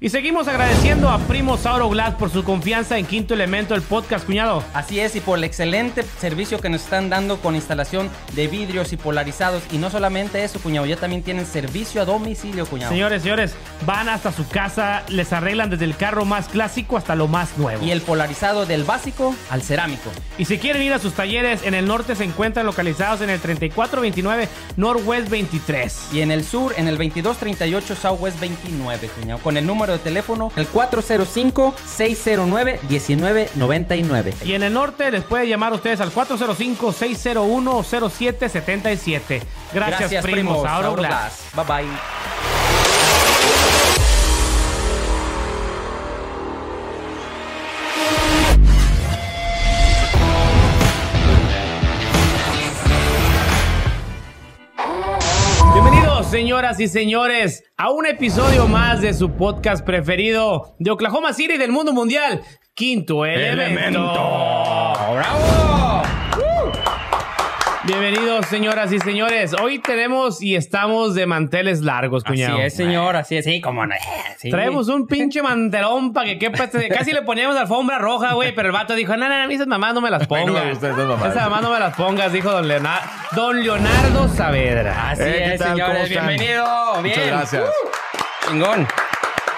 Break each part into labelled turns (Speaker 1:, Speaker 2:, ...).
Speaker 1: Y seguimos agradeciendo a Primo Sauro Glass por su confianza en Quinto Elemento, el podcast, cuñado.
Speaker 2: Así es, y por el excelente servicio que nos están dando con instalación de vidrios y polarizados. Y no solamente eso, cuñado, ya también tienen servicio a domicilio, cuñado.
Speaker 1: Señores, señores, van hasta su casa, les arreglan desde el carro más clásico hasta lo más nuevo.
Speaker 2: Y el polarizado del básico al cerámico.
Speaker 1: Y si quieren ir a sus talleres, en el norte se encuentran localizados en el 3429 Northwest 23.
Speaker 2: Y en el sur, en el 2238 Southwest 29, cuñado, con el número de teléfono, el 405-609-1999.
Speaker 1: Y en el norte les puede llamar ustedes al 405-601-0777. Gracias,
Speaker 2: Gracias,
Speaker 1: primos.
Speaker 2: primos.
Speaker 1: Ahora
Speaker 2: Sauro
Speaker 1: Blas.
Speaker 2: Glass. Bye bye.
Speaker 1: Bienvenidos, señoras y señores, a un episodio más de su podcast preferido de Oklahoma City del mundo mundial, Quinto Elemento.
Speaker 2: ¡Bravo!
Speaker 1: Bienvenidos, señoras y señores. Hoy tenemos y estamos de manteles largos, cuñado.
Speaker 2: Así es, señor, así es, sí, como no. eh, sí.
Speaker 1: Traemos un pinche mantelón para que quepa. este- Casi le poníamos alfombra roja, güey, pero el vato dijo: No, no, no, esas mamás no me las
Speaker 3: mí no
Speaker 1: pongas.
Speaker 3: me gustan esas mamás.
Speaker 1: Esas mamás no me las pongas, dijo don Leonardo, don Leonardo Saavedra.
Speaker 2: Así
Speaker 3: Eh, ¿qué
Speaker 2: es,
Speaker 3: tal? ¿Cómo
Speaker 2: señores,
Speaker 3: están?
Speaker 2: bienvenido. Bien.
Speaker 3: Muchas gracias.
Speaker 2: Uh, chingón.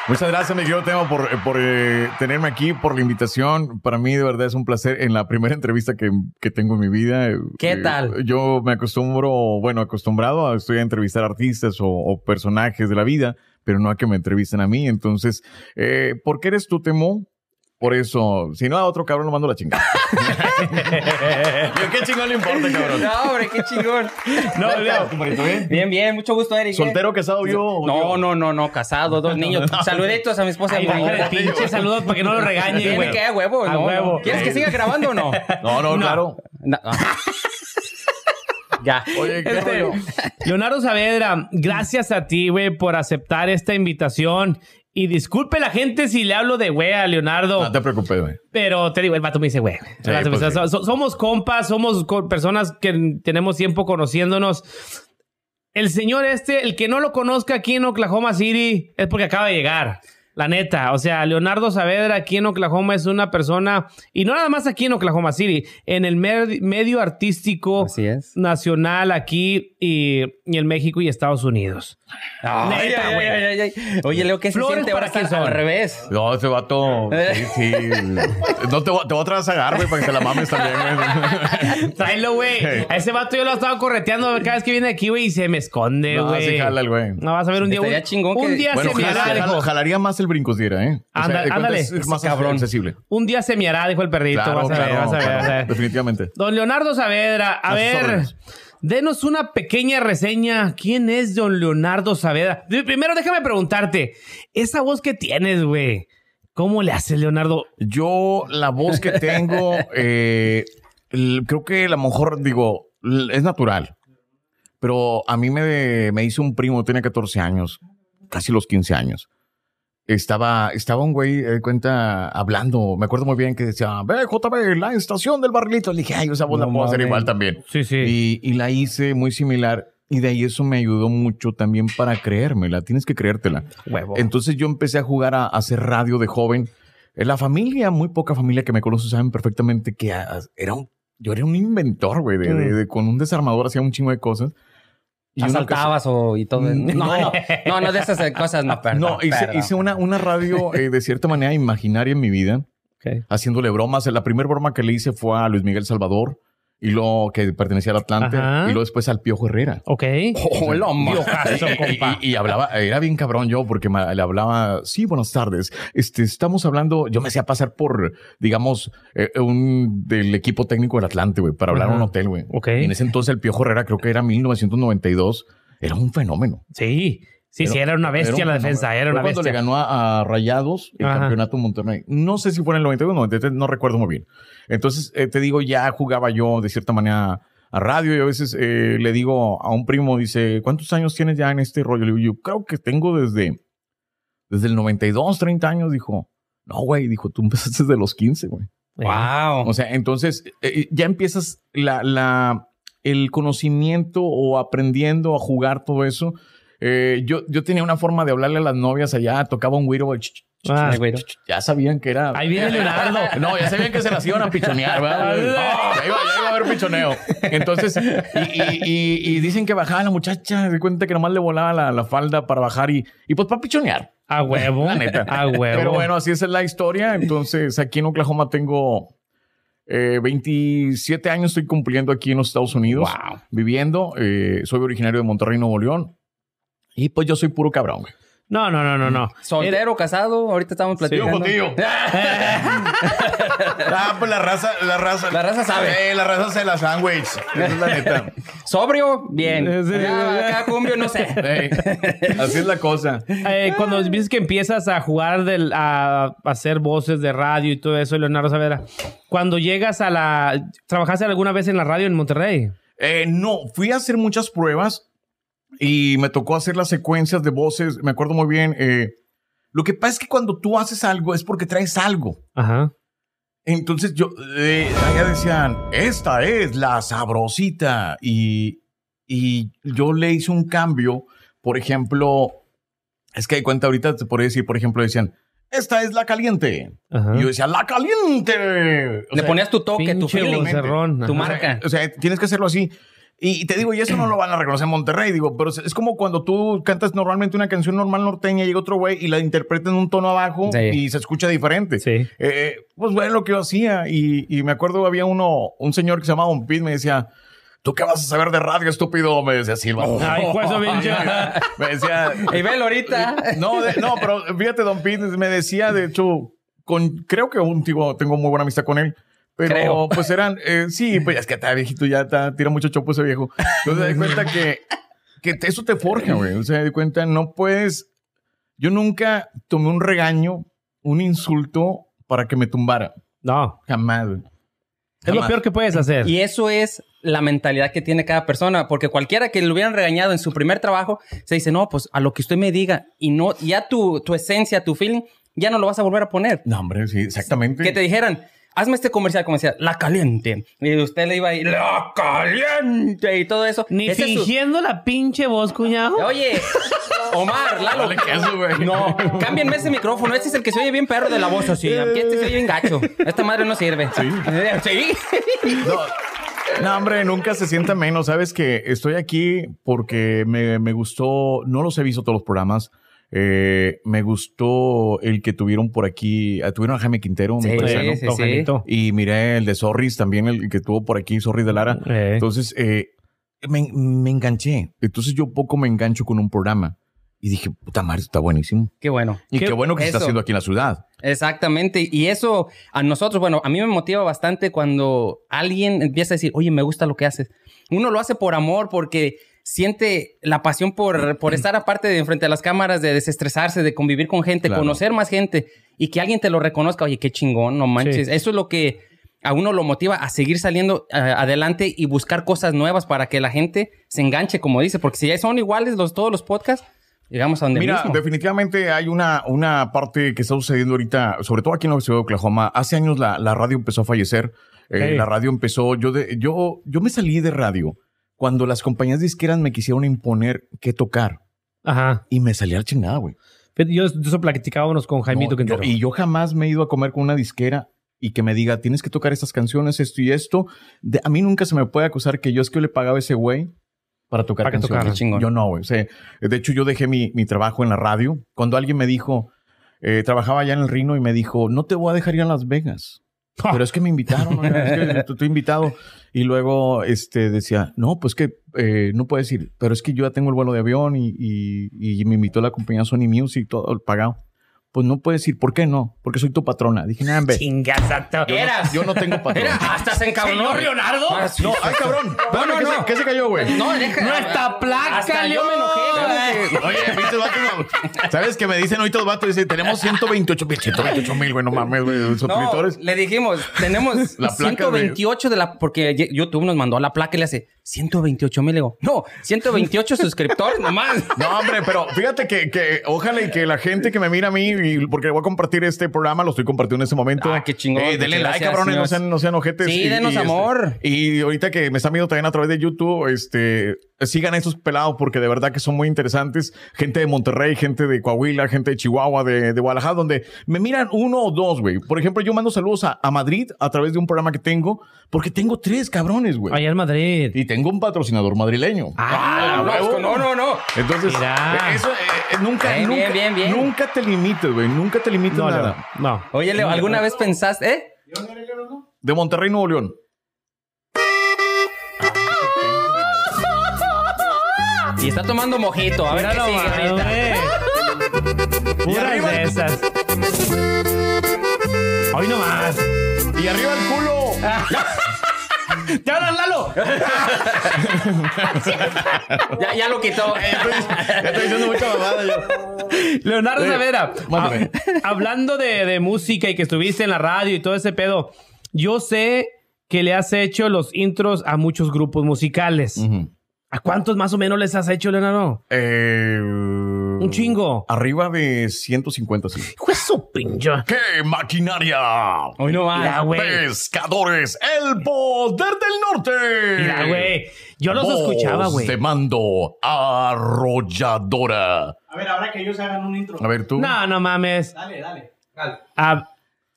Speaker 3: Muchas gracias, mi querido Temo, por, eh, por, eh, tenerme aquí, por la invitación. Para mí, de verdad, es un placer. En la primera entrevista que, que tengo en mi vida. eh,
Speaker 2: ¿Qué
Speaker 3: eh,
Speaker 2: tal?
Speaker 3: Yo me acostumbro, bueno, acostumbrado a estoy a entrevistar artistas o, o personajes de la vida, pero no a que me entrevisten a mí. Entonces, eh, ¿por qué eres tú, Temo? Por eso, si no a otro cabrón, lo mando a la chingada. Yo, ¿Qué chingón le importa, cabrón?
Speaker 2: No, hombre, qué chingón.
Speaker 3: No, Leo, compadrito, ¿eh?
Speaker 2: Bien, bien, mucho gusto, Eric.
Speaker 3: ¿Soltero, casado, yo?
Speaker 2: No, no, no, no, casado, dos niños. Saluditos a mi esposa.
Speaker 1: Ay,
Speaker 2: por favor.
Speaker 1: déjale pinche saludos para que no lo regañe,
Speaker 2: Tiene
Speaker 1: güey.
Speaker 2: que, a huevo,
Speaker 1: A
Speaker 2: no,
Speaker 1: huevo.
Speaker 2: no. ¿Quieres que siga grabando o no?
Speaker 3: No, no, claro.
Speaker 2: No. ya.
Speaker 3: Oye, ¿qué
Speaker 1: Este,
Speaker 3: rollo?
Speaker 1: Leonardo Saavedra, gracias a ti, güey, por aceptar esta invitación. Y disculpe la gente si le hablo de güey a Leonardo,
Speaker 3: No te preocupes, güey.
Speaker 1: pero te digo, el vato me dice güey. El
Speaker 3: Sí,
Speaker 1: vato me
Speaker 3: pues
Speaker 1: dice,
Speaker 3: sí.
Speaker 1: "So- somos compas, somos co- personas que tenemos tiempo conociéndonos. El señor este, el que no lo conozca aquí en Oklahoma City, es porque acaba de llegar. La neta, o sea, Leonardo Saavedra aquí en Oklahoma es una persona, y no nada más aquí en Oklahoma City, en el mer- medio artístico
Speaker 2: Así es.
Speaker 1: nacional aquí y, y en México y Estados Unidos.
Speaker 2: Ay,
Speaker 1: Neta,
Speaker 2: ay,
Speaker 1: güey.
Speaker 2: ay, ay, ay. Oye, Leo, ¿qué se
Speaker 1: Flores
Speaker 2: siente ahora
Speaker 1: para
Speaker 2: estar
Speaker 1: quién son?
Speaker 2: al revés?
Speaker 3: No, ese vato. Sí,
Speaker 1: Eh.
Speaker 3: sí. No te, voy- te voy a trasagar, güey, para que te la mames también, güey.
Speaker 1: Tráelo, güey.
Speaker 3: Hey.
Speaker 1: A ese vato yo lo he estado correteando cada vez que viene aquí, güey, y se me esconde,
Speaker 3: No,
Speaker 1: güey.
Speaker 3: así jala el güey.
Speaker 1: No, vas a ver un día.
Speaker 2: Estaría
Speaker 1: un,
Speaker 2: chingón
Speaker 1: un
Speaker 2: que-
Speaker 1: día
Speaker 3: Bueno,
Speaker 1: se me hará,
Speaker 3: jala-
Speaker 1: dijo.
Speaker 3: jala- jalaría más el brincosdiera, ¿eh? O
Speaker 1: Anda-
Speaker 3: sea, de cuenta
Speaker 1: ándale.
Speaker 3: Es, es
Speaker 1: Ese
Speaker 3: más
Speaker 2: cabrón.
Speaker 3: accesible.
Speaker 1: Un día se me hará, dijo el perrito.
Speaker 3: Claro,
Speaker 1: vas a ver,
Speaker 3: claro,
Speaker 1: vas a ver,
Speaker 3: claro,
Speaker 1: vas a ver.
Speaker 3: Definitivamente.
Speaker 1: Don Leonardo Saavedra, a
Speaker 3: A sus
Speaker 1: ver,
Speaker 3: órdenes.
Speaker 1: denos una pequeña reseña. ¿Quién es don Leonardo Saavedra? De- Primero déjame preguntarte, esa voz que tienes, güey, ¿cómo le haces, Leonardo?
Speaker 3: Yo, la voz que tengo, eh, l- creo que a lo mejor, digo, l- es natural. Pero a mí me, me hizo un primo, tenía 14 años, casi los 15 años. Estaba, estaba un güey, eh, cuenta, hablando. Me acuerdo muy bien que decía, ve, JB, la estación del barrilito. Le dije, ay, esa voz la
Speaker 2: No
Speaker 3: puedo hacer
Speaker 2: mames.
Speaker 3: igual también.
Speaker 1: Sí, sí.
Speaker 3: Y, y la hice muy similar. Y de ahí eso me ayudó mucho también para creérmela. Tienes que creértela.
Speaker 1: Huevo.
Speaker 3: Entonces yo empecé a jugar a, a hacer radio de joven. Eh, La familia, muy poca familia que me conoce, saben perfectamente que ah, ah, era un, yo era un inventor, güey, de-
Speaker 2: Mm.
Speaker 3: de- de- con un desarmador hacía un chingo de cosas. Y una ocasión-
Speaker 2: ¿Asaltabas o y todo?
Speaker 3: Mm,
Speaker 2: No, no, no, no, de esas eh, cosas no, perdón.
Speaker 3: no, hice,
Speaker 2: perdón.
Speaker 3: hice una, una radio eh, de cierta manera imaginaria en mi vida,
Speaker 2: Ok.
Speaker 3: haciéndole bromas. La primera broma que le hice fue a Luis Miguel Salvador, y luego que pertenecía al Atlante,
Speaker 1: Ajá.
Speaker 3: y luego después al Piojo Herrera.
Speaker 1: Ok.
Speaker 2: Oh, el hombre.
Speaker 3: Y- Eh, Y, y hablaba, era bien cabrón yo porque ma- le hablaba, sí, buenas tardes. Este, estamos hablando, yo me hacía pasar por, digamos, eh, un del equipo técnico del Atlante, güey, para hablar a un
Speaker 1: Ajá.
Speaker 3: hotel, güey.
Speaker 1: Ok.
Speaker 3: Y En ese entonces el Piojo Herrera, creo que era 1992, era un fenómeno.
Speaker 1: Sí, sí, sí, era una bestia
Speaker 3: Era un
Speaker 1: la
Speaker 3: fenómeno.
Speaker 1: defensa, era
Speaker 3: Fue
Speaker 1: una
Speaker 3: cuando
Speaker 1: bestia.
Speaker 3: le ganó a, a Rayados el
Speaker 1: Ajá.
Speaker 3: campeonato Monterrey. No sé si fue en el 92 o 93, no recuerdo muy bien. Entonces, eh, te digo, ya jugaba yo de cierta manera a radio y a veces eh, le digo a un primo, dice, ¿cuántos años tienes ya en este rollo? Le digo, yo creo que tengo desde, desde el 92, 30 años, dijo. No, güey, dijo, tú empezaste desde los 15, güey.
Speaker 2: Wow.
Speaker 3: O sea, entonces eh, eh, ya empiezas la, la- el conocimiento o aprendiendo a jugar todo eso. Eh, yo, yo tenía una forma de hablarle a las novias allá, tocaba un güiro. ch- ch- ch-
Speaker 1: Ah,
Speaker 3: ch- ch- ch- ya sabían que era.
Speaker 1: Ahí viene Leonardo.
Speaker 3: No, ya sabían que se las iban a pichonear, ¿verdad? No, ya, iba, ya iba a haber pichoneo. Entonces, y, y- y- y dicen que bajaba la muchacha, de cuenta que nomás le volaba la, la falda para bajar y, y pues para pichonear.
Speaker 1: A huevo.
Speaker 3: La neta.
Speaker 1: A huevo.
Speaker 3: Pero bueno, así es la historia. Entonces, aquí en Oklahoma tengo eh, 27 años, estoy cumpliendo aquí en los Estados Unidos,
Speaker 2: Wow.
Speaker 3: viviendo. Eh, soy originario de Monterrey, Nuevo León. Y pues yo soy puro cabrón. güey.
Speaker 1: No, no, no, no, no.
Speaker 2: Soltero, casado, ahorita estamos platicando.
Speaker 4: Ah, pues la raza, la raza.
Speaker 2: La raza sabe.
Speaker 4: Eh, la raza se las dan, güey. Esa es la neta.
Speaker 2: Sobrio, bien.
Speaker 1: Sí, sí, sí.
Speaker 2: Ah, acá cumbio, no sé.
Speaker 3: Ey, así es la cosa.
Speaker 1: Eh, cuando dices que empiezas a jugar, del, a, a hacer voces de radio y todo eso, Leonardo Saavedra, cuando llegas a la... ¿Trabajaste alguna vez en la radio en Monterrey?
Speaker 3: Eh, no, fui a hacer muchas pruebas y me tocó hacer las secuencias de voces. Me acuerdo muy bien. eh, lo que pasa es que cuando tú haces algo es porque traes algo.
Speaker 1: Ajá.
Speaker 3: Entonces yo, eh, allá decían, esta es la sabrosita. Y, y yo le hice un cambio, por ejemplo, es que hay cuenta ahorita, te podría decir, por ejemplo, decían, esta es la caliente.
Speaker 1: Ajá.
Speaker 3: Y yo decía, la caliente. O
Speaker 2: Ah. Le
Speaker 3: sea,
Speaker 2: ponías tu toque, tu
Speaker 1: Pinche
Speaker 2: feeling,
Speaker 1: vocerrón.
Speaker 2: tu
Speaker 1: Ajá.
Speaker 2: marca.
Speaker 3: O sea, tienes que hacerlo así. Y, y te digo, y eso no lo van a reconocer en Monterrey, digo, pero es- es como cuando tú cantas normalmente una canción normal norteña, llega otro güey y la interpreta en un tono abajo
Speaker 2: Sí.
Speaker 3: y se escucha diferente.
Speaker 1: Sí.
Speaker 3: Eh, pues bueno, lo que yo hacía. Y, y me acuerdo había uno, un señor que se llamaba Don Pete, me decía, ¿tú qué vas a saber de radio, estúpido? Me decía Silva.
Speaker 1: Ay, pues, pinche.
Speaker 3: me decía,
Speaker 2: Y velo ahorita.
Speaker 3: no, de- no, pero fíjate, Don Pete me decía, de hecho, con, creo que un tío, tengo muy buena amistad con él. Pero
Speaker 2: Creo.
Speaker 3: pues eran, eh, sí, pues es que está viejito, ya está, tira mucho chopo ese viejo. Entonces te das cuenta que, que te- eso te forja, güey. O sea, te das cuenta, no puedes. Yo nunca tomé un regaño, un insulto para que me tumbara.
Speaker 1: No.
Speaker 3: Jamás. güey.
Speaker 1: Es lo
Speaker 3: Jamás.
Speaker 1: peor que puedes hacer.
Speaker 2: Y eso es la mentalidad que tiene cada persona, porque cualquiera que lo hubieran regañado en su primer trabajo, se dice, no, pues a lo que usted me diga, y no, ya tu, tu esencia, tu feeling, ya no lo vas a volver a poner.
Speaker 3: No, hombre, sí, exactamente.
Speaker 2: Que te dijeran, hazme este comercial, como decía, la caliente. Y usted le iba a ir, la caliente, y todo eso.
Speaker 1: Ni
Speaker 2: Ese es su-
Speaker 1: fingiendo la pinche voz, cuñado.
Speaker 2: Oye, Omar, Lalo.
Speaker 3: Dale queso, güey.
Speaker 2: No, cámbienme ese micrófono. Este es el que se oye bien perro de la voz así. Aquí este se oye bien gacho. Esta madre no sirve. Sí.
Speaker 3: No, no, hombre, nunca se sienta menos. Sabes que estoy aquí porque me, me gustó, no los he visto todos los programas. eh, me gustó el que tuvieron por aquí, ah, tuvieron a Jaime Quintero, me
Speaker 2: Sí,
Speaker 3: parece, ¿no?
Speaker 2: sí,
Speaker 1: Don
Speaker 2: sí.
Speaker 1: Jaimito.
Speaker 3: y miré el de Sorris también, el que tuvo por aquí, Sorris de Lara.
Speaker 1: Eh.
Speaker 3: Entonces, eh, me, me enganché. Entonces, yo poco me engancho con un programa y dije, puta madre, está buenísimo.
Speaker 2: Qué bueno.
Speaker 3: Y
Speaker 1: Qué-
Speaker 3: qué, bueno que se está
Speaker 2: eso.
Speaker 3: haciendo aquí en la ciudad.
Speaker 2: Exactamente. Y eso a nosotros, bueno, a mí me motiva bastante cuando alguien empieza a decir, oye, me gusta lo que haces. Uno lo hace por amor, porque siente la pasión por, por estar aparte de enfrente a las cámaras, de desestresarse, de convivir con gente,
Speaker 3: Claro.
Speaker 2: conocer más gente y que alguien te lo reconozca. Oye, qué chingón, no manches. Eso es lo que a uno lo motiva a seguir saliendo eh, adelante y buscar cosas nuevas para que la gente se enganche, como dice, porque si ya son iguales los, todos los podcasts, llegamos a donde
Speaker 3: Mira,
Speaker 2: mismo.
Speaker 3: definitivamente hay una, una parte que está sucediendo ahorita, sobre todo aquí en la ciudad de Oklahoma. Hace años la, la radio empezó a fallecer. Eh,
Speaker 1: Sí.
Speaker 3: La radio empezó. Yo, de- yo, yo me salí de radio cuando las compañías disqueras me quisieron imponer qué tocar.
Speaker 1: Ajá.
Speaker 3: Y me salí al chingada, güey.
Speaker 1: Yo de eso platicábamos con Jaimito
Speaker 3: No, yo-
Speaker 1: Quintero.
Speaker 3: y yo jamás me he ido a comer con una disquera y que me diga, tienes que tocar estas canciones, esto y esto. De- a mí nunca se me puede acusar que yo es que le pagaba a ese güey para tocar
Speaker 1: Para que
Speaker 3: canciones.
Speaker 1: tocara.
Speaker 2: Qué chingón.
Speaker 3: Yo no, güey. O sea, de hecho, yo dejé mi, mi trabajo en la radio. Cuando alguien me dijo, eh, trabajaba allá en el Rino y me dijo, no te voy a dejar ir a Las Vegas. Pero es que me invitaron, oiga, es que tú tú invitado. Y luego este, decía, no, pues que eh, no puedes ir, pero es que yo ya tengo el vuelo de avión y, y- y me invitó la compañía Sony Music, todo el pagado. Pues no puedes ir, ¿por qué no? Porque soy tu patrona. Dije, nah, hombre,
Speaker 1: Chingasato.
Speaker 2: Eras.
Speaker 3: yo no tengo
Speaker 2: Mira,
Speaker 3: patrona.
Speaker 2: hasta se encabronó.
Speaker 1: Señor Leonardo.
Speaker 2: Ah, sí.
Speaker 3: No, ay, cabrón. Espérame,
Speaker 2: no,
Speaker 3: ¿qué,
Speaker 2: no.
Speaker 3: Se, qué se cayó, güey?
Speaker 2: No, deja.
Speaker 1: Nuestra placa,
Speaker 2: Hasta yo
Speaker 1: León.
Speaker 2: me enojé, güey.
Speaker 3: Oye, pinches vatos, no. ¿sabes que me dicen ahorita los vatos? Dicen, tenemos 128 mil, 128 mil, güey, no mames, güey, los
Speaker 2: No,
Speaker 3: suscriptores.
Speaker 2: le dijimos, tenemos
Speaker 3: La placa de-
Speaker 2: 128 de... la... Porque Ye- YouTube nos mandó la placa y le hace 128 mil. Le digo, no, 128 suscriptores nomás.
Speaker 3: No, hombre, pero fíjate que, que ojalá y que la gente que me mira a mí, y- porque voy a compartir este programa, lo estoy compartiendo en este momento.
Speaker 2: Ah, qué chingón,
Speaker 3: Eh, denle
Speaker 2: muchas
Speaker 3: like,
Speaker 2: gracias,
Speaker 3: cabrones, no
Speaker 2: señores.
Speaker 3: sean, no sean ojetes.
Speaker 2: Sí, denos
Speaker 3: este,
Speaker 2: amor.
Speaker 3: y ahorita que me están viendo también a través de YouTube, este, sigan a estos pelados porque de verdad que son muy interesantes. Gente de Monterrey, gente de Coahuila, gente de Chihuahua, de, de Guadalajara, donde me miran uno o dos, güey. Por ejemplo, yo mando saludos a, a Madrid a través de un programa que tengo, porque tengo tres cabrones, güey.
Speaker 1: Allá en Madrid.
Speaker 3: Y tengo un patrocinador madrileño.
Speaker 1: Ah,
Speaker 2: Ah,
Speaker 3: huevo.
Speaker 2: no, no, no, no.
Speaker 3: Entonces,
Speaker 1: Mira.
Speaker 3: eso, eh, eh, nunca,
Speaker 2: Bien,
Speaker 3: nunca,
Speaker 2: bien, bien, bien.
Speaker 3: nunca te limites, güey. Nunca te limites
Speaker 1: no, no,
Speaker 3: nada.
Speaker 1: no, no.
Speaker 2: Oye, Leo, ¿alguna vez pensaste, eh?
Speaker 3: De Monterrey, Nuevo León.
Speaker 2: Y está tomando mojito. A ver
Speaker 1: Mira
Speaker 2: qué sigue
Speaker 1: nomás,
Speaker 2: ahorita.
Speaker 1: güey. Puras
Speaker 3: arriba
Speaker 1: de
Speaker 3: el-
Speaker 1: esas. Hoy no más.
Speaker 3: Y arriba el culo.
Speaker 1: ¡Te hablan, Lalo!
Speaker 2: Ya, ya lo quitó.
Speaker 4: Estoy diciendo mucha mamada yo.
Speaker 1: Leonardo Savera,
Speaker 3: mándame.
Speaker 1: ha- hablando de, de música y que estuviste en la radio y todo ese pedo, yo sé que le has hecho los intros a muchos grupos musicales.
Speaker 3: Ujú.
Speaker 1: ¿A cuántos más o menos les has hecho, Leonardo?
Speaker 3: Eh,
Speaker 1: Un chingo.
Speaker 3: Arriba de 150, sí.
Speaker 1: ¡Hijo de su pinche!
Speaker 3: ¡Qué maquinaria!
Speaker 2: Hoy no más.
Speaker 1: Mira, güey.
Speaker 3: Pescadores, el poder del norte.
Speaker 1: Mira, güey. Yo los
Speaker 3: Voz
Speaker 1: escuchaba, güey.
Speaker 3: De mando arrolladora.
Speaker 5: A ver, ahora que ellos hagan un intro.
Speaker 3: A ver, tú.
Speaker 1: No, no mames.
Speaker 5: Dale, dale. Dale.
Speaker 1: A-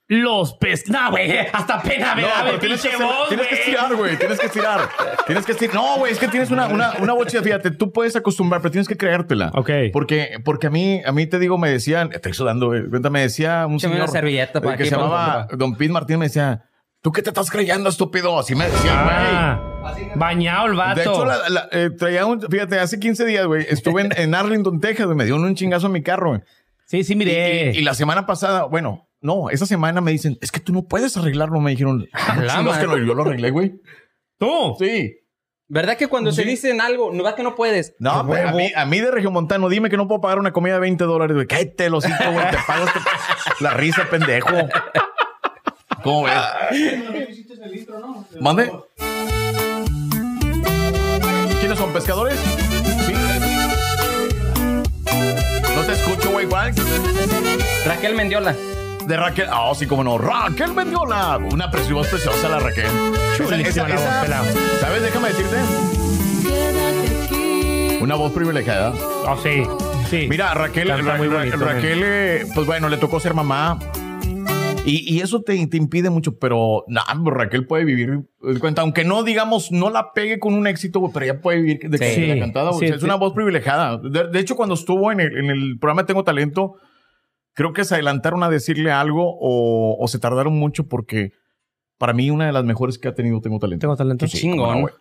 Speaker 1: los pes... No, güey. Hasta pena me
Speaker 3: No,
Speaker 1: da,
Speaker 3: pero
Speaker 1: güey.
Speaker 3: tienes, que
Speaker 1: Pinche
Speaker 3: hacer-
Speaker 1: voz,
Speaker 3: tienes que
Speaker 1: güey.
Speaker 3: estirar, güey. Tienes que estirar. tienes que estirar. No, güey, es que tienes una, una, una bochita. Fíjate, tú puedes acostumbrar, pero tienes que creértela.
Speaker 1: Ok.
Speaker 3: Porque, porque a mí, a mí te digo, me decían, te estoy sudando, güey. Cuenta, me decía un
Speaker 2: Échame
Speaker 3: señor
Speaker 2: una servilleta para
Speaker 3: eh, que
Speaker 2: aquí,
Speaker 3: se
Speaker 2: para
Speaker 3: llamaba
Speaker 2: nosotros.
Speaker 3: Don Pete Martín, me decía, ¿tú qué te estás creyendo, estúpido? Así me decía, güey.
Speaker 1: Ah, bañado el vato.
Speaker 3: De hecho, la- la- eh, traía un, fíjate, hace 15 días, güey, estuve en, en Arlington, Texas, güey, me dio un chingazo en mi carro, güey.
Speaker 1: sí, sí,
Speaker 3: Y,
Speaker 1: miré.
Speaker 3: y- y la semana pasada, bueno, no, esa semana me dicen, es que tú no puedes arreglarlo, me dijeron.
Speaker 2: la
Speaker 3: Chingados que
Speaker 2: madre.
Speaker 3: lo- yo lo arreglé, güey.
Speaker 1: ¿Tú?
Speaker 3: Sí.
Speaker 2: ¿Verdad que cuando se dicen algo, no va que no puedes?
Speaker 3: No, güey, a
Speaker 2: huevo.
Speaker 3: mí, a mí de Regiomontano, dime que no puedo pagar una comida de 20 dólares, güey. Cállate los cinco, güey, te pago este- la risa, pendejo. ¿Cómo ves?
Speaker 5: hiciste el intro, ¿no?
Speaker 3: ¿Mande? ¿Quiénes son pescadores? Sí. No te escucho, güey, ¿cuál?
Speaker 2: Raquel Mendiola.
Speaker 3: De Raquel. Ah, sí, cómo no. Raquel Mendiola. Una preciosa, preciosa la Raquel.
Speaker 1: Chulísima la voz, pelao.
Speaker 3: ¿Sabes? Déjame decirte. Una voz privilegiada.
Speaker 1: Oh, sí. Sí.
Speaker 3: Mira, Raquel,
Speaker 1: Canta
Speaker 3: Ra-
Speaker 1: muy
Speaker 3: Ra-
Speaker 1: bonito,
Speaker 3: Raquel, eh, pues bueno, le tocó ser mamá. Y, y eso te, te impide mucho, pero nah, pues, Raquel puede vivir, eh, cuenta, aunque no digamos, no la pegue con un éxito, güey, pero ella puede vivir de,
Speaker 1: Sí.
Speaker 3: de la cantada. güey.
Speaker 1: Sí,
Speaker 3: O sea, es
Speaker 1: sí.
Speaker 3: una voz privilegiada. De, de hecho, cuando estuvo en el, en el programa Tengo Talento, creo que se adelantaron a decirle algo o, o se tardaron mucho porque para mí una de las mejores que ha tenido Tengo Talento.
Speaker 1: Tengo talento.
Speaker 2: Qué chingón.
Speaker 3: güey.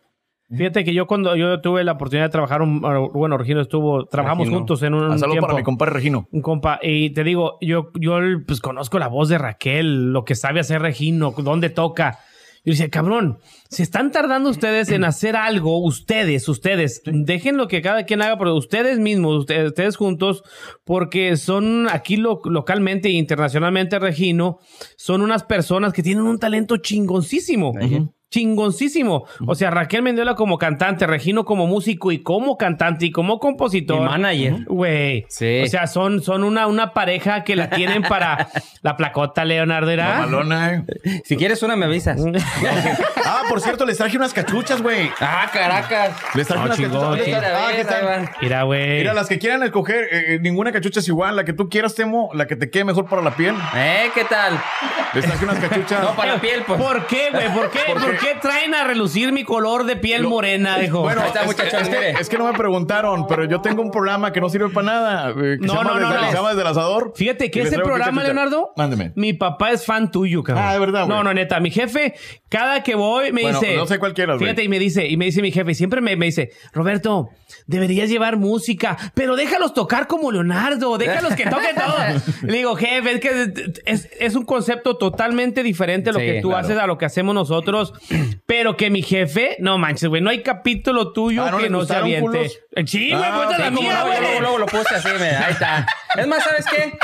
Speaker 1: Fíjate que yo cuando yo tuve la oportunidad de trabajar, un, bueno, Regino estuvo, trabajamos
Speaker 2: Regino.
Speaker 1: juntos en un,
Speaker 3: Ah,
Speaker 1: un
Speaker 3: Saludos
Speaker 1: tiempo.
Speaker 3: para mi compadre Regino.
Speaker 1: un compa, y te digo, yo, yo pues conozco la voz de Raquel, lo que sabe hacer Regino, dónde toca. Yo decía, cabrón, se están tardando ustedes en hacer algo, ustedes, ustedes, dejen lo que cada quien haga, pero ustedes mismos, ustedes, ustedes juntos, porque son aquí lo- localmente e internacionalmente, Regino, son unas personas que tienen un talento chingoncísimo.
Speaker 2: Ujú.
Speaker 1: Chingoncísimo. O sea, Raquel Mendiola como cantante, Regino como músico y como cantante y como
Speaker 2: Mi
Speaker 1: compositor.
Speaker 2: manager.
Speaker 1: Güey.
Speaker 2: Sí.
Speaker 1: O sea, son, son una, una pareja que la tienen para la placota, Leonardo. ¿era?
Speaker 3: Mamalona, eh.
Speaker 2: Si quieres una, me avisas.
Speaker 3: Mm. Ah, por cierto, les traje unas cachuchas, güey.
Speaker 2: ah, Caracas.
Speaker 3: Les traje
Speaker 1: Ah,
Speaker 3: unas
Speaker 1: chingón,
Speaker 3: cachuchas.
Speaker 1: sí.
Speaker 2: Mira,
Speaker 3: Ah,
Speaker 2: mira,
Speaker 3: aquí están.
Speaker 2: ahí va.
Speaker 1: Mira, güey.
Speaker 3: Mira, las que quieran escoger, eh, eh, ninguna cachucha es igual. La que tú quieras, Temo, la que te quede mejor para la piel.
Speaker 2: Eh, ¿qué tal?
Speaker 3: Les traje unas cachuchas.
Speaker 2: No, para la piel, pues.
Speaker 1: ¿Por qué, güey? ¿Por qué? ¿Por, qué traen a relucir mi color de piel morena, hijo?
Speaker 3: Bueno,
Speaker 2: Ahí está,
Speaker 3: es,
Speaker 2: muchachos,
Speaker 3: es que,
Speaker 2: mire.
Speaker 3: es que no me preguntaron, pero yo tengo un programa que no sirve para nada. eh, que
Speaker 1: No,
Speaker 3: se
Speaker 1: no,
Speaker 3: llama
Speaker 1: no,
Speaker 3: Desde-
Speaker 1: no.
Speaker 3: se llama Desde el Asador.
Speaker 1: Fíjate
Speaker 3: Y
Speaker 1: que
Speaker 3: les
Speaker 1: ese
Speaker 3: traigo aquí
Speaker 1: programa,
Speaker 3: cachucha.
Speaker 1: Leonardo,
Speaker 3: Mándeme.
Speaker 1: mi papá es fan tuyo, cabrón.
Speaker 3: Ah, de verdad, güey.
Speaker 1: No, no, neta. Mi jefe, cada que voy, me
Speaker 3: Bueno,
Speaker 1: dice.
Speaker 3: no sé cuál quieras, güey.
Speaker 1: Fíjate, y me dice, y me dice mi jefe, y siempre me, me dice, Roberto, deberías llevar música, pero déjalos tocar como Leonardo, déjalos que toquen todo. Le digo, jefe, es que es, es un concepto totalmente diferente lo
Speaker 2: Sí,
Speaker 1: que tú
Speaker 2: claro.
Speaker 1: haces a lo que hacemos nosotros, pero que mi jefe, no manches, güey, no hay capítulo tuyo
Speaker 3: Ah, ¿no
Speaker 1: que
Speaker 3: les
Speaker 1: no se
Speaker 3: gustaron,
Speaker 1: aviente. Eh,
Speaker 3: culos?
Speaker 1: Sí, güey,
Speaker 3: Ah,
Speaker 1: ponte
Speaker 3: sí,
Speaker 1: la
Speaker 2: Como
Speaker 1: mía,
Speaker 2: no, yo
Speaker 1: güey.
Speaker 2: luego, luego lo puse así, mira, ahí está. Es más, ¿sabes qué?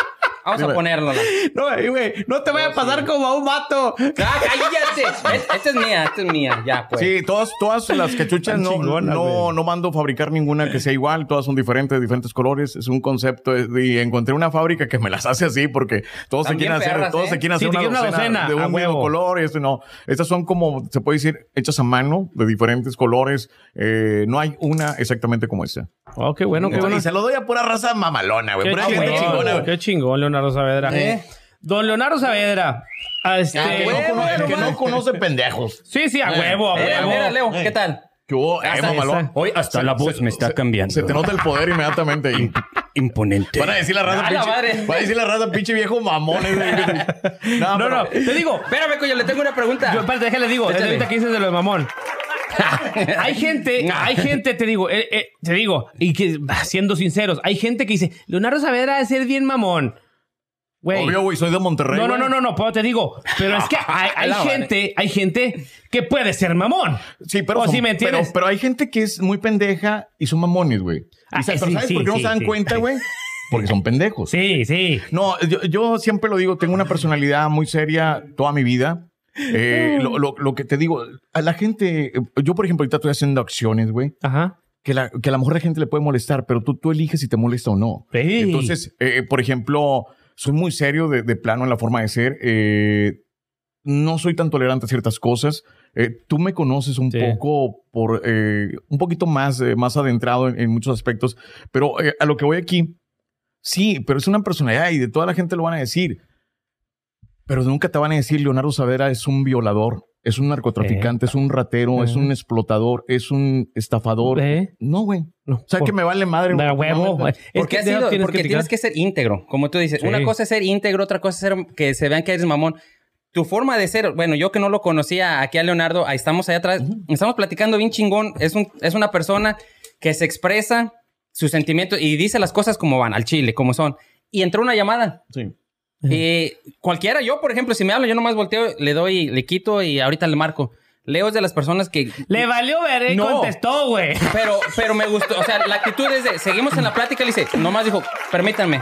Speaker 2: Vamos a ponerlo. la-
Speaker 3: No, eh, güey, no te vaya a pasar como a un vato.
Speaker 2: ¡Ah, cállate! Es- Esta es mía, esta es mía. Ya, pues.
Speaker 3: Sí, todas, todas las cachuchas
Speaker 1: Tan
Speaker 3: no,
Speaker 1: chingonas,
Speaker 3: no,
Speaker 1: güey.
Speaker 3: no mando fabricar ninguna que sea igual, todas son diferentes, de diferentes colores, es un concepto es- y encontré una fábrica que me las hace así porque todos se
Speaker 2: También
Speaker 3: quieren hacer,
Speaker 2: perras,
Speaker 3: todos
Speaker 2: ¿eh?
Speaker 3: se quieren
Speaker 1: Sí,
Speaker 3: hacer
Speaker 1: te
Speaker 3: una,
Speaker 1: quieren una
Speaker 3: docena,
Speaker 1: docena,
Speaker 3: de
Speaker 1: a
Speaker 3: un mismo
Speaker 1: huevo.
Speaker 3: color y esto no. Estas son como se puede decir hechas a mano de diferentes colores, eh, no hay una exactamente como esta.
Speaker 1: Oh, qué bueno, qué
Speaker 3: Entonces,
Speaker 1: bueno.
Speaker 3: y se lo doy a pura raza mamalona, güey,
Speaker 1: Qué
Speaker 3: pura gente
Speaker 1: chingón,
Speaker 3: chingona, güey.
Speaker 1: qué chingón, Leonardo Saavedra.
Speaker 2: ¿Eh?
Speaker 1: Don Leonardo Saavedra. ah, Este,
Speaker 3: Ah, que no
Speaker 2: Huevo,
Speaker 3: cono- el que
Speaker 2: hermano.
Speaker 3: no conoce pendejos.
Speaker 1: sí, sí, a
Speaker 3: Eh,
Speaker 1: huevo, a
Speaker 2: Mira,
Speaker 1: huevo.
Speaker 2: mira, Leo, ¿qué tal?
Speaker 3: Que hubo, eh,
Speaker 1: Esa,
Speaker 3: mamalón.
Speaker 1: esa.
Speaker 2: Hoy hasta la voz me está cambiando.
Speaker 3: Se te nota el poder inmediatamente. ahí.
Speaker 2: Imponente.
Speaker 3: Van a decir la raza
Speaker 2: ¡A la
Speaker 3: pinche.
Speaker 2: madre!
Speaker 3: Van a decir la raza pinche viejo mamón. ese. no,
Speaker 1: No,
Speaker 3: pero-
Speaker 1: no, te digo.
Speaker 2: Espérame, coño, le tengo una pregunta.
Speaker 1: Yo, espérate, déjale, digo. Es
Speaker 2: Échale.
Speaker 1: ahorita que dices de lo de mamón. hay gente, hay gente, te digo, eh, eh, te digo, y que bah, siendo sinceros, hay gente que dice, Leonardo Saavedra es ser bien mamón. Güey.
Speaker 3: Obvio, güey, soy de Monterrey.
Speaker 1: No, no,
Speaker 3: güey. Ah,
Speaker 1: no, no, no, pero te digo, pero es que hay, hay
Speaker 2: La madre.
Speaker 1: gente, hay gente que puede ser mamón.
Speaker 3: Sí, pero,
Speaker 1: O
Speaker 3: son-
Speaker 1: sí, ¿me entiendes?
Speaker 3: pero, pero hay gente que es muy pendeja y son mamones, güey. Y
Speaker 1: Ah,
Speaker 3: sa-
Speaker 1: sí,
Speaker 3: pero ¿sabes
Speaker 1: sí,
Speaker 3: por qué no
Speaker 1: sí,
Speaker 3: se dan
Speaker 1: sí.
Speaker 3: cuenta, güey? Porque son pendejos.
Speaker 1: Sí, sí.
Speaker 3: No, yo, yo siempre lo digo, tengo una personalidad muy seria toda mi vida. Eh, lo, lo- lo que te digo, a la gente, yo por ejemplo ahorita estoy haciendo acciones, güey,
Speaker 1: Ajá.
Speaker 3: que, la- que a lo mejor la gente le puede molestar, pero tú, tú eliges si te molesta o no.
Speaker 1: Sí.
Speaker 3: Entonces, eh, por ejemplo, soy muy serio de, de plano en la forma de ser. eh, no soy tan tolerante a ciertas cosas. Eh, tú me conoces un
Speaker 1: Sí.
Speaker 3: poco por eh, un poquito más, eh, más adentrado en, en muchos aspectos, pero eh, a lo que voy aquí, sí, pero es una personalidad y de toda la gente lo van a decir. Pero nunca te van a decir Leonardo Saavedra es un violador, es un narcotraficante, es un ratero, es
Speaker 1: Ujú.
Speaker 3: un explotador, es un estafador.
Speaker 1: ¿Eh?
Speaker 3: No, güey.
Speaker 1: No,
Speaker 3: O sea,
Speaker 1: por-
Speaker 3: que me vale madre.
Speaker 1: Da
Speaker 3: güey. No
Speaker 1: huevo.
Speaker 3: me-
Speaker 1: Es
Speaker 2: Porque,
Speaker 1: que
Speaker 2: has
Speaker 1: de eso
Speaker 2: sido-
Speaker 1: tienes
Speaker 2: porque
Speaker 1: que
Speaker 2: tienes
Speaker 1: criticar.
Speaker 2: que ser íntegro, como tú dices.
Speaker 1: Sí.
Speaker 2: Una cosa es ser íntegro, otra cosa es ser que se vean que eres mamón. Tu forma de ser, bueno, yo que no lo conocía aquí a Leonardo, ahí estamos allá atrás, estamos platicando bien chingón. Es, un, es una persona que se expresa sus sentimientos y dice las cosas como van, al chile, como son. Y entró una llamada.
Speaker 3: Sí.
Speaker 2: Eh, cualquiera, yo, por ejemplo, si me habla, yo nomás volteo, le doy, le quito y ahorita le marco. Leo es de las personas que
Speaker 1: Le valió ver, y
Speaker 2: No.
Speaker 1: contestó, güey.
Speaker 2: pero, pero me gustó, o sea, la actitud es de, seguimos en la plática, le dice, nomás dijo, permítanme.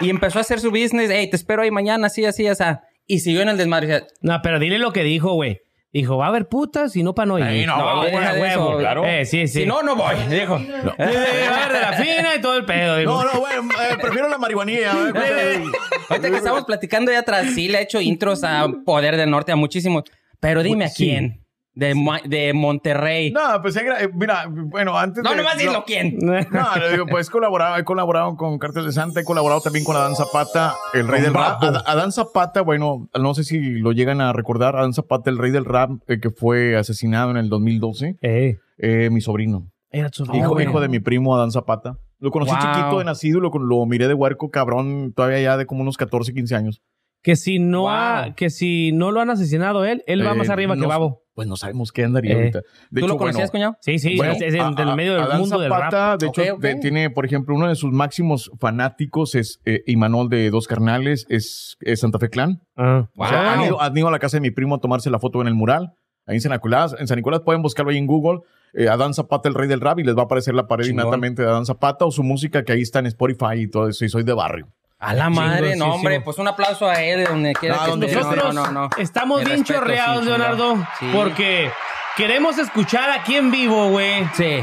Speaker 2: Y empezó a hacer su business, hey, te espero ahí mañana, así, así, así. Y siguió en el desmadre. o sea,
Speaker 1: No, pero dile lo que dijo, güey. Dijo, va a haber putas y no para no ir.
Speaker 3: Ay, no, güey,
Speaker 1: güey,
Speaker 2: deja de
Speaker 1: huevo.
Speaker 2: eso, claro.
Speaker 1: Eh, sí, sí.
Speaker 2: Si no, no voy, dijo.
Speaker 1: Sí, sí, va a haber de la fina y todo el pedo. digo.
Speaker 3: No, no, güey, eh, prefiero la marihuanía. eh.
Speaker 2: Ahorita que estamos platicando allá atrás, sí le he hecho intros a Poder del Norte, a muchísimos. Pero dime a
Speaker 1: Sí.
Speaker 2: quién. De, Ma- de Monterrey. No,
Speaker 3: No, pues, eh, gra- eh, mira, bueno, antes de-
Speaker 2: nomás dilo quién.
Speaker 3: No, le digo, pues colaboraba, he colaborado con Cartel de Santa, he colaborado también con Adán Zapata, el rey del rap. Ad- Adán Zapata, bueno, no sé si lo llegan a recordar, Adán Zapata, el rey del rap, eh, que fue asesinado en el 2012,
Speaker 1: Eh,
Speaker 3: eh, mi sobrino,
Speaker 1: era su
Speaker 3: hijo,
Speaker 1: Ah, güey.
Speaker 3: hijo de mi primo Adán Zapata. Lo conocí
Speaker 2: Wow.
Speaker 3: chiquito de nacido, lo, lo miré de huerco, cabrón, todavía ya de como unos 14, 15 años.
Speaker 1: Que si no
Speaker 2: Wow.
Speaker 1: ha- que si no lo han asesinado él, él va
Speaker 3: Eh,
Speaker 1: más arriba que
Speaker 3: no-
Speaker 1: Babo.
Speaker 3: Pues no sabemos qué andaría
Speaker 1: Eh.
Speaker 3: ahorita. De
Speaker 2: ¿Tú
Speaker 3: hecho,
Speaker 2: lo conocías,
Speaker 3: bueno,
Speaker 2: cuñado?
Speaker 1: Sí, sí,
Speaker 3: Bueno,
Speaker 1: es, es
Speaker 3: a-
Speaker 1: en- del
Speaker 3: a-
Speaker 1: medio del
Speaker 3: Adán
Speaker 1: mundo del rap.
Speaker 3: Zapata, De hecho,
Speaker 2: Ok, ok.
Speaker 3: de- tiene, por ejemplo, uno de sus máximos fanáticos es eh, Imanol de Dos Carnales, es, es Santa Fe Clan.
Speaker 1: Ah.
Speaker 3: O sea, han,
Speaker 2: Wow.
Speaker 3: ido, han ido a la casa de mi primo a tomarse la foto en el mural, ahí en San Nicolás. En San Nicolás pueden buscarlo ahí en Google. eh, Adán Zapata, el rey del rap, y les va a aparecer la pared
Speaker 2: Chingón.
Speaker 3: inmediatamente de Adán Zapata o su música que ahí está en Spotify y todo eso. Y soy de barrio.
Speaker 2: A la madre, no,
Speaker 1: Chingosísimo.
Speaker 2: hombre. Pues un aplauso a él, donde quiera
Speaker 3: No,
Speaker 2: que
Speaker 3: donde
Speaker 2: esté. No,
Speaker 1: Nosotros
Speaker 2: no, no, no.
Speaker 1: estamos
Speaker 2: Mi
Speaker 1: bien
Speaker 2: respeto,
Speaker 1: chorreados,
Speaker 2: sí,
Speaker 1: Leonardo,
Speaker 2: sí.
Speaker 1: porque queremos escuchar aquí en vivo, güey,
Speaker 2: Sí.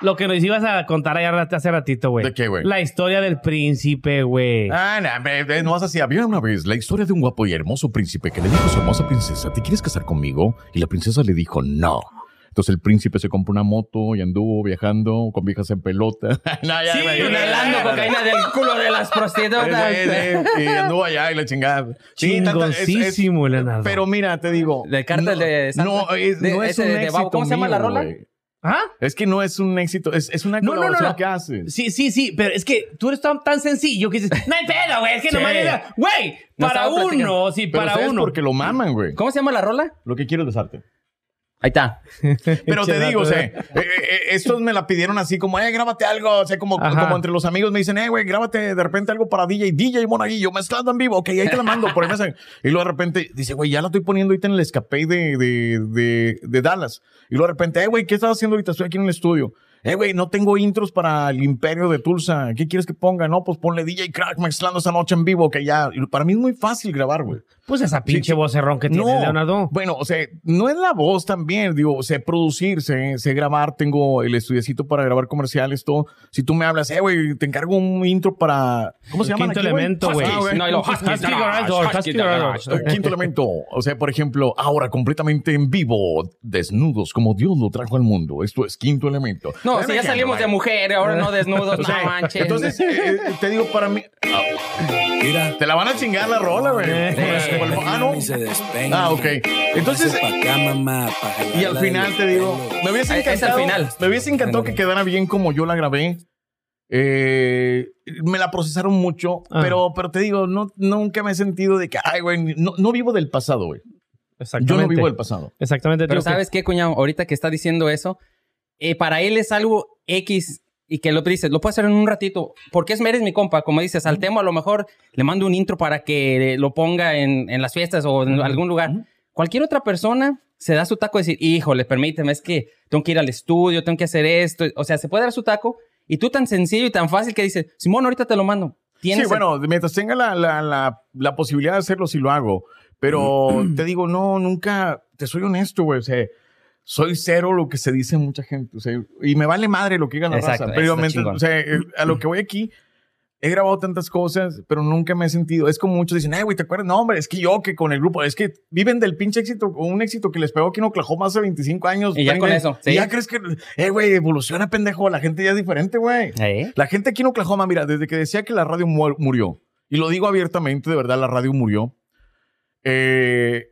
Speaker 1: lo que nos ibas a contar allá rat- hace ratito, güey.
Speaker 3: ¿De qué, güey?
Speaker 1: La historia del príncipe, güey.
Speaker 3: Ah, no, hombre, eh, no vas así. Había una vez la historia de un guapo y hermoso príncipe que le dijo a su hermosa princesa, ¿te quieres casar conmigo? Y la princesa le dijo, no. Entonces el príncipe se compró una moto y anduvo viajando con viejas en pelota. no, ya,
Speaker 1: Sí,
Speaker 3: güey,
Speaker 1: una
Speaker 3: ya,
Speaker 2: Inhalando
Speaker 3: ya, ya.
Speaker 2: cocaína del culo de las prostitutas.
Speaker 3: Sí, sí, sí. Y anduvo allá y la chingada. Sí, tanta- es- es-
Speaker 1: Chingosísimo, Leonardo.
Speaker 3: Pero mira, te digo.
Speaker 2: Del cártel de Santa.
Speaker 3: No, es,
Speaker 2: De-
Speaker 3: no es
Speaker 2: ese
Speaker 3: un
Speaker 2: de- de Babo.
Speaker 3: éxito
Speaker 2: ¿Cómo se llama la
Speaker 3: mío,
Speaker 2: rola?
Speaker 3: güey.
Speaker 1: ¿Ah?
Speaker 3: Es que no es un éxito, es, es una
Speaker 1: No, no, no,
Speaker 3: colaboración
Speaker 1: no.
Speaker 3: que haces.
Speaker 1: Sí, sí, sí, pero es que tú eres tan, tan sencillo que dices, no hay pedo, güey, es que
Speaker 2: Sí.
Speaker 1: nomás era, güey,
Speaker 2: No
Speaker 1: para
Speaker 2: estaba platicando.
Speaker 1: uno, sí,
Speaker 3: Pero
Speaker 1: para
Speaker 3: ¿sabes
Speaker 1: uno.
Speaker 3: porque lo maman, güey.
Speaker 2: ¿Cómo se llama la rola?
Speaker 3: Lo que quiero es besarte.
Speaker 2: Ahí está.
Speaker 3: Pero te
Speaker 1: Pinche
Speaker 3: digo, o
Speaker 1: vato,
Speaker 3: sea, eh, eh, estos me la pidieron así como, eh, grábate algo. O sea, como,
Speaker 1: Ajá.
Speaker 3: como entre los amigos me dicen, eh, güey, grábate de repente algo para DJ, DJ Monaguillo, mezclando en vivo. Ok, ahí te la mando. Por ahí me hacen. y luego de repente dice, güey, ya la estoy poniendo ahorita en el escape de, de, de, de Dallas. Y luego de repente, eh, güey, ¿qué estás haciendo ahorita? Estoy aquí en el estudio. eh, güey, no tengo intros para el imperio de Tulsa. ¿Qué quieres que ponga? No, pues ponle DJ Crack mezclando esta noche en vivo, que ya. y Para mí es muy fácil grabar, güey.
Speaker 1: Pues esa pinche vocerrón que tiene Leonardo.
Speaker 3: Bueno, o sea, no es la voz también, digo, sé producir, sé, sé grabar, tengo el estudiecito para grabar comerciales, todo. Si tú me hablas, eh, güey, te encargo un intro para. ¿Cómo se
Speaker 1: El
Speaker 3: llama? Ah,
Speaker 1: quinto elemento, güey.
Speaker 2: Huskies. No, y los Huskies
Speaker 1: Husky
Speaker 2: Garage,
Speaker 1: Garage Door,
Speaker 2: Husky
Speaker 1: Husky Garage
Speaker 2: Garage
Speaker 1: Door.
Speaker 3: El quinto elemento. O sea, por ejemplo, ahora completamente en vivo, desnudos como Dios lo trajo al mundo. Esto es quinto elemento.
Speaker 2: No,
Speaker 3: Ay,
Speaker 2: si
Speaker 3: me
Speaker 2: ya
Speaker 3: encanta,
Speaker 2: salimos de
Speaker 3: vaya.
Speaker 2: mujer, ahora no desnudos,
Speaker 3: O sea,
Speaker 2: no manches.
Speaker 3: Entonces, eh, eh, te digo, para mí. Ah, mira, te la van a chingar la rola, güey.
Speaker 1: Eh,
Speaker 3: Ah, no.
Speaker 6: Se despeina.
Speaker 3: Ah, ok. Entonces,
Speaker 6: Pase pa' acá, mamá, pa' jalarla
Speaker 3: y al final
Speaker 6: del
Speaker 3: te digo,
Speaker 6: pelo.
Speaker 3: me hubiese
Speaker 2: Ah, es al
Speaker 3: encantado,
Speaker 2: final.
Speaker 3: me hubiese encantado que quedara bien como yo la grabé. Eh, me la procesaron mucho,
Speaker 1: Ah.
Speaker 3: pero, pero te digo, no, nunca me he sentido de que, ay, güey, no, no vivo del pasado, güey. Yo no
Speaker 1: Exactamente.
Speaker 3: vivo del pasado.
Speaker 1: Exactamente.
Speaker 2: Pero
Speaker 1: tío, que-
Speaker 2: ¿sabes qué, cuñado? Ahorita que está diciendo eso, eh, para él es algo X y que lo dices, lo puedo hacer en un ratito, porque es, eres mi compa, como dices, al tema a lo mejor le mando un intro para que lo ponga en, en las fiestas o en algún lugar. Cualquier otra persona se da su taco y decir, híjole, permíteme, es que tengo que ir al estudio, tengo que hacer esto. O sea, se puede dar su taco y tú tan sencillo y tan fácil que dices, Simón, ahorita te lo mando.
Speaker 3: Sí,
Speaker 2: Tienes el-
Speaker 3: bueno, mientras tenga la, la, la, la posibilidad de hacerlo, sí lo hago. Pero
Speaker 2: Mm.
Speaker 3: te digo, no, nunca, te soy honesto, güey. O sea, soy cero lo que se dice mucha gente. O sea, y me vale madre lo que diga la
Speaker 2: Exacto,
Speaker 3: raza.
Speaker 2: eso
Speaker 3: Pero
Speaker 2: está Mm.
Speaker 3: mientras- o sea, eh, a lo que voy aquí, he grabado tantas cosas, pero nunca me he sentido. Es como muchos dicen, ay, güey, ¿te acuerdas? No, hombre, es que yo que con el grupo, es que viven del pinche éxito, o un éxito que les pegó aquí en Oklahoma hace 25 años.
Speaker 2: Y ya con
Speaker 3: Pendejo.
Speaker 2: eso,
Speaker 3: Y
Speaker 2: sí.
Speaker 3: ya crees que, eh, güey, evoluciona, pendejo. La gente ya es diferente, güey.
Speaker 2: ¿Eh?
Speaker 3: La gente aquí en Oklahoma, mira, desde que decía que la radio mu- murió, y lo digo abiertamente, de verdad, la radio murió, eh,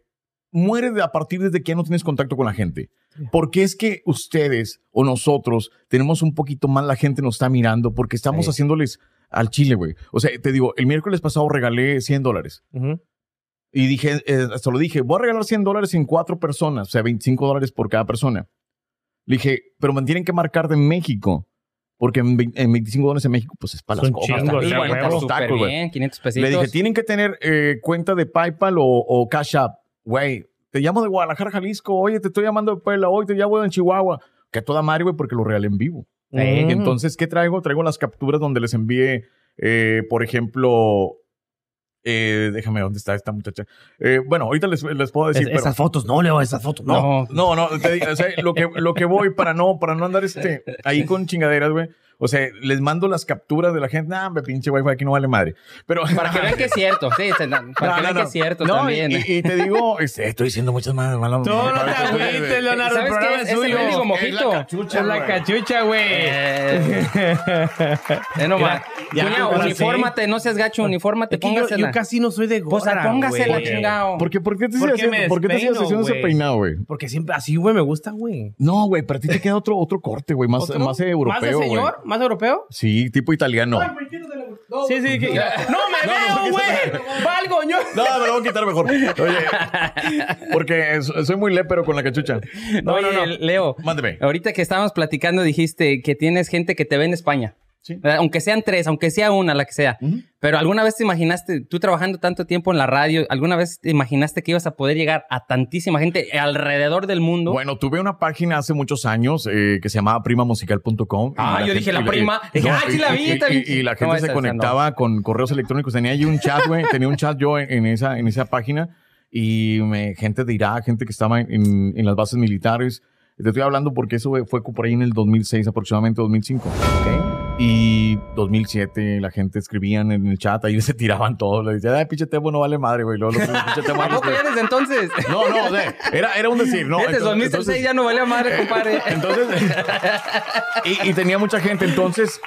Speaker 3: muere de- a partir desde que ya no tienes contacto con la gente. Porque es que ustedes o nosotros tenemos un poquito más, la gente nos está mirando porque estamos
Speaker 2: Sí.
Speaker 3: haciéndoles al chile, güey. O sea, te digo, el miércoles pasado regalé 100 dólares.
Speaker 1: Ujú.
Speaker 3: Y dije, eh, hasta lo dije, voy a regalar 100 dólares en cuatro personas, o sea, 25 dólares por cada persona. Le dije, pero me tienen que marcar de México, porque en, vein- en 25 dólares en México, pues es para las
Speaker 1: Son
Speaker 3: copas.
Speaker 1: chingos,
Speaker 3: también,
Speaker 1: sí,
Speaker 3: es bueno
Speaker 1: huevo.
Speaker 3: para los
Speaker 2: Súper
Speaker 3: tacos, güey.
Speaker 2: bien, 500 pesitos.
Speaker 3: Le dije, tienen que tener eh, cuenta de PayPal o, o Cash App. Güey, te llamo de Guadalajara, Jalisco. Oye, te estoy llamando de Puebla. Hoy te llamo en Chihuahua. Que a toda madre, güey, porque lo regalé en vivo.
Speaker 1: Eh,
Speaker 2: Mm.
Speaker 3: Y Entonces, ¿qué traigo? Traigo las capturas donde les envié, eh, por ejemplo, eh, déjame, ¿dónde está esta muchacha? Eh, bueno, ahorita les, les puedo decir,
Speaker 1: Es-
Speaker 3: pero...
Speaker 1: esas fotos, no, Leo, esas fotos, no.
Speaker 2: no,
Speaker 3: No, no, te digo, o sea, lo que, lo que voy para no, para no andar este, ahí con chingaderas, güey. O sea, les mando las capturas de la gente. Nah, me pinche wifi aquí no vale madre.
Speaker 2: Para
Speaker 3: Pero
Speaker 2: que vean que es cierto, sí, se- para que vean que es cierto
Speaker 3: No,
Speaker 2: también.
Speaker 3: Y, y- y te digo, este, estoy diciendo muchas más malas.
Speaker 1: No, no te
Speaker 3: malas-
Speaker 1: agüites, Leonardo, el
Speaker 2: ¿Sabes
Speaker 1: programa
Speaker 2: qué?
Speaker 1: es
Speaker 2: Es el
Speaker 1: suyo.
Speaker 2: mendigo mojito.
Speaker 1: Es la cachucha, güey.
Speaker 2: Eh, eh, no más.
Speaker 1: Ya,
Speaker 2: Cuñao,
Speaker 1: ahora sí.
Speaker 2: unifórmate, no seas gacho, unifórmate,
Speaker 1: Es que yo,
Speaker 2: póngasela.
Speaker 1: yo casi no soy de
Speaker 2: Pues
Speaker 1: gorra,
Speaker 2: póngasela,
Speaker 1: güey.
Speaker 2: chingao.
Speaker 3: ¿Por qué, por qué te
Speaker 1: ¿Por
Speaker 3: hacías
Speaker 1: qué me
Speaker 3: ¿por qué te hacías
Speaker 1: despeino,
Speaker 3: haciendo ese
Speaker 1: güey?
Speaker 3: peinado, güey?
Speaker 1: Porque siempre así, güey, me gusta, güey.
Speaker 3: No, güey, pero a ti te queda otro, otro corte, güey, más,
Speaker 1: ¿Otro?
Speaker 3: más europeo,
Speaker 1: ¿Más de
Speaker 3: güey.
Speaker 1: señor? ¿Más europeo?
Speaker 3: Sí, tipo italiano.
Speaker 5: Ay, güey, quítatela, güey. No,
Speaker 1: Sí, sí, que... ¡No me veo, güey! ¡Valgo, yo!
Speaker 3: No, me lo voy a quitar mejor. Oye, porque es- soy muy lépero con la cachucha. No,
Speaker 2: Oye,
Speaker 3: no, no.
Speaker 2: Leo,
Speaker 3: Mándeme.
Speaker 2: ahorita que estábamos platicando dijiste que tienes gente que te ve en España.
Speaker 3: Sí.
Speaker 2: ¿Verdad? Aunque sean tres, aunque sea una, la que sea. Pero ¿alguna vez te imaginaste, tú trabajando tanto tiempo en la radio, ¿alguna vez te imaginaste que ibas a poder llegar a tantísima gente alrededor del mundo?
Speaker 3: Bueno, tuve una página hace muchos años eh, que se llamaba primamusical.com.
Speaker 2: Ah,
Speaker 3: Y
Speaker 2: yo dije, "La
Speaker 3: y
Speaker 2: prima".
Speaker 3: y-
Speaker 2: Dije,
Speaker 3: no,
Speaker 2: "Ah, sí
Speaker 3: y-
Speaker 2: la vi,
Speaker 3: y-
Speaker 2: está bien
Speaker 3: Y, y la
Speaker 2: chida".
Speaker 3: gente
Speaker 2: No, esa-
Speaker 3: se
Speaker 2: esa
Speaker 3: conectaba con correos electrónicos. Tenía ahí un chat, güey. Tenía un chat yo en, en esa, en esa página. Y me- gente de Irak, gente que estaba en, en- en las bases militares. Te estoy hablando porque eso güey, fue por ahí en el 2006, aproximadamente 2005. Y 2007 la gente escribían en el chat, ahí se tiraban todos. Le decían, ay, pinche Temo no vale madre, güey. Luego, luego, pinche Temo,
Speaker 2: ¿Tampoco ya desde entonces?
Speaker 3: No, no, o sea, era, era un decir, pues, ¿no?
Speaker 2: desde
Speaker 3: Entonces-
Speaker 2: 2006
Speaker 3: entonces-
Speaker 2: ya no valía madre, compadre.
Speaker 3: entonces, y, y tenía mucha gente. Entonces,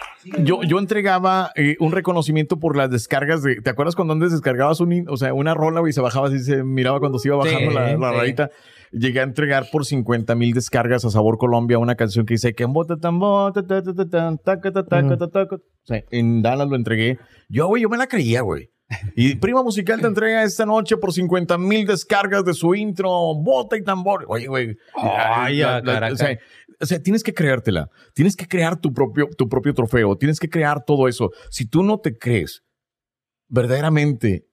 Speaker 3: yo, yo entregaba eh, un reconocimiento por las descargas de. ¿Te acuerdas cuando antes descargabas un, in- o sea, una rola güey, y se bajaba así, se miraba cuando se iba bajando
Speaker 2: Sí,
Speaker 3: la, la
Speaker 2: sí.
Speaker 3: rayita? Llegué a entregar por 50 mil descargas a Sabor Colombia una canción que dice que en bota tan bota, ta, ta, ta, tan, taca, ta, taca, ta, taca". O sea, en Dallas lo entregué. Yo, güey, yo me la creía, güey. Y Prima Musical te entrega esta noche por 50 mil descargas de su intro, bota y tambor. Oye, güey.
Speaker 2: Ay,
Speaker 3: La-
Speaker 2: ah,
Speaker 3: la-
Speaker 2: caraca.
Speaker 3: o sea, o sea, tienes que creértela. Tienes que crear tu propio, tu propio trofeo. Tienes que crear todo eso. Si tú no te crees verdaderamente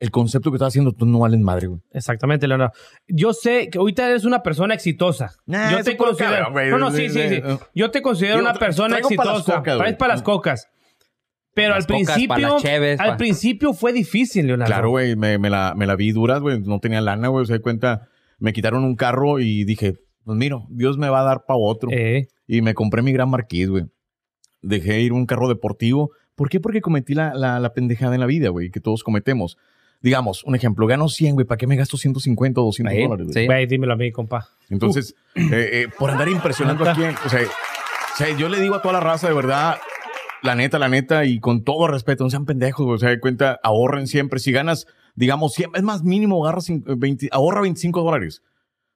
Speaker 3: el concepto que estás haciendo, tú no vales madre, güey.
Speaker 1: Exactamente, Leonardo. Yo sé que ahorita eres una persona exitosa.
Speaker 3: Nah,
Speaker 1: yo
Speaker 3: es
Speaker 1: te
Speaker 3: un puro
Speaker 1: considero.
Speaker 3: cabrón, güey.
Speaker 1: no, no, sí, sí, sí. Eh, Yo te considero
Speaker 3: Digo,
Speaker 1: una persona
Speaker 3: traigo pa' las
Speaker 1: exitosa.
Speaker 3: cocas, güey.
Speaker 1: Traes para las cocas. Pero
Speaker 2: Las
Speaker 1: al
Speaker 2: cocas, pa' las
Speaker 1: principio.
Speaker 2: cheves,
Speaker 1: al
Speaker 2: pa'-
Speaker 1: principio fue difícil, Leonardo.
Speaker 3: Claro, güey, me, me la, me la vi duras, güey. No tenía lana, güey. Se da cuenta, me quitaron un carro y dije, pues miro, Dios me va a dar para otro.
Speaker 1: Eh,
Speaker 3: Y me compré mi gran marqués, güey. Dejé ir un carro deportivo. ¿Por qué? Porque cometí la, la, la pendejada en la vida, güey, que todos cometemos. Digamos, un ejemplo, gano 100, güey, ¿para qué me gasto 150 o 200
Speaker 2: Ahí,
Speaker 3: dólares, güey?
Speaker 2: sí.
Speaker 1: güey, dímelo a mí, compa.
Speaker 3: Entonces, eh, eh, por andar impresionando a quien, o sea, o sea, yo le digo a toda la raza, de verdad, la neta, la neta, y con todo respeto, no sean pendejos, güey, o sea, de cuenta, ahorren siempre. Si ganas, digamos, 100, es más mínimo, agarra cin- 20 ahorra 25 dólares.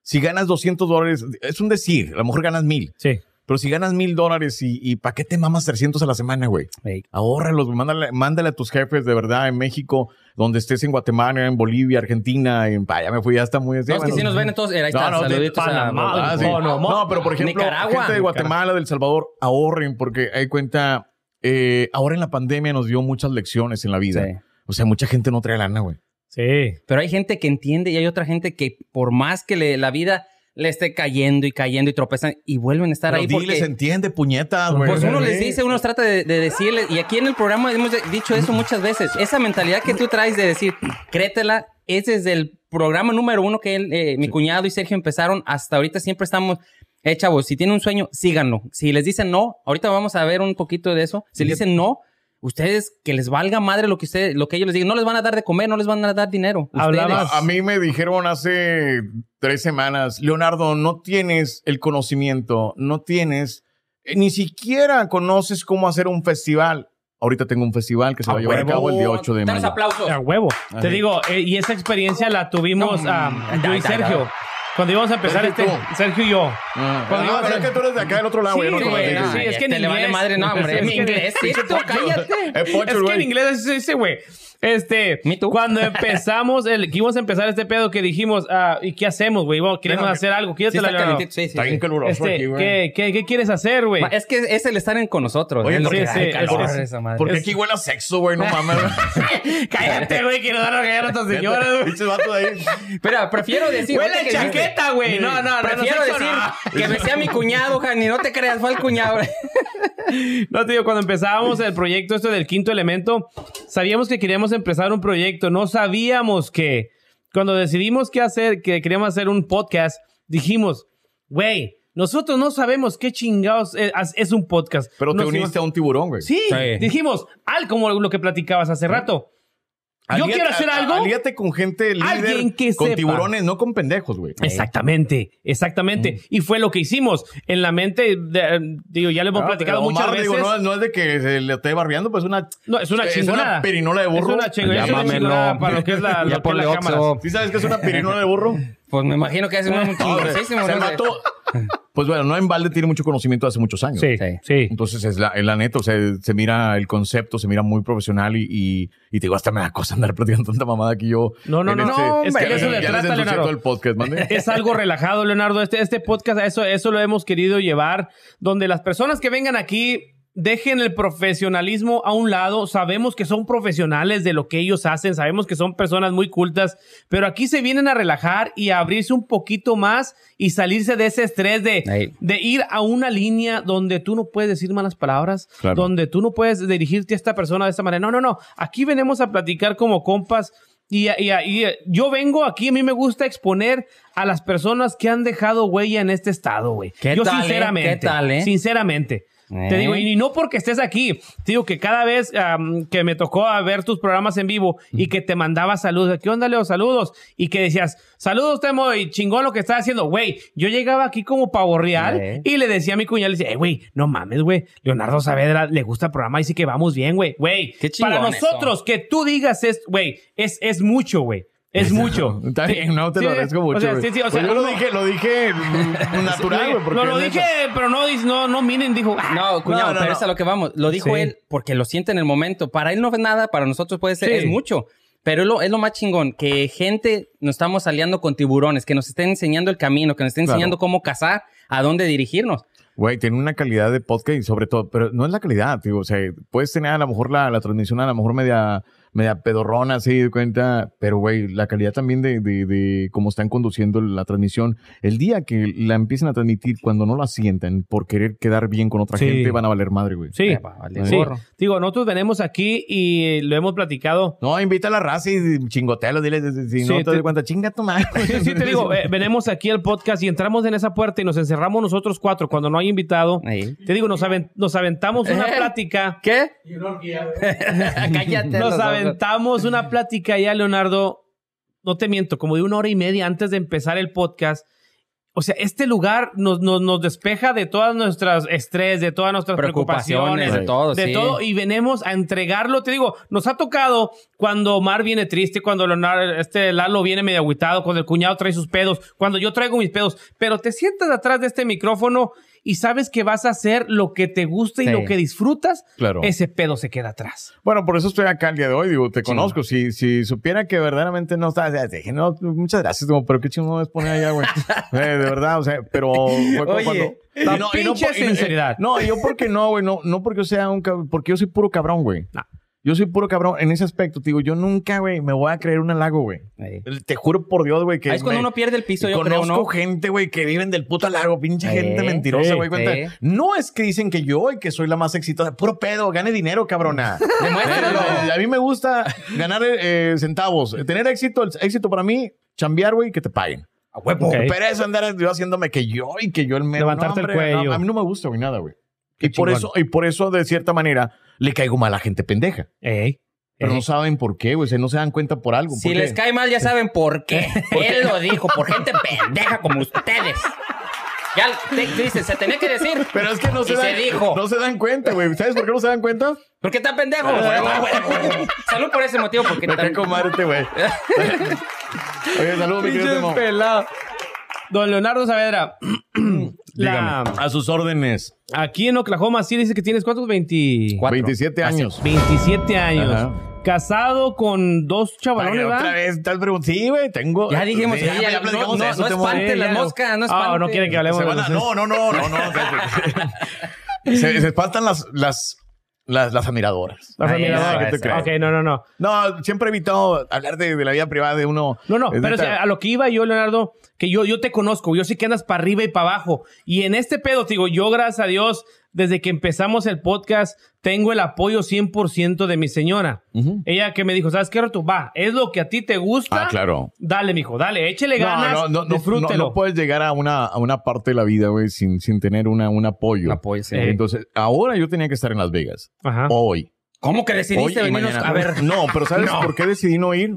Speaker 3: Si ganas 200 dólares, es un decir, a lo mejor ganas 1000.
Speaker 1: Sí.
Speaker 3: Pero si ganas mil dólares y, y ¿para qué te mamas 300 a la semana, güey?
Speaker 2: Ey.
Speaker 3: Ahórralos, güey, mándale, mándale a tus jefes de verdad en México, donde estés en Guatemala, en Bolivia, Argentina, en pa, ya me fui, ya está muy...
Speaker 2: No, es que
Speaker 3: bueno.
Speaker 2: si nos ven entonces, era, ahí está,
Speaker 3: No, no, de
Speaker 2: saluditos a-
Speaker 1: Panamá,
Speaker 3: Ah, sí.
Speaker 1: No, no,
Speaker 3: No, pero por ejemplo,
Speaker 2: Nicaragua.
Speaker 3: gente de Guatemala, del Salvador, ahorren porque hay cuenta, eh, ahora en la pandemia nos dio muchas lecciones en la vida.
Speaker 2: Sí.
Speaker 3: O sea, mucha gente no trae lana, güey.
Speaker 1: Sí.
Speaker 2: Pero hay gente que entiende y hay otra gente que por más que le- la vida le esté cayendo y cayendo y tropezan y vuelven a estar
Speaker 3: Pero
Speaker 2: ahí
Speaker 3: diles, ¿eh?
Speaker 2: porque...
Speaker 3: entiende, puñetas, güey.
Speaker 2: Pues uno les dice, uno trata de, de decirles, y aquí en el programa hemos de- dicho eso muchas veces, esa mentalidad que tú traes de decir, créetela, es desde el programa número uno que él, eh, mi cuñado y Sergio empezaron, hasta ahorita siempre estamos, eh chavos, si tienen un sueño, síganlo. Si les dicen no, ahorita vamos a ver un poquito de eso, si les dicen no, ustedes que les valga madre lo que ustedes, lo que ellos les digan, no les van a dar de comer, no les van a dar dinero. Ustedes-
Speaker 1: Hablabas-
Speaker 3: A mí me dijeron hace tres semanas, Leonardo, no tienes el conocimiento, no tienes, eh, ni siquiera conoces cómo hacer un festival. Ahorita tengo un festival que se va a llevar a cabo el día 8 de
Speaker 2: Danos
Speaker 3: mayo.
Speaker 2: aplausos.
Speaker 1: A huevo. Te
Speaker 3: Ahí.
Speaker 1: digo, eh, y esa experiencia la tuvimos
Speaker 2: No,
Speaker 1: ah,
Speaker 2: ya,
Speaker 1: yo y
Speaker 2: ya, ya.
Speaker 1: Sergio. Cuando íbamos a empezar
Speaker 3: Sergio y
Speaker 1: este, Sergio y yo.
Speaker 3: Ah,
Speaker 1: Cuando
Speaker 3: no,
Speaker 1: iba a
Speaker 3: pero
Speaker 1: ser-
Speaker 3: es que tú eres de acá del otro lado,
Speaker 1: eh. Sí,
Speaker 3: güey, no te
Speaker 1: güey,
Speaker 3: parece.
Speaker 1: no,
Speaker 3: Sí,
Speaker 1: sí, es que
Speaker 2: te
Speaker 1: en
Speaker 2: le vale
Speaker 1: inglés-
Speaker 2: madre, no, hombre,
Speaker 1: Es
Speaker 2: mi
Speaker 1: que-
Speaker 2: inglés, esto, cállate.
Speaker 3: Es pocho,
Speaker 1: es que en
Speaker 3: güey.
Speaker 1: inglés es ese, güey. Este,
Speaker 2: Me too.
Speaker 1: cuando empezamos, el, que íbamos a empezar este pedo que dijimos, ah, ¿y qué hacemos, güey? Bueno, queremos
Speaker 3: Déjame.
Speaker 1: hacer algo,
Speaker 2: Sí,
Speaker 1: quítatela.
Speaker 2: está
Speaker 1: Leonardo.
Speaker 2: calentito, sí, sí,
Speaker 3: Está
Speaker 2: sí.
Speaker 3: bien caluroso
Speaker 1: Este,
Speaker 3: aquí, güey.
Speaker 1: ¿qué, qué, qué quieres hacer, güey?
Speaker 2: Ma, Es que es el estar en- con nosotros.
Speaker 3: Oye,
Speaker 2: es lo
Speaker 3: porque
Speaker 2: que
Speaker 1: sí,
Speaker 2: da el
Speaker 1: sí,
Speaker 2: calor,
Speaker 1: es-
Speaker 2: esa madre.
Speaker 3: ¿Por qué
Speaker 1: Es-
Speaker 3: aquí huele a sexo, güey? No mames.
Speaker 1: Cállate, güey, que nos van a callar a estas señoras, güey.
Speaker 3: Pinches vato de ahí.
Speaker 2: Espera, prefiero decir.
Speaker 1: Huele
Speaker 2: ahorita
Speaker 1: a
Speaker 2: que dijiste-
Speaker 1: chaqueta, güey. No, no, no, no.
Speaker 2: Prefiero
Speaker 1: sexo,
Speaker 2: decir
Speaker 1: no.
Speaker 2: que me sea mi cuñado, Jani. No te creas, fue el cuñado.
Speaker 1: No, tío, cuando empezábamos el proyecto esto del quinto elemento, sabíamos que queríamos empezar un proyecto, no sabíamos que cuando decidimos qué hacer, que queríamos hacer un podcast, dijimos, güey, nosotros no sabemos qué chingados es, es un podcast.
Speaker 3: Pero te
Speaker 1: Nos
Speaker 3: uniste a un tiburón, güey.
Speaker 1: iba- Sí,
Speaker 2: Sí.
Speaker 1: dijimos, al como lo que platicabas hace rato. Yo
Speaker 3: Alíate-
Speaker 1: quiero hacer
Speaker 3: a-
Speaker 1: algo.
Speaker 3: Alíate con gente líder.
Speaker 1: Alguien que
Speaker 3: Con
Speaker 1: sepa.
Speaker 3: tiburones, no con pendejos, güey.
Speaker 1: Exactamente, exactamente. Y fue lo que hicimos. En la mente, de- digo, ya lo hemos
Speaker 3: Ah,
Speaker 1: platicado
Speaker 3: pero
Speaker 1: muchas
Speaker 3: Omar,
Speaker 1: veces.
Speaker 3: digo, no, no es de que se le esté barbeando, pues una...
Speaker 1: No, es una chingonada.
Speaker 3: Es una pirinola de burro.
Speaker 1: Es una chingonada, es una
Speaker 2: Llámamelo.
Speaker 1: chingonada para lo que es la,
Speaker 2: Ya
Speaker 1: lo que es la
Speaker 2: ponle Oxxo.
Speaker 1: cámara.
Speaker 3: ¿Sí sabes qué es una pirinola de burro?
Speaker 2: Pues me imagino que hace un
Speaker 3: No, güey.
Speaker 2: chingosísimo.
Speaker 3: O sea, el vato- Pues bueno, no en balde tiene mucho conocimiento de hace muchos años.
Speaker 1: Sí,
Speaker 2: Sí.
Speaker 1: sí.
Speaker 3: Entonces es la, es la neta, o sea, se mira el concepto, se mira muy profesional y, y, y te digo, hasta me da cosa andar platicando tanta mamada que yo.
Speaker 1: No, no,
Speaker 3: en este
Speaker 1: no, no,
Speaker 2: es que
Speaker 3: ya
Speaker 2: de
Speaker 3: les-
Speaker 2: eso le
Speaker 3: ya les
Speaker 1: trata,
Speaker 3: ensucié
Speaker 1: Leonardo.
Speaker 3: todo el podcast, mande.
Speaker 1: Es algo relajado, Leonardo. Este, este podcast, a eso, eso lo hemos querido llevar, donde las personas que vengan aquí dejen el profesionalismo a un lado. Sabemos que son profesionales de lo que ellos hacen, sabemos que son personas muy cultas, pero aquí se vienen a relajar y a abrirse un poquito más y salirse de ese estrés de,
Speaker 2: Ey.
Speaker 1: de ir a una línea donde tú no puedes decir malas palabras,
Speaker 3: Claro.
Speaker 1: donde tú no puedes dirigirte a esta persona de esta manera. No, no, no. Aquí venimos a platicar como compas. Y, y- y- eh, yo vengo aquí, a mí me gusta exponer a las personas que han dejado huella en este estado, güey.
Speaker 2: ¿Qué
Speaker 1: yo
Speaker 2: tal, eh?
Speaker 1: sinceramente,
Speaker 2: ¿Qué tal, eh?
Speaker 1: sinceramente. Te
Speaker 2: Eh.
Speaker 1: digo, y no porque estés aquí, te digo que cada vez am, que me tocó a ver tus programas en vivo y que te mandaba saludos, ¿qué onda, Leo? Saludos. Y que decías, saludos, Temo, y chingón lo que estás haciendo. Güey, yo llegaba aquí como pavo real
Speaker 2: Eh.
Speaker 1: y le decía a mi cuñada, le decía, "Eh, güey, no mames, güey, Leonardo Saavedra le gusta el programa, dice que vamos bien, güey. Güey,
Speaker 2: Qué chingón
Speaker 1: para
Speaker 2: eso.
Speaker 1: nosotros que tú digas es, güey, es, es mucho, güey. Es mucho.
Speaker 3: Está bien, no te lo
Speaker 1: Sí,
Speaker 3: agradezco
Speaker 1: o
Speaker 3: mucho.
Speaker 1: sea,
Speaker 3: güey.
Speaker 1: sí, sí, o
Speaker 3: Pues
Speaker 1: sea,
Speaker 3: yo lo
Speaker 1: no-
Speaker 3: dije, lo dije natural, güey. porque
Speaker 1: no lo
Speaker 3: neta-
Speaker 1: dije, pero no, dice- no, no, miren, dijo. "Ah,
Speaker 2: No, cuñado,
Speaker 3: No, no,
Speaker 2: pero
Speaker 3: no.
Speaker 2: es a lo que vamos. Lo dijo
Speaker 1: Sí.
Speaker 2: él porque lo siente en el momento. Para él no es nada, para nosotros puede ser,
Speaker 1: Sí.
Speaker 2: es mucho. Pero es lo, es lo más chingón, que gente nos estamos aliando con tiburones, que nos estén enseñando el camino, que nos estén
Speaker 3: Claro.
Speaker 2: enseñando cómo cazar, a dónde dirigirnos.
Speaker 3: Güey, tiene una calidad de podcast y sobre todo, pero no es la calidad, digo, o sea, puedes tener a lo mejor la, la transmisión a lo mejor media media pedorrona, así de cuenta. Pero, güey, la calidad también de, de, de cómo están conduciendo la transmisión. El día que la empiecen a transmitir, cuando no la sientan por querer quedar bien con otra
Speaker 1: Sí.
Speaker 3: gente, van a valer madre, güey.
Speaker 1: Sí.
Speaker 2: Eh, va, vale,
Speaker 1: Sí.
Speaker 2: gorro.
Speaker 1: Digo, nosotros venimos aquí y lo hemos platicado.
Speaker 3: No, invita a la raza y chingotelo, dile, si
Speaker 1: Sí,
Speaker 3: no te
Speaker 1: te-
Speaker 3: das cuenta, chinga tu madre.
Speaker 1: Sí, te digo, eh, venimos aquí al podcast y entramos en esa puerta y nos encerramos nosotros cuatro cuando no hay invitado.
Speaker 2: Ahí.
Speaker 1: Te digo, nos, aven- nos aventamos una
Speaker 2: Eh.
Speaker 1: plática.
Speaker 2: ¿Qué?
Speaker 5: Y una orgía.
Speaker 2: Cállate.
Speaker 1: Nos
Speaker 2: los dos.
Speaker 1: aventamos una plática ya, Leonardo. No te miento, como de una hora y media antes de empezar el podcast. O sea, este lugar nos, nos, nos despeja de todas nuestras estrés, de todas nuestras preocupaciones,
Speaker 2: Preocupaciones, de todo,
Speaker 1: de
Speaker 2: sí.
Speaker 1: todo y venimos a entregarlo. Te digo, nos ha tocado cuando Omar viene triste, cuando Leonardo, este Lalo viene medio agüitado, cuando el cuñado trae sus pedos, cuando yo traigo mis pedos, pero te sientas atrás de este micrófono y sabes que vas a hacer lo que te gusta y
Speaker 2: Sí.
Speaker 1: lo que disfrutas,
Speaker 3: Claro.
Speaker 1: ese pedo se queda atrás.
Speaker 3: Bueno, por eso estoy acá el día de hoy, digo, te conozco. Si, si supiera que verdaderamente no estás, ya te dije, no, muchas gracias, como, pero qué chingo es poner allá, güey. Eh, de verdad, o sea, pero fue como
Speaker 2: Oye,
Speaker 3: cuando.
Speaker 1: la
Speaker 3: y y
Speaker 1: pinche
Speaker 3: por- y- y-
Speaker 1: sinceridad.
Speaker 3: No, y yo porque no, güey, no, no porque yo sea un cabrón, porque yo soy puro cabrón, güey.
Speaker 1: No.
Speaker 3: Yo soy puro cabrón en ese aspecto, te digo, yo nunca, güey, me voy a creer un halago, güey.
Speaker 2: Ahí.
Speaker 3: Te juro por Dios, güey, que.
Speaker 2: Ahí es cuando
Speaker 3: me-
Speaker 2: uno pierde el piso, yo creo,
Speaker 3: conozco
Speaker 2: ¿no?
Speaker 3: gente, güey, que viven del puto lago, pinche
Speaker 2: Sí,
Speaker 3: gente mentirosa,
Speaker 2: sí,
Speaker 3: güey. cuenta.
Speaker 2: sí.
Speaker 3: No es que dicen que yo y que soy la más exitosa. Puro pedo, gane dinero, cabrona.
Speaker 2: Demuéstralo.
Speaker 3: Eh, A mí me gusta ganar eh, centavos. Tener éxito, el éxito para mí, chambear, güey, y que te paguen.
Speaker 2: A huevo.
Speaker 1: Ok.
Speaker 3: Pero eso andar yo haciéndome que yo y que yo el mero.
Speaker 1: Levantarte
Speaker 3: No,
Speaker 1: el cuello.
Speaker 3: no, a mí no me gusta, güey, nada, güey. Y por,
Speaker 1: chingón.
Speaker 3: eso, y por eso, de cierta manera, le caigo mal a la gente pendeja.
Speaker 1: Ey.
Speaker 3: Pero
Speaker 1: Ey.
Speaker 3: no saben por qué, güey. O sea, no se dan cuenta por algo.
Speaker 2: Si
Speaker 3: ¿Por qué?
Speaker 2: Eh. les cae mal, ya saben por qué. Él lo dijo, por gente pendeja como ustedes. Ya te- dice, se tenía que decir.
Speaker 3: Pero es que no se,
Speaker 2: Y se
Speaker 3: dan,
Speaker 2: dijo.
Speaker 3: no se dan cuenta, güey. ¿Sabes por qué no se dan cuenta?
Speaker 2: ¿Por qué tan pendejo? Salud por ese motivo, porque
Speaker 3: Me cae
Speaker 2: tan...
Speaker 3: con madre este güey. Oye, saludos, mi querido Temo.
Speaker 1: Don Leonardo Saavedra, la-
Speaker 3: Dígame. A sus órdenes.
Speaker 1: aquí en Oklahoma sí dice que tienes cuántos 20,
Speaker 2: Cuatro.
Speaker 3: 27 años.
Speaker 1: 27 años.
Speaker 3: Ajá.
Speaker 1: Casado con dos
Speaker 3: Para que
Speaker 1: chavalones,
Speaker 3: otra
Speaker 1: ¿verdad?
Speaker 3: vez estás preguntando. Sí, güey, tengo.
Speaker 2: Ya dijimos,
Speaker 3: Sí,
Speaker 2: ya, ya,
Speaker 3: platicamos
Speaker 2: no,
Speaker 3: de
Speaker 2: no, no
Speaker 3: Temo.
Speaker 2: espante
Speaker 1: Sí,
Speaker 2: las
Speaker 1: ya.
Speaker 2: moscas, no
Speaker 1: Ah,
Speaker 2: espante.
Speaker 1: no quieren que hablemos
Speaker 3: Se
Speaker 1: de
Speaker 3: van a-
Speaker 1: los-
Speaker 3: no, no, no, no, no. se, se espantan las, las, las, las admiradoras.
Speaker 1: Las
Speaker 2: Ay,
Speaker 1: admiradoras.
Speaker 3: ay, ay, ¿qué te
Speaker 1: Ok, no, no, no.
Speaker 3: No, siempre he evitado hablar de, de la vida privada de uno.
Speaker 1: No, no,
Speaker 3: Es
Speaker 1: pero
Speaker 3: neta.
Speaker 1: o sea, a lo que iba yo, Leonardo, que yo, yo te conozco, yo sé que andas para arriba y para abajo. Y en este pedo, te digo, yo, gracias a Dios, desde que empezamos el podcast, tengo el apoyo 100% de mi señora. Ella que me dijo, ¿sabes qué, Roto? Va, es lo que a ti te gusta.
Speaker 3: Ah, claro.
Speaker 1: Dale, mijo, dale, échele ganas,
Speaker 3: no, no, no, no,
Speaker 1: disfrútelo.
Speaker 3: no puedes llegar a una, a una parte de la vida, güey, sin, sin tener una, un apoyo.
Speaker 2: Un apoyo, sí. Ah.
Speaker 3: Entonces, ahora yo tenía que estar en Las Vegas.
Speaker 1: Ajá.
Speaker 3: Hoy.
Speaker 2: ¿Cómo que
Speaker 3: Hoy
Speaker 2: decidiste
Speaker 3: y
Speaker 2: venirnos?
Speaker 3: mañana.
Speaker 2: A ver,
Speaker 3: No, pero ¿sabes
Speaker 2: No.
Speaker 3: por qué decidí no ir?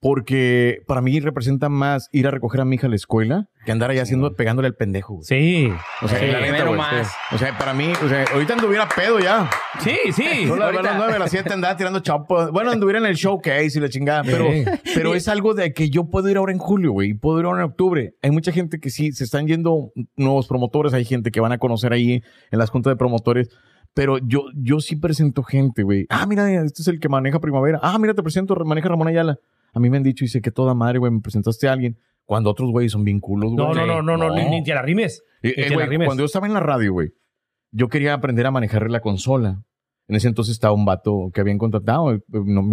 Speaker 3: Porque para mí representa más ir a recoger a mi hija a la escuela que andar allá haciendo, pegándole al pendejo. güey.
Speaker 1: Sí.
Speaker 3: O sea,
Speaker 2: Sí,
Speaker 3: la neta,
Speaker 2: primero
Speaker 3: güey.
Speaker 2: más.
Speaker 3: O sea, para mí, o sea, ahorita anduviera pedo ya.
Speaker 1: Sí, sí.
Speaker 3: Yo la verdad,
Speaker 2: Ahorita.
Speaker 3: a las 9 a las 7 andaba tirando chapos. Bueno, anduviera en el showcase y la chingada, pero,
Speaker 1: Sí.
Speaker 3: pero es algo de que yo puedo ir ahora en julio, güey, y puedo ir ahora en octubre. Hay mucha gente que sí, se están yendo nuevos promotores, hay gente que van a conocer ahí en las juntas de promotores. Pero yo, yo sí presento gente, güey. Ah, mira, este es el que maneja Primavera. Ah, mira, te presento, maneja Ramón Ayala. A mí me han dicho, dice que toda madre, güey, me presentaste a alguien. Cuando otros güeyes son bien culos, güey.
Speaker 1: No, no, no, no, no, ni, ni te la rimes.
Speaker 3: Eh,
Speaker 1: ni
Speaker 3: eh,
Speaker 1: te la
Speaker 3: güey,
Speaker 1: rimes.
Speaker 3: cuando yo estaba en la radio, güey, yo quería aprender a manejar la consola. En ese entonces estaba un vato que eh, habían contratado en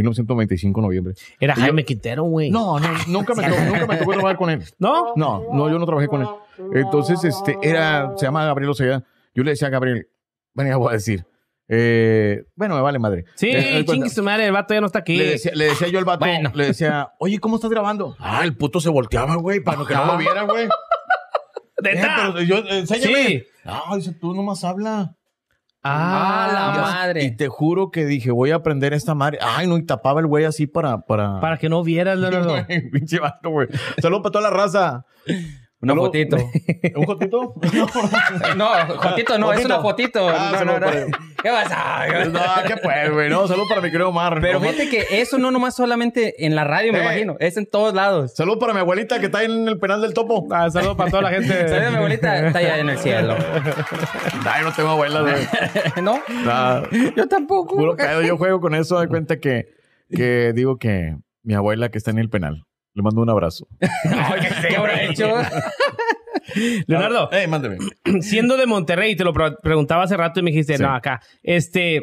Speaker 3: 1995 noviembre.
Speaker 1: Era Jaime Quintero, güey.
Speaker 3: No, no, nunca me, tocó- nunca me tocó trabajar con él.
Speaker 1: ¿No?
Speaker 3: No, no, yo no trabajé con él. Entonces, este, era, se llama Gabriel Osea. Yo le decía a Gabriel, bueno, ya voy a decir, eh, bueno, me vale madre.
Speaker 1: Sí,
Speaker 3: Eh, eh,
Speaker 1: chingue su madre, el vato ya no está aquí.
Speaker 3: le decía, le decía yo al vato,
Speaker 2: Bueno.
Speaker 3: le decía, oye, ¿cómo estás grabando? Ah, el puto se volteaba, güey, para que no lo viera, güey. Eh,
Speaker 1: ¡Neta!
Speaker 3: pero yo, enséñame.
Speaker 1: Sí.
Speaker 3: Ah, dice, tú nomás habla.
Speaker 2: a la
Speaker 1: Ah,
Speaker 3: Y
Speaker 2: madre.
Speaker 3: te juro que dije, voy a aprender esta madre. Ay, no, y tapaba el güey así para. Para,
Speaker 1: para que no vieras, Leonardo.
Speaker 3: Güey, Pinche vato, güey. Saludos para toda la raza.
Speaker 2: Una
Speaker 3: Luego-
Speaker 2: fotito.
Speaker 3: ¿Un jotito?
Speaker 2: No, fotito no, es
Speaker 3: Fotito.
Speaker 2: una fotito.
Speaker 3: Ah,
Speaker 2: No,
Speaker 3: se
Speaker 2: no,
Speaker 3: me
Speaker 2: no.
Speaker 3: fue.
Speaker 2: ¿Qué pasa?
Speaker 3: No, no qué pues, güey. No, saludos para mi querido Omar.
Speaker 2: Pero
Speaker 3: Omar.
Speaker 2: fíjate que eso no nomás solamente en la radio, me
Speaker 3: Eh.
Speaker 2: imagino. Es en todos lados.
Speaker 3: Saludos para mi abuelita que está ahí en el penal del topo.
Speaker 1: Ah, saludos para toda la gente.
Speaker 2: ¿Sabes? Mi abuelita está allá en el cielo.
Speaker 3: Ay, no tengo abuela, güey.
Speaker 2: ¿No?
Speaker 3: No,
Speaker 2: Yo tampoco.
Speaker 3: puro pedo. Yo juego con eso. De cuenta que, que digo que mi abuela que está en el penal. Le mando un abrazo.
Speaker 2: ¿Qué habrá hecho?
Speaker 1: Leonardo,
Speaker 3: Eh, mándeme.
Speaker 1: siendo de Monterrey, te lo pre- preguntaba hace rato y me dijiste,
Speaker 3: Sí.
Speaker 1: no, acá. Este,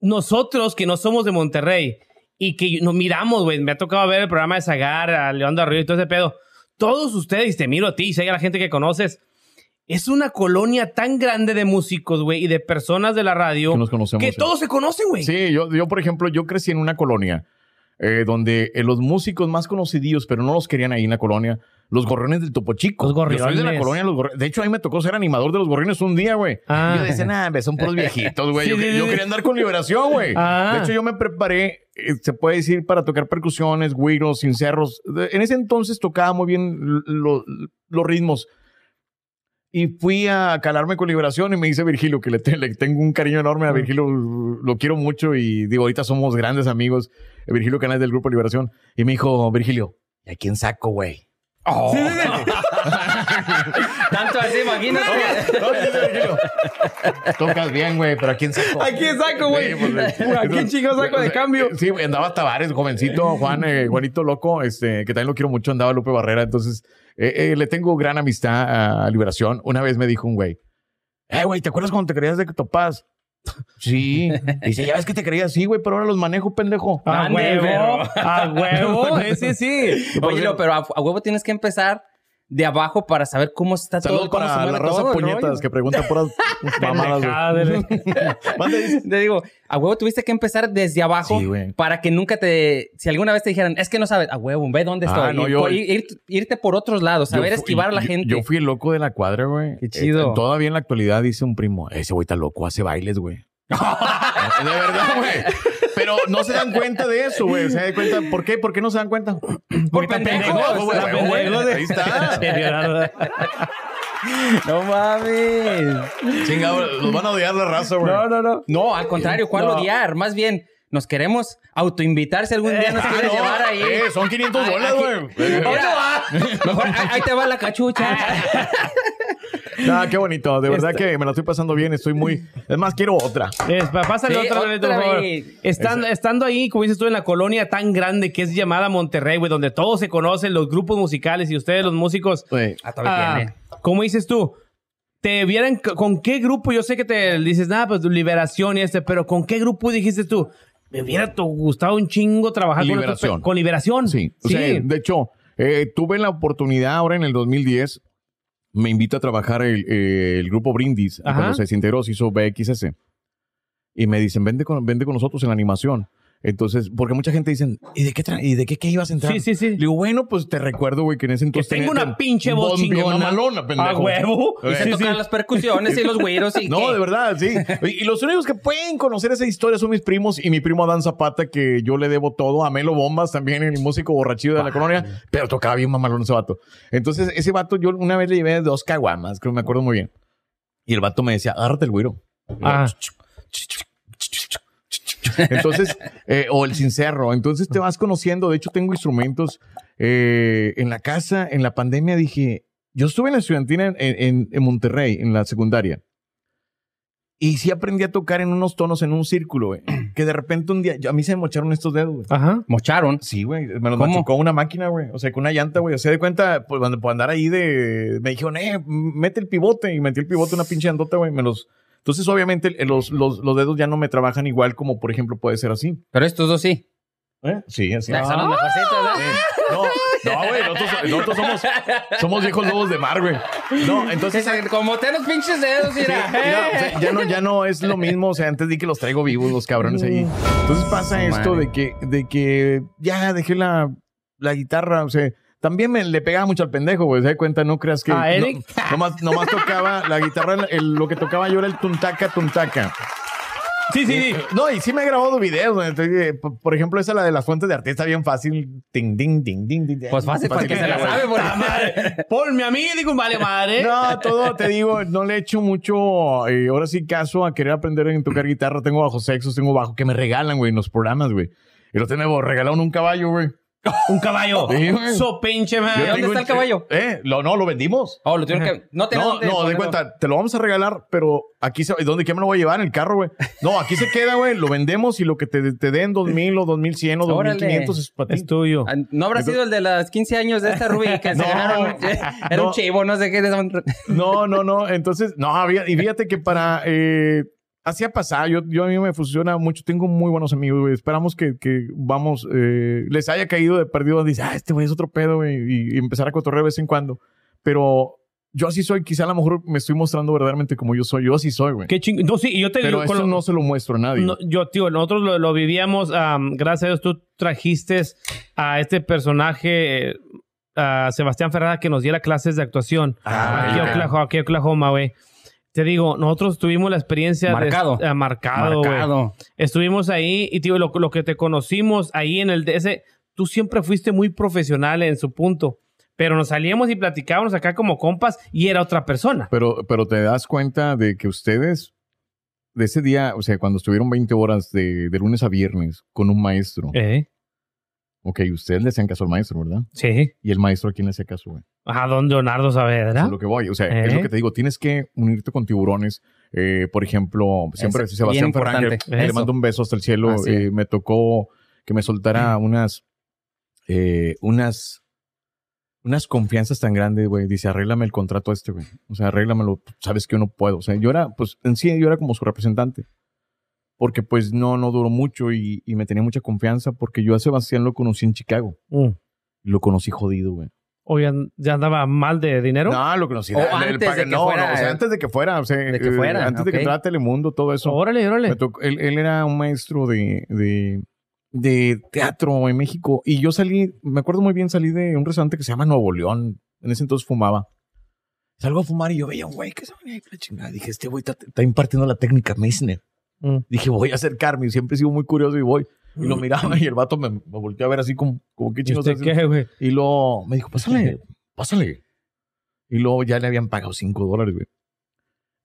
Speaker 1: nosotros que no somos de Monterrey y que nos miramos, güey. Me ha tocado ver el programa de Zagar, a Leandro Arroyo y todo ese pedo. Todos ustedes, y te miro a ti, y si hay a la gente que conoces, es una colonia tan grande de músicos, güey, y de personas de la radio
Speaker 3: Que nos conocemos,
Speaker 1: que
Speaker 3: sí.
Speaker 1: todos se conocen, güey.
Speaker 3: Sí, yo, yo, por ejemplo, yo crecí en una colonia eh, donde eh, los músicos más conocidos, pero no los querían ahí en la colonia, los gorriones del Topo Chico.
Speaker 1: Los
Speaker 3: Yo soy de la
Speaker 1: gorriones.
Speaker 3: colonia de los gorriones. De hecho, ahí me tocó ser animador de los gorriones un día, güey.
Speaker 1: Ah.
Speaker 3: Y Yo decía, nah, hombre, son puros viejitos, güey.
Speaker 1: Sí,
Speaker 3: yo,
Speaker 1: sí, sí.
Speaker 3: yo quería andar con liberación, güey.
Speaker 1: Ah.
Speaker 3: De hecho, yo me preparé, eh, se puede decir, para tocar percusiones, güiros, cincerros. De- En ese entonces tocaba muy bien l- lo- los ritmos. Y fui a calarme con Liberación y me dice Virgilio, que le, te- le tengo un cariño enorme a Virgilio, lo quiero mucho y digo, ahorita somos grandes amigos, Virgilio Canales del Grupo Liberación. Y me dijo, Virgilio, ¿y a quién saco, güey? Oh.
Speaker 2: Tanto así, imagínate.
Speaker 3: No, dice Virgilio, Tocas bien, güey, pero ¿a quién saco?
Speaker 1: ¿A quién saco, güey?
Speaker 3: Sí, pues, eh,
Speaker 1: ¿A quién chingados saco de cambio?
Speaker 3: Sí, güey, andaba Tavares, jovencito, Juan, eh, Juanito Loco, este, que también lo quiero mucho, andaba Lupe Barrera. Entonces, eh, eh, le tengo gran amistad a Liberación. Una vez me dijo un güey, eh, güey, ¿te acuerdas cuando te creías de que topás? Sí. Dice, ya ves que te creías así, güey, pero ahora los manejo, pendejo.
Speaker 1: A
Speaker 2: Ande,
Speaker 1: Ah, huevo,
Speaker 2: perro.
Speaker 1: a huevo, eh, sí, sí.
Speaker 2: Oye, no, pero a, a huevo tienes que empezar de abajo para saber cómo está todo.
Speaker 3: Saludos
Speaker 2: cómo se
Speaker 3: para
Speaker 2: mueve
Speaker 3: la raza
Speaker 2: todo el
Speaker 3: puñetas
Speaker 2: rollo.
Speaker 3: que pregunta puras mamadas. güey.
Speaker 1: Pendejada, güey.
Speaker 3: Mande, dice.
Speaker 2: Te digo, a huevo tuviste que empezar desde abajo
Speaker 3: Sí, güey.
Speaker 2: para que nunca te. Si alguna vez te dijeran, es que no sabes, a huevo, ve dónde
Speaker 3: Ah,
Speaker 2: estoy.
Speaker 3: no,
Speaker 2: Y
Speaker 3: yo-
Speaker 2: por- ir- ir- irte por otros lados, saber
Speaker 3: Yo fui-
Speaker 2: esquivar a la
Speaker 3: yo-
Speaker 2: gente.
Speaker 3: Yo fui el loco de la cuadra, güey.
Speaker 2: Qué chido.
Speaker 3: Eh, todavía en la actualidad dice un primo, ese güey está loco, hace bailes, güey. de verdad, güey. Pero no se dan cuenta de eso, güey. Se dan cuenta, ¿por qué? ¿Por qué no se dan cuenta?
Speaker 2: por
Speaker 1: pendejos,
Speaker 2: pendejos,
Speaker 1: güey,
Speaker 2: güey.
Speaker 1: pendejos.
Speaker 3: Ahí está.
Speaker 1: Deteriorado.
Speaker 2: No mames.
Speaker 3: Chingado, los van a odiar la raza, güey.
Speaker 2: No, no, no. No, al contrario, ¿cuál odiar? Más bien, nos queremos autoinvitar si algún día nos
Speaker 3: Ah,
Speaker 2: quieres
Speaker 3: no.
Speaker 2: llevar ahí.
Speaker 3: Eh, son 500
Speaker 2: Ay,
Speaker 3: dólares,
Speaker 2: aquí-
Speaker 3: güey.
Speaker 2: Ahora va. Mejor ahí ahí te va la
Speaker 3: Ah.
Speaker 2: cachucha.
Speaker 3: Nah, qué bonito. De verdad
Speaker 2: Este.
Speaker 3: que me la estoy pasando bien. Estoy muy. Es más, quiero otra.
Speaker 1: Es, pa- pásale
Speaker 2: Sí,
Speaker 1: otra,
Speaker 2: otra
Speaker 1: Loreto, por favor.
Speaker 2: vez.
Speaker 1: Estando, estando ahí, como dices tú, en la colonia tan grande que es llamada Monterrey, güey, donde todos se conocen, los grupos musicales y ustedes, los músicos.
Speaker 3: Güey.
Speaker 2: Ah, todavía tiene.
Speaker 1: como dices tú, te vieran c- con qué grupo, yo sé que te dices, nada, pues Liberación y este, pero ¿con qué grupo dijiste tú? Me hubiera to- gustado un chingo trabajar con estos
Speaker 3: Liberación.
Speaker 1: pe- con Liberación.
Speaker 3: Sí. O
Speaker 1: sí.
Speaker 3: sea, de hecho, eh, tuve la oportunidad ahora en el 2010, me invita a trabajar el, eh, el grupo Brindis,
Speaker 1: Ajá.
Speaker 3: cuando se desintegró, se hizo BXS. Y me dicen, vende con, vente con nosotros en la animación. Entonces, porque mucha gente dicen, ¿y de qué, tra- y de qué, qué ibas a entrar?
Speaker 1: Sí, sí, sí.
Speaker 3: Le digo, bueno, pues te recuerdo, güey, que en
Speaker 1: que
Speaker 3: ese entonces...
Speaker 1: tengo
Speaker 3: tenía-
Speaker 1: una pinche voz
Speaker 3: bien
Speaker 1: chingona.
Speaker 3: mamalona, pendejo.
Speaker 1: A Ah, huevo.
Speaker 2: Y se
Speaker 3: Sí,
Speaker 2: tocan las percusiones y los güeros y
Speaker 3: No,
Speaker 2: qué.
Speaker 3: de verdad, sí. Y y los únicos que pueden conocer esa historia son mis primos y mi primo Adán Zapata, que yo le debo todo. A Melo Bombas también, el músico borrachillo de la colonia, pero tocaba bien mamalón ese vato. Entonces, ese vato yo una vez le llevé dos caguamas, creo, me acuerdo muy bien. Y el vato me decía, agárrate el güiro.
Speaker 1: Ah.
Speaker 3: Entonces, eh, o el cincerro. Entonces te vas conociendo. De hecho, tengo instrumentos eh, en la casa. En la pandemia dije, yo estuve en la estudiantina en, en- en Monterrey, en la secundaria. Y sí aprendí a tocar en unos tonos en un círculo, güey. Que de repente un día, yo- a mí se me mocharon estos dedos, güey.
Speaker 1: Ajá.
Speaker 2: Mocharon.
Speaker 3: Sí, güey. Me los
Speaker 2: ¿Cómo?
Speaker 3: machucó una máquina, güey. O sea, con una llanta, güey. O sea, de cuenta, pues, cuando- por andar ahí de... Me dijeron, eh, mete el pivote. Y metí el pivote en una pinche llantota, güey. Me los... Entonces, obviamente, eh, los, los, los dedos ya no me trabajan igual como, por ejemplo, puede ser así.
Speaker 2: Pero estos dos sí. Ah.
Speaker 3: ¿Eh? Sí, así.
Speaker 2: Son los mejorcitos, ¿verdad?
Speaker 3: No, no, güey. Nosotros, nosotros somos, somos viejos lobos de mar, güey. No, entonces...
Speaker 2: Entonces, como te los pinches dedos, mira. eh.
Speaker 3: Mira, Eh. o sea, ya no, ya no es lo mismo. O sea, antes di que los traigo vivos los cabrones ahí. Entonces pasa
Speaker 2: Su
Speaker 3: esto
Speaker 2: madre.
Speaker 3: de que, de que ya dejé la, la guitarra. O sea, también me le pegaba mucho al pendejo, güey. Se da cuenta, no creas que.
Speaker 1: ¿A
Speaker 3: no-
Speaker 1: Eric?
Speaker 3: nomás, nomás tocaba la guitarra, el- lo que tocaba yo era el tuntaca, tuntaca.
Speaker 1: Sí, sí, sí.
Speaker 3: No, y sí me he grabado videos. güey. Entonces, eh, por por ejemplo, esa la de las fuentes de artista, bien fácil. Ding, ding, ding, ding, ding.
Speaker 2: Pues fácil, porque se la sabe,
Speaker 3: Ah.
Speaker 2: porque-
Speaker 1: Ponme a mí, digo, vale
Speaker 2: ¿Eh?
Speaker 1: madre.
Speaker 3: No, todo te digo, no le echo mucho, eh, ahora sí caso a querer aprender en tocar guitarra. Tengo bajo sexos, tengo bajo que me regalan, güey, en los programas, güey. Y lo tenemos regalaron un caballo, güey.
Speaker 1: Un caballo.
Speaker 3: Sí, güey.
Speaker 1: So pinche
Speaker 3: Yo
Speaker 1: madre.
Speaker 2: Ah, dónde
Speaker 3: tengo
Speaker 2: está el
Speaker 3: un-
Speaker 2: caballo?
Speaker 3: Eh, lo- no, lo vendimos.
Speaker 2: Oh, lo tuvieron que. No te
Speaker 3: No, no, de cuenta, te lo vamos a regalar, pero aquí se, ¿dónde qué me lo voy a llevar? En el carro, güey. No, aquí se queda, güey. Lo vendemos y lo que te, te den, dos mil o dos mil cien o dos
Speaker 2: Órale.
Speaker 3: mil quinientos es para ti.
Speaker 1: Es tuyo.
Speaker 2: Ah, ¿No habrá sido el de los 15 años de esta Ruby que se
Speaker 3: No.
Speaker 2: ganaron? Era
Speaker 3: No.
Speaker 2: un chivo, no sé qué.
Speaker 3: No, no, no. Entonces, no, había, y fíjate que para eh, así ha pasado. Yo, yo a mí me funciona mucho. Tengo muy buenos amigos, güey. Esperamos que, que vamos, eh, les haya caído de perdido. Dice, ah, este güey es otro pedo, güey. Y, y empezar a cotorrear de vez en cuando. Pero yo así soy. Quizá a lo mejor me estoy mostrando verdaderamente como yo soy. Yo así soy, güey.
Speaker 1: Qué ching... No, sí, y yo te
Speaker 3: Pero
Speaker 1: digo... con
Speaker 3: eso
Speaker 1: lo-
Speaker 3: no se lo muestro a nadie.
Speaker 1: No, yo, tío, nosotros lo, lo vivíamos. am, gracias a Dios, tú trajiste a este personaje, eh, a Sebastián Ferrada, que nos diera clases de actuación.
Speaker 3: Ah,
Speaker 1: aquí, a
Speaker 3: ok.
Speaker 1: Oklahoma, aquí a Oklahoma, güey. Te digo, nosotros tuvimos la experiencia
Speaker 2: Marcado.
Speaker 1: de ah, marcado, güey.
Speaker 2: Marcado.
Speaker 1: Estuvimos ahí y tío, lo, lo que te conocimos ahí en el ese, tú siempre fuiste muy profesional en su punto, pero nos salíamos y platicábamos acá como compas y era otra persona.
Speaker 3: Pero, pero te das cuenta de que ustedes, de ese día, o sea, cuando estuvieron 20 horas de, de lunes a viernes con un maestro,
Speaker 1: ¿Eh?
Speaker 3: ok, ustedes le hacían caso al maestro, ¿verdad?
Speaker 1: Sí.
Speaker 3: Y el maestro a quién le hacía caso, güey.
Speaker 1: A don Leonardo
Speaker 3: Eso
Speaker 1: Saavedra.
Speaker 3: Es lo que voy, o sea,
Speaker 1: ¿Eh?
Speaker 3: es lo que te digo, tienes que unirte con tiburones. Eh, por ejemplo, siempre
Speaker 2: Es bien
Speaker 3: Sebastián Fernández,
Speaker 2: importante.
Speaker 3: le
Speaker 1: Eso.
Speaker 3: mando un beso hasta el cielo,
Speaker 2: Así
Speaker 3: eh, me tocó que me soltara unas, eh, unas, unas confianzas tan grandes, güey. Dice, arréglame el contrato este, güey. O sea, arréglamelo, sabes que yo no puedo. O sea, yo era, pues, en sí, yo era como su representante. Porque, pues, no, no duró mucho y, y me tenía mucha confianza porque yo a Sebastián lo conocí en Chicago.
Speaker 1: Mm.
Speaker 3: Lo conocí jodido, güey.
Speaker 1: ¿O ya, ya andaba mal de dinero?
Speaker 3: No, lo conocí.
Speaker 2: O
Speaker 3: El- el
Speaker 2: antes de
Speaker 3: paga-
Speaker 2: que
Speaker 3: no,
Speaker 2: fuera,
Speaker 3: no, o sea,
Speaker 2: eh,
Speaker 3: antes de que fuera. O sea,
Speaker 2: de que
Speaker 3: eh,
Speaker 2: fuera,
Speaker 3: antes de
Speaker 2: ok.
Speaker 3: que entrara Telemundo, todo eso.
Speaker 1: Órale, órale.
Speaker 3: Me tocó- él, él era un maestro de, de, de teatro en México. Y yo salí, me acuerdo muy bien, salí de un restaurante que se llama Nuevo León. En ese entonces fumaba. Salgo a fumar y yo veía un güey que se venía ahí, la chingada. Dije, este güey está, está impartiendo la técnica Meissner.
Speaker 1: Mm.
Speaker 3: Dije, voy a acercarme. Y Siempre he sido muy curioso y voy. Y
Speaker 2: Mm.
Speaker 3: lo miraba y el vato me, me volteó a ver así como, como qué
Speaker 1: ¿Y
Speaker 3: chingos
Speaker 1: usted
Speaker 3: haces?"
Speaker 1: qué, güey?
Speaker 3: Y luego me dijo, pásale, pásale. Y luego ya le habían pagado 5 dólares, güey.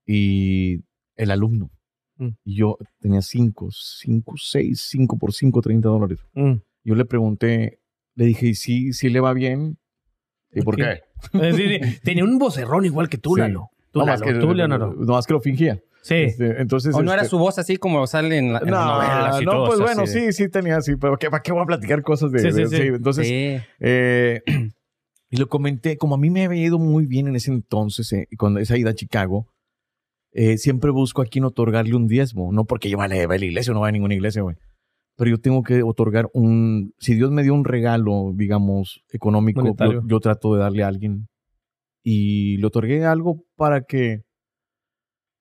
Speaker 3: Y el alumno.
Speaker 1: Mm.
Speaker 3: Y yo tenía 5, 5, 6, 5 por 5, 30 dólares.
Speaker 1: Mm.
Speaker 3: Yo le pregunté, le dije, ¿y si, si le va bien? ¿Y por
Speaker 1: Ok.
Speaker 3: qué?
Speaker 1: Eh, sí, sí. Tenía un vocerrón igual que tú,
Speaker 3: Sí.
Speaker 1: Lalo. Tú,
Speaker 3: No, más
Speaker 1: Lalo,
Speaker 3: que,
Speaker 1: tú, Leonardo.
Speaker 3: no, más que lo fingía.
Speaker 1: Sí.
Speaker 3: Este, entonces,
Speaker 2: O no era
Speaker 3: este,
Speaker 2: su voz así como sale en, la, en las
Speaker 3: No,
Speaker 2: novelas y
Speaker 3: no,
Speaker 2: todo
Speaker 3: pues
Speaker 2: eso,
Speaker 3: bueno,
Speaker 2: así de-
Speaker 3: sí, sí tenía, sí. Pero ¿qué- ¿para qué voy a platicar cosas de...?
Speaker 1: Sí, sí,
Speaker 3: de-
Speaker 1: sí.
Speaker 3: sí, Entonces,
Speaker 2: Sí.
Speaker 3: Eh, y lo comenté, como a mí me había ido muy bien en ese entonces, eh, con esa ida a Chicago, eh, siempre busco a quien otorgarle un diezmo. No porque yo vaya a la iglesia o no vaya a ninguna iglesia, güey. Pero yo tengo que otorgar un... Si Dios me dio un regalo, digamos, económico,
Speaker 1: Monetario.
Speaker 3: yo, yo trato de darle a alguien. Y le otorgué algo para que...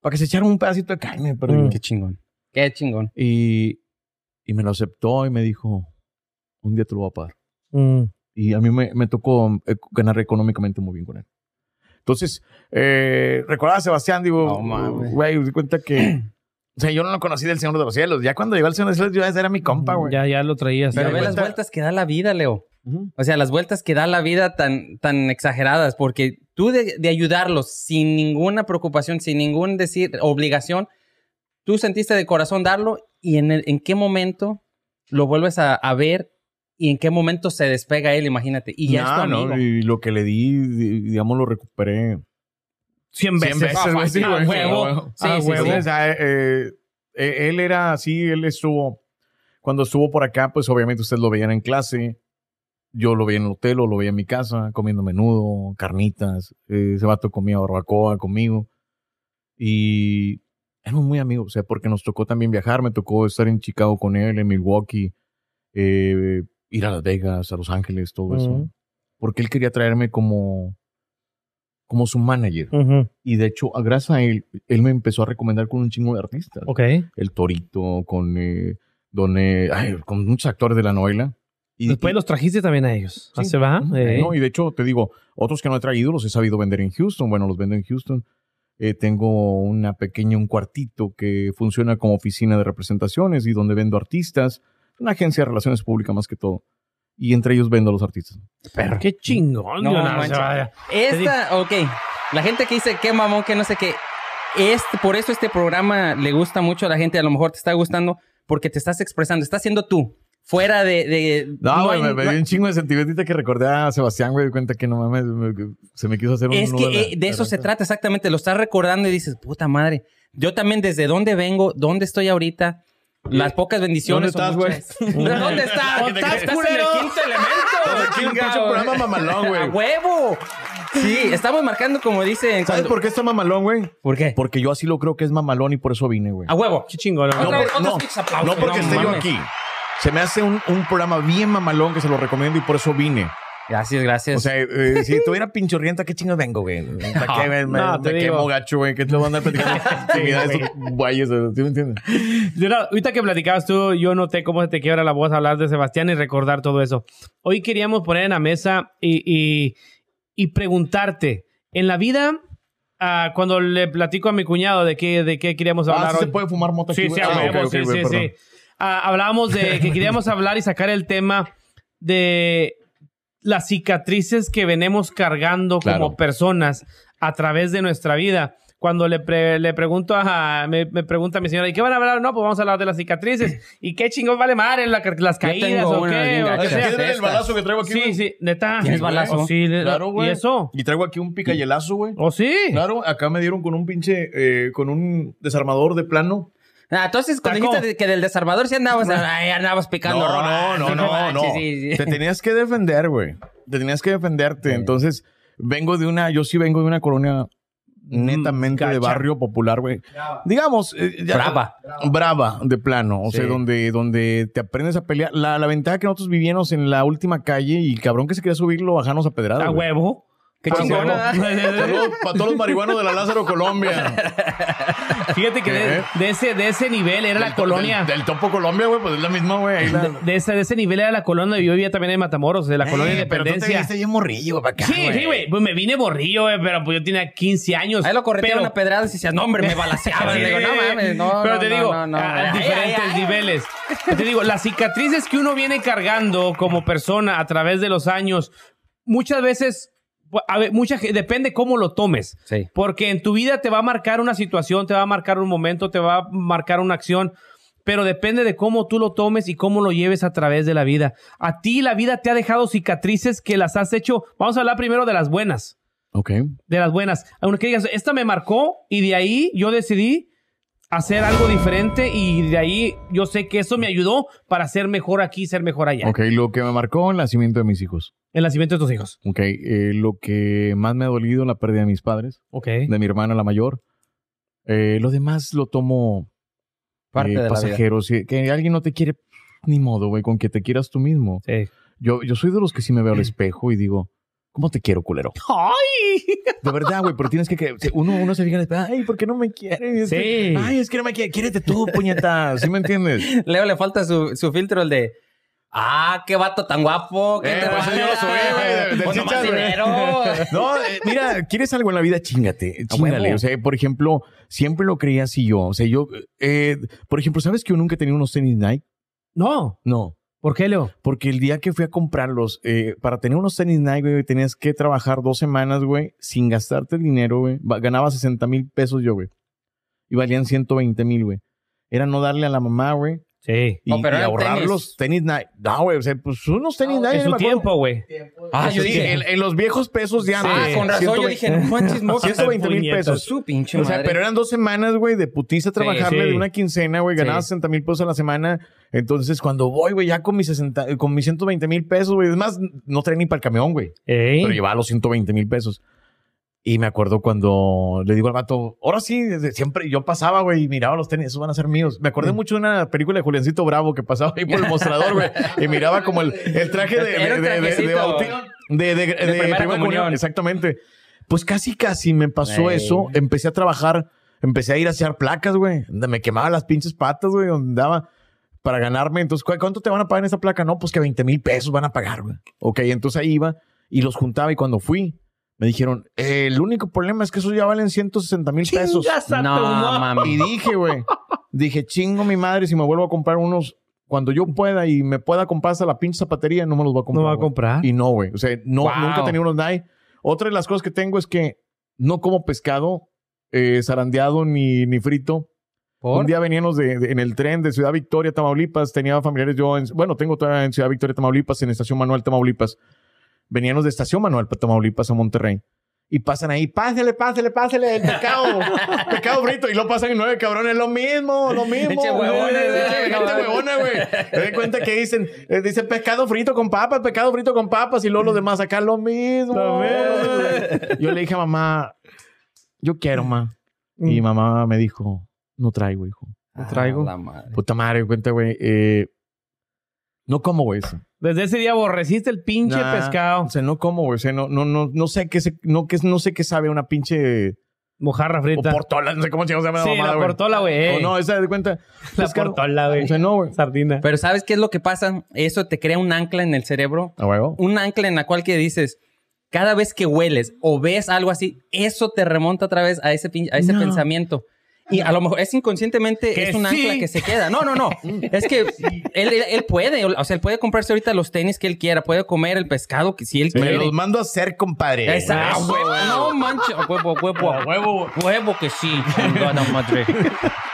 Speaker 3: Para que se echara un pedacito de carne, pero
Speaker 1: Mm.
Speaker 2: Qué chingón. Qué chingón.
Speaker 3: y, y me lo aceptó y me dijo, un día te lo voy a pagar
Speaker 1: Mm.
Speaker 3: y a mí me, me tocó eh, ganar económicamente muy bien con él. Entonces, eh, recordaba a Sebastián, digo,
Speaker 2: No mames.
Speaker 3: güey, me di cuenta que, o sea, yo no lo conocí del Señor de los Cielos. Ya cuando llegó al Señor de los Cielos, yo ya era mi compa, güey.
Speaker 1: Ya, ya lo traías.
Speaker 2: Pero
Speaker 1: ya,
Speaker 2: ve
Speaker 1: güey.
Speaker 2: las vueltas que da la vida, Leo.
Speaker 3: Ujú.
Speaker 2: O sea, las vueltas que da la vida tan, tan exageradas, porque tú de, de ayudarlos sin ninguna preocupación, sin ningún decir obligación, tú sentiste de corazón darlo y en, el- en qué momento lo vuelves a, a ver y en qué momento se despega él, imagínate. Y ya es tu
Speaker 3: No,
Speaker 2: amigo.
Speaker 3: no, y lo que le di, di- digamos, lo recuperé.
Speaker 1: 100 veces.
Speaker 3: veces, güey, sí,
Speaker 1: Ah,
Speaker 3: güey.
Speaker 1: huevo.
Speaker 3: Ah,
Speaker 2: Sí,
Speaker 1: Ah,
Speaker 2: sí,
Speaker 1: huevo.
Speaker 2: sí.
Speaker 3: Entonces, ah, eh, eh, él era así, él estuvo. Cuando estuvo por acá, pues obviamente ustedes lo veían en clase. Yo lo veía en el hotel o lo veía en mi casa, comiendo menudo, carnitas. eh, ese vato comía barbacoa conmigo. Y éramos muy amigos, o sea, porque nos tocó también viajar. Me tocó estar en Chicago con él, en Milwaukee, eh, ir a Las Vegas, a Los Ángeles, todo eso.
Speaker 1: Ujú.
Speaker 3: Porque él quería traerme como, como su manager.
Speaker 1: Ujú.
Speaker 3: Y de hecho, a- gracias a él, él me empezó a recomendar con un chingo de artistas.
Speaker 1: Ok.
Speaker 3: El Torito, con, eh, don, eh, ay, con muchos actores de la novela. Y,
Speaker 1: Después
Speaker 3: y-
Speaker 1: los trajiste también a ellos.
Speaker 3: sí.
Speaker 1: ¿Ah, ¿Se va?
Speaker 3: Ujú.
Speaker 1: Eh.
Speaker 3: No, y de hecho, te digo, otros que no he traído los he sabido vender en Houston. Bueno, los vendo en Houston. Eh, tengo una pequeña, un cuartito que funciona como oficina de representaciones y donde vendo artistas. Una agencia de relaciones públicas más que todo. Y entre ellos vendo a los artistas.
Speaker 1: Qué chingón,
Speaker 2: No,
Speaker 1: Leonardo
Speaker 2: manches.
Speaker 1: Saavedra.
Speaker 2: Esta, ok. La gente que dice qué mamón, que no sé qué. Este, por eso este programa le gusta mucho a la gente. A lo mejor te está gustando porque te estás expresando. Estás siendo tú. Fuera de. de-
Speaker 3: No,
Speaker 2: hay-
Speaker 3: güey, me, me
Speaker 2: no-
Speaker 3: dio un chingo de sentimiento ahorita que recordé a Sebastián, güey, de cuenta que no mames, me- se me quiso hacer un
Speaker 2: es
Speaker 3: nudo
Speaker 2: que
Speaker 3: en la-
Speaker 2: eh, de eso
Speaker 3: la-
Speaker 2: se trata exactamente. Lo estás recordando y dices, puta madre. Yo también, desde dónde vengo, dónde estoy ahorita, las pocas bendiciones.
Speaker 4: ¿Dónde
Speaker 2: o
Speaker 4: estás,
Speaker 2: muchas- ¿Dónde estás?
Speaker 1: ¿Dónde estás,
Speaker 2: en el
Speaker 1: culero?
Speaker 2: quinto elemento.
Speaker 3: Pinche
Speaker 2: chingado.
Speaker 3: programa mamalón,
Speaker 2: ¡A
Speaker 3: Ah, güey.
Speaker 2: huevo! Sí, estamos marcando como dicen.
Speaker 3: ¿Sabes
Speaker 2: cuando-
Speaker 3: por qué está mamalón, güey?
Speaker 2: ¿Por qué?
Speaker 3: Porque yo así lo creo que es mamalón y por eso vine,
Speaker 1: Ah,
Speaker 3: güey.
Speaker 2: A huevo.
Speaker 1: Qué chingón. ¿no?
Speaker 3: No,
Speaker 2: Otra-
Speaker 3: por-
Speaker 2: otros
Speaker 3: no,
Speaker 2: pinches aplausos.
Speaker 3: no porque
Speaker 2: No
Speaker 3: esté yo
Speaker 2: mames.
Speaker 3: aquí. Se me hace un, un programa bien mamalón que se lo recomiendo y por eso vine.
Speaker 2: Gracias, gracias.
Speaker 3: O sea, eh, si tuviera pinchorrienta, ¿qué chingo vengo, güey? ¿Para qué me, me-
Speaker 1: No, te
Speaker 3: me
Speaker 1: digo.
Speaker 3: quemo gacho, güey? ¿Qué te voy a andar platicando? Intimidad de estos güeyes, ¿sí me entiendes? Ah,
Speaker 1: Yo no- ahorita que platicabas tú, yo noté cómo se te quiebra la voz hablar de Sebastián y recordar todo eso. Hoy queríamos poner en la mesa y, y- y preguntarte, en la vida, ah, cuando le platico a mi cuñado de qué, de qué queríamos
Speaker 3: Ah,
Speaker 1: hablar
Speaker 3: ¿sí se
Speaker 1: hoy.
Speaker 3: puede fumar mota
Speaker 1: Sí,
Speaker 3: aquí,
Speaker 1: sí,
Speaker 3: güey?
Speaker 1: a
Speaker 3: Ah,
Speaker 1: huevo,
Speaker 3: ok, ok,
Speaker 1: sí,
Speaker 3: güey,
Speaker 1: sí,
Speaker 3: perdón.
Speaker 1: sí. Ah, hablábamos de que queríamos hablar y sacar el tema de las cicatrices que venimos cargando
Speaker 3: Claro.
Speaker 1: como personas a través de nuestra vida. Cuando le, pre- le pregunto a... Me, me pregunta mi señora, ¿y qué van a hablar? No, pues vamos a hablar de las cicatrices. ¿Y qué chingón vale madre la- las caídas
Speaker 2: tengo
Speaker 1: o
Speaker 2: una
Speaker 1: qué?
Speaker 2: bien
Speaker 3: Ah,
Speaker 1: o qué
Speaker 2: gacha.
Speaker 1: sea?
Speaker 3: ¿Quieres ver el balazo que traigo aquí,
Speaker 1: Sí,
Speaker 3: güey?
Speaker 1: sí, neta.
Speaker 2: ¿Tienes
Speaker 1: Sí,
Speaker 2: balazo?
Speaker 1: güey. Oh, sí, le-
Speaker 3: Claro, güey.
Speaker 1: ¿Y eso?
Speaker 3: Y traigo aquí un picayelazo, güey.
Speaker 1: ¿O sí?
Speaker 3: Claro, acá me dieron con un pinche, eh, con un desarmador de plano.
Speaker 2: Ah, entonces, cuando
Speaker 1: Tacó.
Speaker 2: dijiste de- que del desarmador sí andabas, ay, andabas picando.
Speaker 3: No,
Speaker 2: ropa.
Speaker 3: no, no, no, no.
Speaker 2: manches, sí, sí.
Speaker 3: Te tenías que defender, güey. Te tenías que defenderte. Entonces, vengo de una, yo sí vengo de una colonia
Speaker 2: Mm,
Speaker 3: netamente de
Speaker 1: gacha.
Speaker 3: barrio popular, güey. Digamos, eh, ya-
Speaker 2: Brava.
Speaker 3: Brava, de plano. O
Speaker 2: Sí.
Speaker 3: sea, donde, donde te aprendes a pelear. La, la ventaja que nosotros vivíamos en la última calle y el cabrón que se quería subir lo bajamos a pedrada.
Speaker 2: Ah,
Speaker 1: ¿A
Speaker 3: güey.
Speaker 1: huevo?
Speaker 2: Qué
Speaker 1: ¿A huevo?
Speaker 2: chingona.
Speaker 3: Saludos
Speaker 1: Eh.
Speaker 3: para todos los marihuanos de la Lázaro, Colombia.
Speaker 1: Fíjate que de,
Speaker 3: ¿Eh?
Speaker 1: de ese, de ese nivel era la colonia.
Speaker 3: Del, del Topo Colombia, güey, pues es la misma, güey. Ahí la-
Speaker 1: de, de ese, de ese nivel era la colonia donde yo vivía también en Matamoros, de la colonia
Speaker 3: Eh, Pero tú te
Speaker 1: Independencia.
Speaker 3: viniste bien morrillo Ah, para acá,
Speaker 1: Sí, sí, güey. Pues me vine borrillo, güey, pero pues yo tenía 15 años.
Speaker 2: Ahí lo corretearon
Speaker 1: pero-
Speaker 2: una pedrada y decías, no, hombre, me balaseaban.
Speaker 1: Sí,
Speaker 2: Le digo, no mames, no.
Speaker 1: Pero
Speaker 2: no,
Speaker 1: te
Speaker 2: no,
Speaker 1: digo,
Speaker 2: no, no.
Speaker 1: a- a
Speaker 2: Ay,
Speaker 1: diferentes
Speaker 2: ay, ay.
Speaker 1: niveles. Te digo, las cicatrices que uno viene cargando como persona a través de los años, muchas veces, a ver, mucha, ge- depende cómo lo tomes.
Speaker 2: Sí.
Speaker 1: Porque en tu vida te va a marcar una situación, te va a marcar un momento, te va a marcar una acción, pero depende de cómo tú lo tomes y cómo lo lleves a través de la vida. A ti la vida te ha dejado cicatrices que las has hecho. Vamos a hablar primero de las buenas,
Speaker 3: Ok.
Speaker 1: de las buenas. Aunque digas, esta me marcó y de ahí yo decidí hacer algo diferente y de ahí yo sé que eso me ayudó para ser mejor aquí, ser mejor allá.
Speaker 3: Ok, lo que me marcó el nacimiento de mis hijos.
Speaker 1: El nacimiento de tus hijos.
Speaker 3: Ok, eh, lo que más me ha dolido la pérdida de mis padres,
Speaker 1: Ok.
Speaker 3: de mi hermana la mayor. Eh, lo demás lo tomo
Speaker 2: Parte
Speaker 3: eh,
Speaker 2: de la vida.
Speaker 3: pasajero. Si- que alguien no te quiere, ni modo, güey, con que te quieras tú mismo.
Speaker 1: Sí.
Speaker 3: Yo, yo soy de los que sí me veo al espejo y digo, ¿cómo te quiero, culero?
Speaker 1: ¡Ay!
Speaker 3: De verdad, güey, pero tienes que... que- uno, uno se fija en el espejo, ay, ¿por qué no me quieres? Es que-
Speaker 1: Sí.
Speaker 3: ay, es que no me quieres. Quiérete tú, puñeta. ¿Sí me entiendes?
Speaker 2: Leo le falta su, su filtro, el de. Ah, qué vato tan guapo. Qué
Speaker 3: Eh, pues, yo lo subí, güey, de- de
Speaker 2: Pues nomás
Speaker 3: chichas, güey.
Speaker 2: dinero.
Speaker 3: No, eh, mira, quieres algo en la vida, chingate,
Speaker 2: A huevo.
Speaker 3: chingale. O sea, por ejemplo, siempre lo creía así yo. O sea, yo, eh, por ejemplo, ¿sabes que yo nunca tenía unos tenis Nike?
Speaker 1: No.
Speaker 3: No.
Speaker 1: ¿Por qué, Leo?
Speaker 3: Porque el día que fui a comprarlos, eh, para tener unos tenis Nike, güey, tenías que trabajar dos semanas, güey, sin gastarte el dinero, güey. Va- Ganaba 60 mil pesos yo, güey. Y valían 120 mil, güey. Era no darle a la mamá, güey.
Speaker 1: Sí.
Speaker 3: Y,
Speaker 2: No, pero
Speaker 3: y
Speaker 2: eran
Speaker 3: ahorrar
Speaker 2: tenis.
Speaker 3: los tenis Nike. No, güey, o sea, pues unos tenis Nike.
Speaker 1: En
Speaker 3: yo
Speaker 1: su
Speaker 3: me acuerdo.
Speaker 1: tiempo, güey.
Speaker 2: Ah, yo
Speaker 3: Sí,
Speaker 2: dije.
Speaker 3: en, en los viejos pesos de antes.
Speaker 2: Ah, con razón. Yo
Speaker 3: 120
Speaker 2: dije, no manches, mo-
Speaker 3: 120 mil
Speaker 1: Puñetas.
Speaker 3: pesos.
Speaker 2: Su pinche
Speaker 3: O sea,
Speaker 2: madre.
Speaker 3: pero eran dos semanas, güey, de putiza trabajarle
Speaker 1: sí.
Speaker 3: de una quincena, güey. Ganaba
Speaker 2: Sí.
Speaker 3: 60 mil pesos a la semana. Entonces, cuando voy, güey, ya con mis, 60, eh, con mis 120 mil pesos, güey. Es más, no traía ni para el camión, güey.
Speaker 1: Ey.
Speaker 3: Pero llevaba los 120 mil pesos. Y me acuerdo cuando le digo al vato, ahora sí, desde siempre yo pasaba, güey, y miraba los tenis, esos van a ser míos. Me acordé mucho de una película de Juliancito Bravo que pasaba ahí por el mostrador, güey, y miraba como el, el traje de,
Speaker 2: Era un
Speaker 3: de- de- de- de
Speaker 2: trajecito.
Speaker 3: bauti- de- de- de
Speaker 2: primera
Speaker 3: primera
Speaker 2: comunión.
Speaker 3: comunión. Exactamente. Pues casi, casi me pasó
Speaker 2: Ey.
Speaker 3: eso. Empecé a trabajar, empecé a ir a hacer placas, güey. Me quemaba las pinches patas, güey, donde andaba para ganarme. Entonces, ¿cu- ¿cuánto te van a pagar en esa placa? No, pues que 20 mil pesos van a pagar, güey. Ok, entonces ahí iba y los juntaba y cuando fui, me dijeron, eh, el único problema es que esos ya valen 160 mil pesos.
Speaker 1: Chingas a tu
Speaker 2: No,
Speaker 1: madre.
Speaker 2: mami.
Speaker 3: Y dije, güey, dije, chingo mi madre si me vuelvo a comprar unos cuando yo pueda y me pueda comprar hasta la pinche zapatería, no me los voy a comprar.
Speaker 1: No va a
Speaker 3: güey".
Speaker 1: comprar.
Speaker 3: Y no, güey. O sea, no,
Speaker 2: Wow.
Speaker 3: nunca tenía unos Nike. Otra de las cosas que tengo es que no como pescado eh, zarandeado ni, ni frito. Un
Speaker 2: ¿Por?
Speaker 3: día veníamos de, de- en el tren de Ciudad Victoria, Tamaulipas. Tenía familiares yo, en- bueno, tengo todavía en Ciudad Victoria, Tamaulipas, en Estación Manuel, Tamaulipas. Veníamos de Estación Manuel, Tamaulipas, a Monterrey. y pasan ahí, pásele, pásele, pásele, el pecado, pecado frito, y lo pasan en nueve cabrones, lo mismo, lo mismo.
Speaker 2: Pinche huevones,
Speaker 3: güey.
Speaker 2: güey.
Speaker 3: Pinche gente huevona, güey. Me doy cuenta que dicen, eh, dice pescado frito con papas, pescado frito con papas, y luego los demás acá lo mismo. Yo le dije a mamá, yo quiero, mamá. Y
Speaker 1: Mm.
Speaker 3: mamá me dijo, no traigo, hijo. No traigo.
Speaker 2: Ah, la madre.
Speaker 3: Puta madre, cuenta, güey. eh, no como, güey. eso.
Speaker 1: Desde ese día aborreciste el pinche
Speaker 3: Nah,
Speaker 1: pescado.
Speaker 3: O sea, no como, güey. O sea, no, no, no, no sé qué se- no, qué- no sé qué sabe una pinche.
Speaker 1: Mojarra
Speaker 3: O
Speaker 1: frita.
Speaker 3: portola, no sé cómo chingados se llama la
Speaker 1: sí,
Speaker 3: mamada,
Speaker 1: la
Speaker 3: güey.
Speaker 1: portola, güey.
Speaker 3: O no, esa de cuenta.
Speaker 1: la
Speaker 3: pescado.
Speaker 1: portola, güey.
Speaker 3: O sea, no, güey.
Speaker 1: Sardina.
Speaker 2: Pero ¿sabes qué es lo que pasa? Eso te crea un ancla en el cerebro.
Speaker 3: A huevo.
Speaker 2: Un ancla en la cual que dices, cada vez que hueles o ves algo así, eso te remonta otra vez a ese, pin- a ese pensamiento. Y a lo mejor es inconscientemente,
Speaker 1: Que
Speaker 2: es un
Speaker 1: sí.
Speaker 2: ancla que se queda. No, no, no. es que él, él- él puede, o sea, él puede comprarse ahorita los tenis que él quiera, puede comer el pescado que si él
Speaker 3: Me
Speaker 2: quiere.
Speaker 3: los mando a hacer, compadre.
Speaker 2: Esa-
Speaker 3: Eso,
Speaker 2: No manches, A huevo, a huevo, a Ah, huevo, huevo que sí, chingada madre.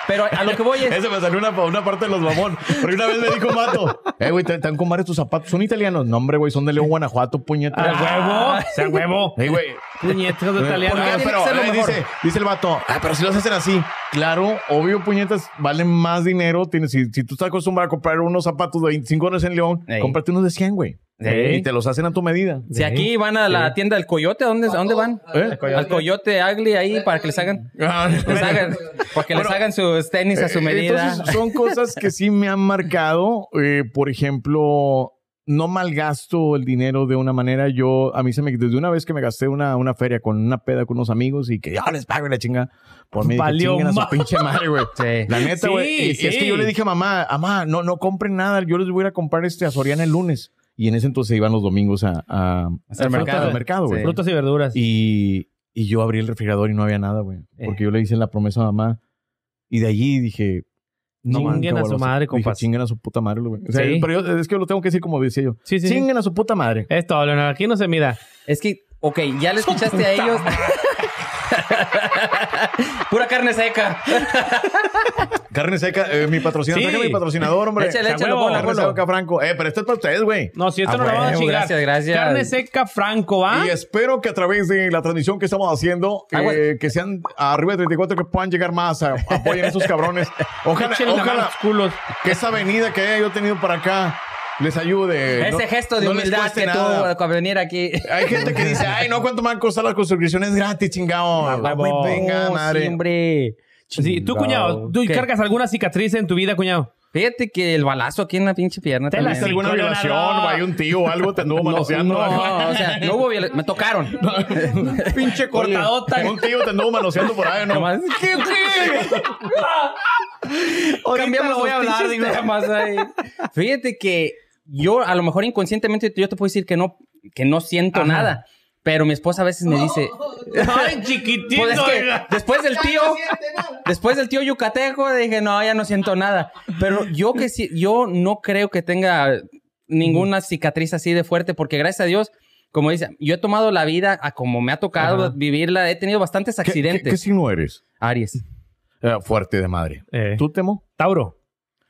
Speaker 2: Pero a lo que voy es,
Speaker 3: Ese me salió una, una parte de los mamón. Porque una vez me dijo un Mato, eh, güey, están con varios tus zapatos. ¿Son italianos? No, hombre, güey, son de León, Guanajuato,
Speaker 1: Sea
Speaker 3: puñeta.
Speaker 2: Ah,
Speaker 1: huevo. Sea huevo.
Speaker 3: Eh, güey.
Speaker 1: Puñetos de
Speaker 3: Porque,
Speaker 1: italiano.
Speaker 2: ¿Por qué?
Speaker 3: pero,
Speaker 2: que ser lo
Speaker 3: eh,
Speaker 2: mejor.
Speaker 3: dice, dice el vato, ah, pero si los hacen así. Claro, obvio, puñetas, valen más dinero. Tienes, si, si tú estás acostumbrado a comprar unos zapatos de 25 dólares en León,
Speaker 2: Ey.
Speaker 3: cómprate unos de 100, güey.
Speaker 2: Ey.
Speaker 3: Y te los hacen a tu medida.
Speaker 2: si aquí van a la tienda del Coyote, ¿a dónde, a dónde van?
Speaker 3: ¿Eh?
Speaker 2: Al Coyote Agli ahí para que les hagan,
Speaker 3: Ah,
Speaker 2: les hagan para que les
Speaker 3: Bueno,
Speaker 2: hagan sus tenis a su
Speaker 3: Eh,
Speaker 2: medida.
Speaker 3: Entonces, son cosas que sí me han marcado. Eh, por ejemplo, no malgasto el dinero de una manera. Yo, a mí se me, desde una vez que me gasté una, una feria con una peda con unos amigos y que ya les pago y la chinga. Por mí, dije,
Speaker 1: Valió
Speaker 3: "Chinguen a su
Speaker 1: madre".
Speaker 3: pinche madre, güey. La neta,
Speaker 1: Sí,
Speaker 3: güey. y- y es
Speaker 1: sí.
Speaker 3: que yo le dije a mamá, mamá, no, no compren nada. Yo les voy a ir a comprar este a Soriana el lunes. Y en ese entonces iban los domingos a, a-
Speaker 2: Hacer
Speaker 3: al
Speaker 2: mercado.
Speaker 3: al mercado, güey.
Speaker 2: Sí.
Speaker 1: Frutas y verduras.
Speaker 3: Y, y yo abrí el refrigerador y no había nada, güey.
Speaker 1: Eh.
Speaker 3: Porque yo le hice la promesa a mamá. Y de allí dije... No
Speaker 1: Chinguen
Speaker 3: manca,
Speaker 1: a su
Speaker 3: güey, lo-
Speaker 1: madre,
Speaker 3: dije,
Speaker 1: compas.
Speaker 3: Chinguen a su puta madre, güey. O sea,
Speaker 1: Sí.
Speaker 3: Pero yo- es que lo tengo que decir como decía yo.
Speaker 1: Sí, sí, sí.
Speaker 3: Chinguen a su puta madre.
Speaker 1: Es todo, Leonardo. Aquí no se mira.
Speaker 2: Es que, ok, ya le escuchaste a ellos. Pura carne seca.
Speaker 3: Carne seca, eh, mi patrocinador.
Speaker 1: Sí.
Speaker 3: Tráigame mi patrocinador, hombre.
Speaker 2: Échale,
Speaker 3: A
Speaker 2: échale,
Speaker 3: huevo,
Speaker 2: ponlo,
Speaker 3: Carne
Speaker 2: ponlo.
Speaker 3: seca, Franco. Eh, pero esto es para ustedes, güey.
Speaker 1: No, si esto no lo
Speaker 2: huevo,
Speaker 1: van a chingar.
Speaker 2: Ah, gracias, gracias.
Speaker 1: Carne seca franco, ¿ah? ¿va?
Speaker 3: Y espero que a través de la transmisión que estamos haciendo,
Speaker 2: Ah, güey.
Speaker 3: eh, que sean arriba de 34, que puedan llegar más. a- apoyen a esos cabrones. Ojalá,
Speaker 1: Échenle la mano a
Speaker 3: ojalá
Speaker 1: los culos.
Speaker 3: que esa avenida que haya yo tenido para acá les ayude.
Speaker 2: Ese
Speaker 3: Eh, No-
Speaker 2: gesto de
Speaker 3: no les
Speaker 2: humildad
Speaker 3: cueste
Speaker 2: que
Speaker 3: nada.
Speaker 2: tuvo al venir aquí.
Speaker 3: Hay gente que dice, ay, no, ¿cuánto me van a costar las construcciones gratis, chingado?
Speaker 1: Ah, huevo.
Speaker 3: Venga,
Speaker 2: Oh,
Speaker 3: madre.
Speaker 2: sí, hombre.
Speaker 1: Sí, tú,
Speaker 2: Chingado.
Speaker 1: cuñado, ¿tú
Speaker 2: ¿Qué?
Speaker 1: cargas alguna cicatriz en tu vida, cuñado?
Speaker 2: Fíjate que el balazo aquí en la pinche pierna.
Speaker 1: Te la
Speaker 2: también.
Speaker 3: ¿Tuviste alguna
Speaker 1: Leonardo.
Speaker 3: violación o hay un tío o algo? ¿Te anduvo manoseando?
Speaker 2: No, o sea, no hubo viola- Me tocaron.
Speaker 3: Pinche cortadota. Un tío te anduvo manoseando por ahí, ¿no?
Speaker 2: Nomás- ¿Qué, qué? Cambiamos
Speaker 1: lo voy
Speaker 2: los
Speaker 1: a hablar,
Speaker 2: pinches
Speaker 1: digo.
Speaker 2: temas ahí. Fíjate que yo, a lo mejor inconscientemente, yo te puedo decir que no, que no siento
Speaker 1: Ajá.
Speaker 2: nada. Pero mi esposa a veces me dice...
Speaker 1: Ay, chiquitito.
Speaker 2: Pues es que
Speaker 1: oiga.
Speaker 2: después del tío... Después del tío yucateco dije, no, ya no siento nada. Pero yo que sí, yo no creo que tenga ninguna cicatriz así de fuerte, porque gracias a Dios, como dice, yo he tomado la vida a como me ha tocado
Speaker 1: Ajá.
Speaker 2: vivirla, he tenido bastantes
Speaker 3: ¿Qué-
Speaker 2: accidentes.
Speaker 3: ¿Qué, qué signo eres?
Speaker 2: Aries.
Speaker 3: Eh, fuerte de madre.
Speaker 1: Eh.
Speaker 3: ¿Tú, Temo?
Speaker 1: Tauro.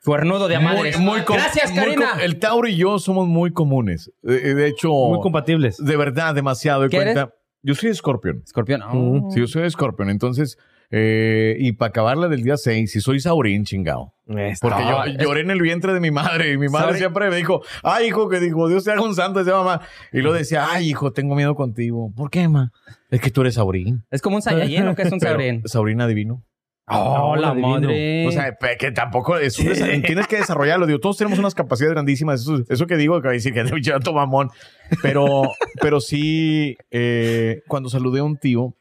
Speaker 2: Cuernudo de a madre.
Speaker 3: com-
Speaker 2: Gracias,
Speaker 3: muy
Speaker 2: Karina.
Speaker 3: com- el Tauro y yo somos muy comunes. Eh, eh, De hecho,
Speaker 2: Oh.
Speaker 1: Muy compatibles.
Speaker 3: de verdad, demasiado. de
Speaker 2: ¿Qué eres?
Speaker 3: cuenta. Yo soy escorpión.
Speaker 2: Escorpión. no.
Speaker 1: Mm.
Speaker 3: Si yo soy escorpión, entonces... eh, y para acabarla del día 6, si soy saurín, chingado. Porque
Speaker 2: Ah,
Speaker 3: yo
Speaker 2: es-
Speaker 3: lloré en el vientre de mi madre y mi madre
Speaker 2: ¿Sabe?
Speaker 3: siempre me dijo, ay hijo, que dijo, Dios te haga un santo, decía mamá. Y lo decía, ay hijo, tengo miedo contigo. ¿Por qué, mamá? Es que tú eres Saurín.
Speaker 2: Es como un Saiyajin, ¿o qué es un Saurén?
Speaker 3: Saurín adivino.
Speaker 2: Oh, la
Speaker 1: divino.
Speaker 2: madre.
Speaker 3: O sea, pe- que tampoco es un desa- tienes que desarrollarlo. Digo, todos tenemos unas capacidades grandísimas. Eso, eso que digo, que decir que es un chato mamón. Pero, pero sí, eh, cuando saludé a un tío,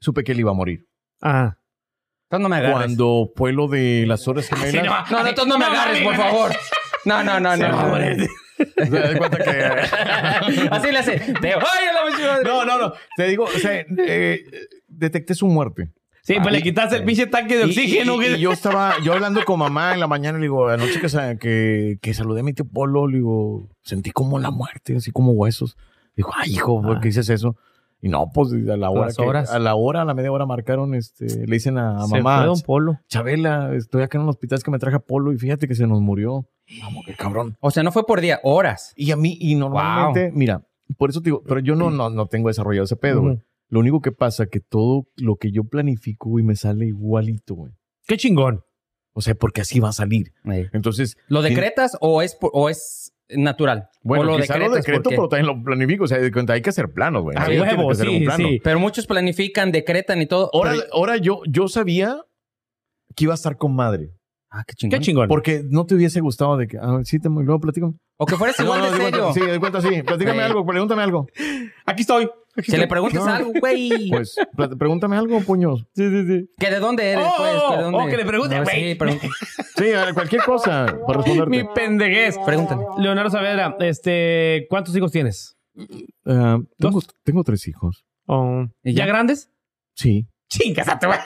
Speaker 3: supe que él iba a morir.
Speaker 1: Ajá.
Speaker 2: Entonces no me agarres.
Speaker 3: Cuando fue lo de las horas gemelas.
Speaker 2: No, no, entonces no me agarres, por favor. No, no, no, no.
Speaker 3: o sea, de cuenta que.
Speaker 2: Así le hace. Te voy a la pinche madre.
Speaker 3: No, no, no. Te digo, o sea, eh, detecté su muerte.
Speaker 1: Sí, pues le quitaste el pinche tanque de
Speaker 3: Y-
Speaker 1: oxígeno.
Speaker 3: Y, y
Speaker 1: que-
Speaker 3: yo estaba, yo hablando con mamá en la mañana, le digo, anoche que, sa- que, que saludé a mi tío Polo, le digo, sentí como la muerte, así como huesos. Dijo, ay, hijo, ¿por qué dices eso? Y no, pues a la hora,
Speaker 1: Ah. Las
Speaker 3: que-
Speaker 1: horas.
Speaker 3: a la hora, a la media hora marcaron, este, le dicen a
Speaker 1: Se
Speaker 3: mamá,
Speaker 1: fue Don Polo.
Speaker 3: Chabela, estoy acá en un hospital es que me traje a Polo y fíjate que se nos murió. Vamos, qué cabrón.
Speaker 2: O sea, no fue por día, horas.
Speaker 3: Y a mí, y normalmente, mira, Por eso te digo, pero yo no, no, no tengo desarrollado ese pedo, güey.
Speaker 1: Ujú.
Speaker 3: Lo único que pasa que todo lo que yo planifico, güey, me sale igualito, güey.
Speaker 1: Qué chingón.
Speaker 3: O sea, porque así va a salir.
Speaker 2: Ey.
Speaker 3: Entonces,
Speaker 2: ¿Lo
Speaker 3: Tiene-
Speaker 2: decretas o es, por- o es natural?
Speaker 3: bueno,
Speaker 2: o lo
Speaker 3: quizá lo
Speaker 2: decretas
Speaker 3: decreto,
Speaker 2: porque-
Speaker 3: pero también lo planifico. O sea, de cuenta, hay que hacer planos, güey.
Speaker 1: A
Speaker 3: Sí, tiene
Speaker 1: huevo,
Speaker 3: que ser
Speaker 1: sí, sí.
Speaker 2: Pero muchos planifican, decretan y todo.
Speaker 3: Ahora,
Speaker 2: pero-
Speaker 3: ahora yo, yo sabía que iba a estar con madre.
Speaker 2: Ah, qué
Speaker 1: Qué
Speaker 2: chingón.
Speaker 1: chingón.
Speaker 3: Porque no te hubiese gustado de que, ah, sí, te, luego platícame.
Speaker 2: o que fueras igual
Speaker 3: No, no,
Speaker 2: de
Speaker 3: di
Speaker 2: serio.
Speaker 3: cuenta, sí, de cuenta, sí. Platícame
Speaker 2: Ey.
Speaker 3: algo, pregúntame algo.
Speaker 1: Aquí estoy.
Speaker 2: Que le preguntes
Speaker 3: No.
Speaker 2: algo, güey.
Speaker 3: Pues, pla- pregúntame algo, puños. Sí, sí, sí.
Speaker 2: que de dónde eres,
Speaker 1: Oh,
Speaker 2: pues. ¿Que de
Speaker 1: oh,
Speaker 2: dónde?
Speaker 1: que le pregunte,
Speaker 2: No,
Speaker 1: güey.
Speaker 2: sí, pregunta.
Speaker 3: Sí, a cualquier cosa, para responderte.
Speaker 1: Mi pendeguez.
Speaker 2: Pregúntale.
Speaker 1: Leonardo Saavedra, este, ¿cuántos hijos tienes?
Speaker 3: Ah, tengo, tengo tres hijos.
Speaker 1: Oh,
Speaker 2: ¿Y
Speaker 1: ¿Ya
Speaker 2: ya?
Speaker 1: grandes?
Speaker 3: Sí.
Speaker 1: Chingas a tu madre.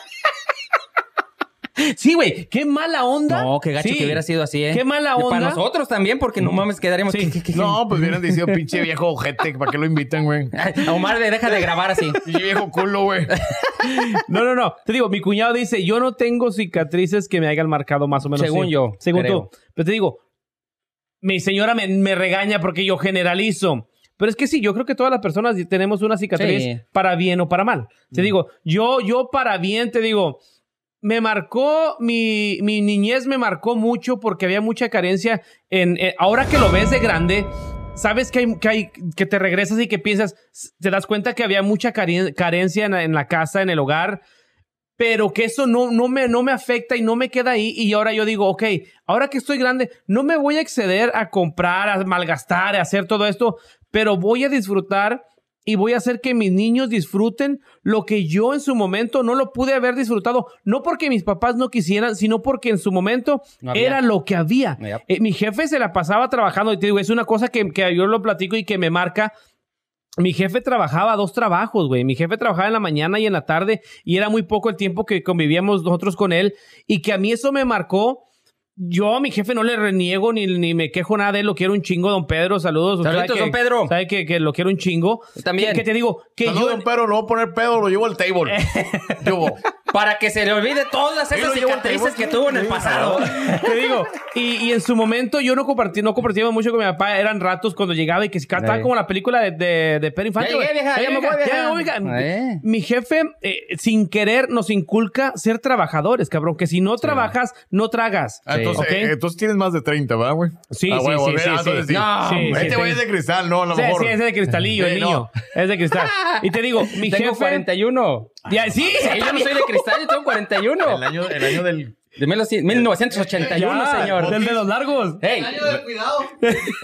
Speaker 1: Sí, güey, qué mala onda.
Speaker 2: No, qué gacho
Speaker 1: Sí.
Speaker 2: que hubiera sido así, ¿eh?
Speaker 1: Qué mala onda.
Speaker 2: Para nosotros también, porque no mames, quedaríamos.
Speaker 1: Sí.
Speaker 3: No, pues hubieran dicho, pinche viejo ojete, ¿para qué lo invitan, güey?
Speaker 2: A Omar le deja de grabar así.
Speaker 3: Pinche viejo culo, güey.
Speaker 1: No, no, no. Te digo, mi cuñado dice, yo no tengo cicatrices que me hayan marcado más o menos.
Speaker 2: Según
Speaker 1: así.
Speaker 2: yo,
Speaker 1: Según
Speaker 2: creo.
Speaker 1: tú. Pero te digo, mi señora me, me regaña porque yo generalizo. Pero es que sí, yo creo que todas las personas tenemos una cicatriz
Speaker 2: Sí.
Speaker 1: para bien o para mal. Te
Speaker 2: Mm.
Speaker 1: digo, yo, yo para bien te digo, me marcó, mi, mi niñez me marcó mucho porque había mucha carencia en, eh, ahora que lo ves de grande, sabes que, hay, que, hay, que te regresas y que piensas, s- te das cuenta que había mucha caren- carencia en, la- en la casa, en el hogar, pero que eso no, no, me, no me afecta y no me queda ahí. Y ahora yo digo, ok, ahora que estoy grande, no me voy a exceder a comprar, a malgastar, a hacer todo esto, pero voy a disfrutar y voy a hacer que mis niños disfruten lo que yo en su momento no lo pude haber disfrutado, no porque mis papás no quisieran, sino porque en su momento
Speaker 2: No había.
Speaker 1: era lo que había.
Speaker 2: Yep.
Speaker 1: Eh, mi jefe se la pasaba trabajando, y te digo, es una cosa que, que yo lo platico y que me marca. Mi jefe trabajaba dos trabajos, güey. Mi jefe trabajaba en la mañana y en la tarde y era muy poco el tiempo que convivíamos nosotros con él y que a mí eso me marcó. Yo a mi jefe no le reniego ni, ni me quejo nada de él, lo quiero un chingo, don Pedro, saludos. Usted
Speaker 2: Saluditos,
Speaker 1: sabe que-
Speaker 2: don Pedro.
Speaker 1: Sabe que, que lo quiero un chingo.
Speaker 2: Yo también.
Speaker 1: Que, que te digo, que
Speaker 3: Saludos,
Speaker 1: yo...
Speaker 3: don Pedro, lo voy a poner pedo, lo llevo al table. Yo,
Speaker 2: Para que se le olvide todas
Speaker 3: Yo
Speaker 2: esas
Speaker 3: lo llevo al
Speaker 2: cicatrices
Speaker 3: table.
Speaker 2: que tuvo en el pasado.
Speaker 1: Te digo, y, y en su momento yo no compartí, no compartíamos mucho con mi papá, eran ratos cuando llegaba y que se cantaba
Speaker 2: Ey.
Speaker 1: como la película de, de, de Pedro Infante.
Speaker 2: Ya llegué,
Speaker 1: güey.
Speaker 2: vieja, ya me voy, vieja.
Speaker 1: ya me voy, vieja.
Speaker 2: Ey.
Speaker 1: Mi jefe, eh, sin querer, nos inculca ser trabajadores, cabrón, que si no trabajas, no tragas.
Speaker 3: Ah, Entonces,
Speaker 1: ¿Ok?
Speaker 3: eh, entonces tienes más de 30, ¿verdad, güey?
Speaker 1: Sí,
Speaker 3: Ah,
Speaker 1: sí,
Speaker 3: huevo,
Speaker 1: sí,
Speaker 3: mira,
Speaker 1: sí,
Speaker 3: ah,
Speaker 1: sí.
Speaker 3: entonces
Speaker 2: No,
Speaker 1: sí,
Speaker 3: este
Speaker 1: sí,
Speaker 3: güey
Speaker 1: sí.
Speaker 3: es de cristal, no, a lo
Speaker 1: Sí,
Speaker 3: mejor.
Speaker 1: sí, es de cristalillo,
Speaker 3: Sí,
Speaker 1: el
Speaker 3: no.
Speaker 1: niño. Es de cristal. Y te digo, mi
Speaker 2: tengo
Speaker 1: jefe.
Speaker 2: 41.
Speaker 1: Ya, sí,
Speaker 2: Sí, yo no soy de cristal, yo tengo 41.
Speaker 3: El año, el año del.
Speaker 2: De mil- 1981,
Speaker 1: Ya,
Speaker 2: señor.
Speaker 1: Del de los largos.
Speaker 2: Hey,
Speaker 5: Año de cuidado.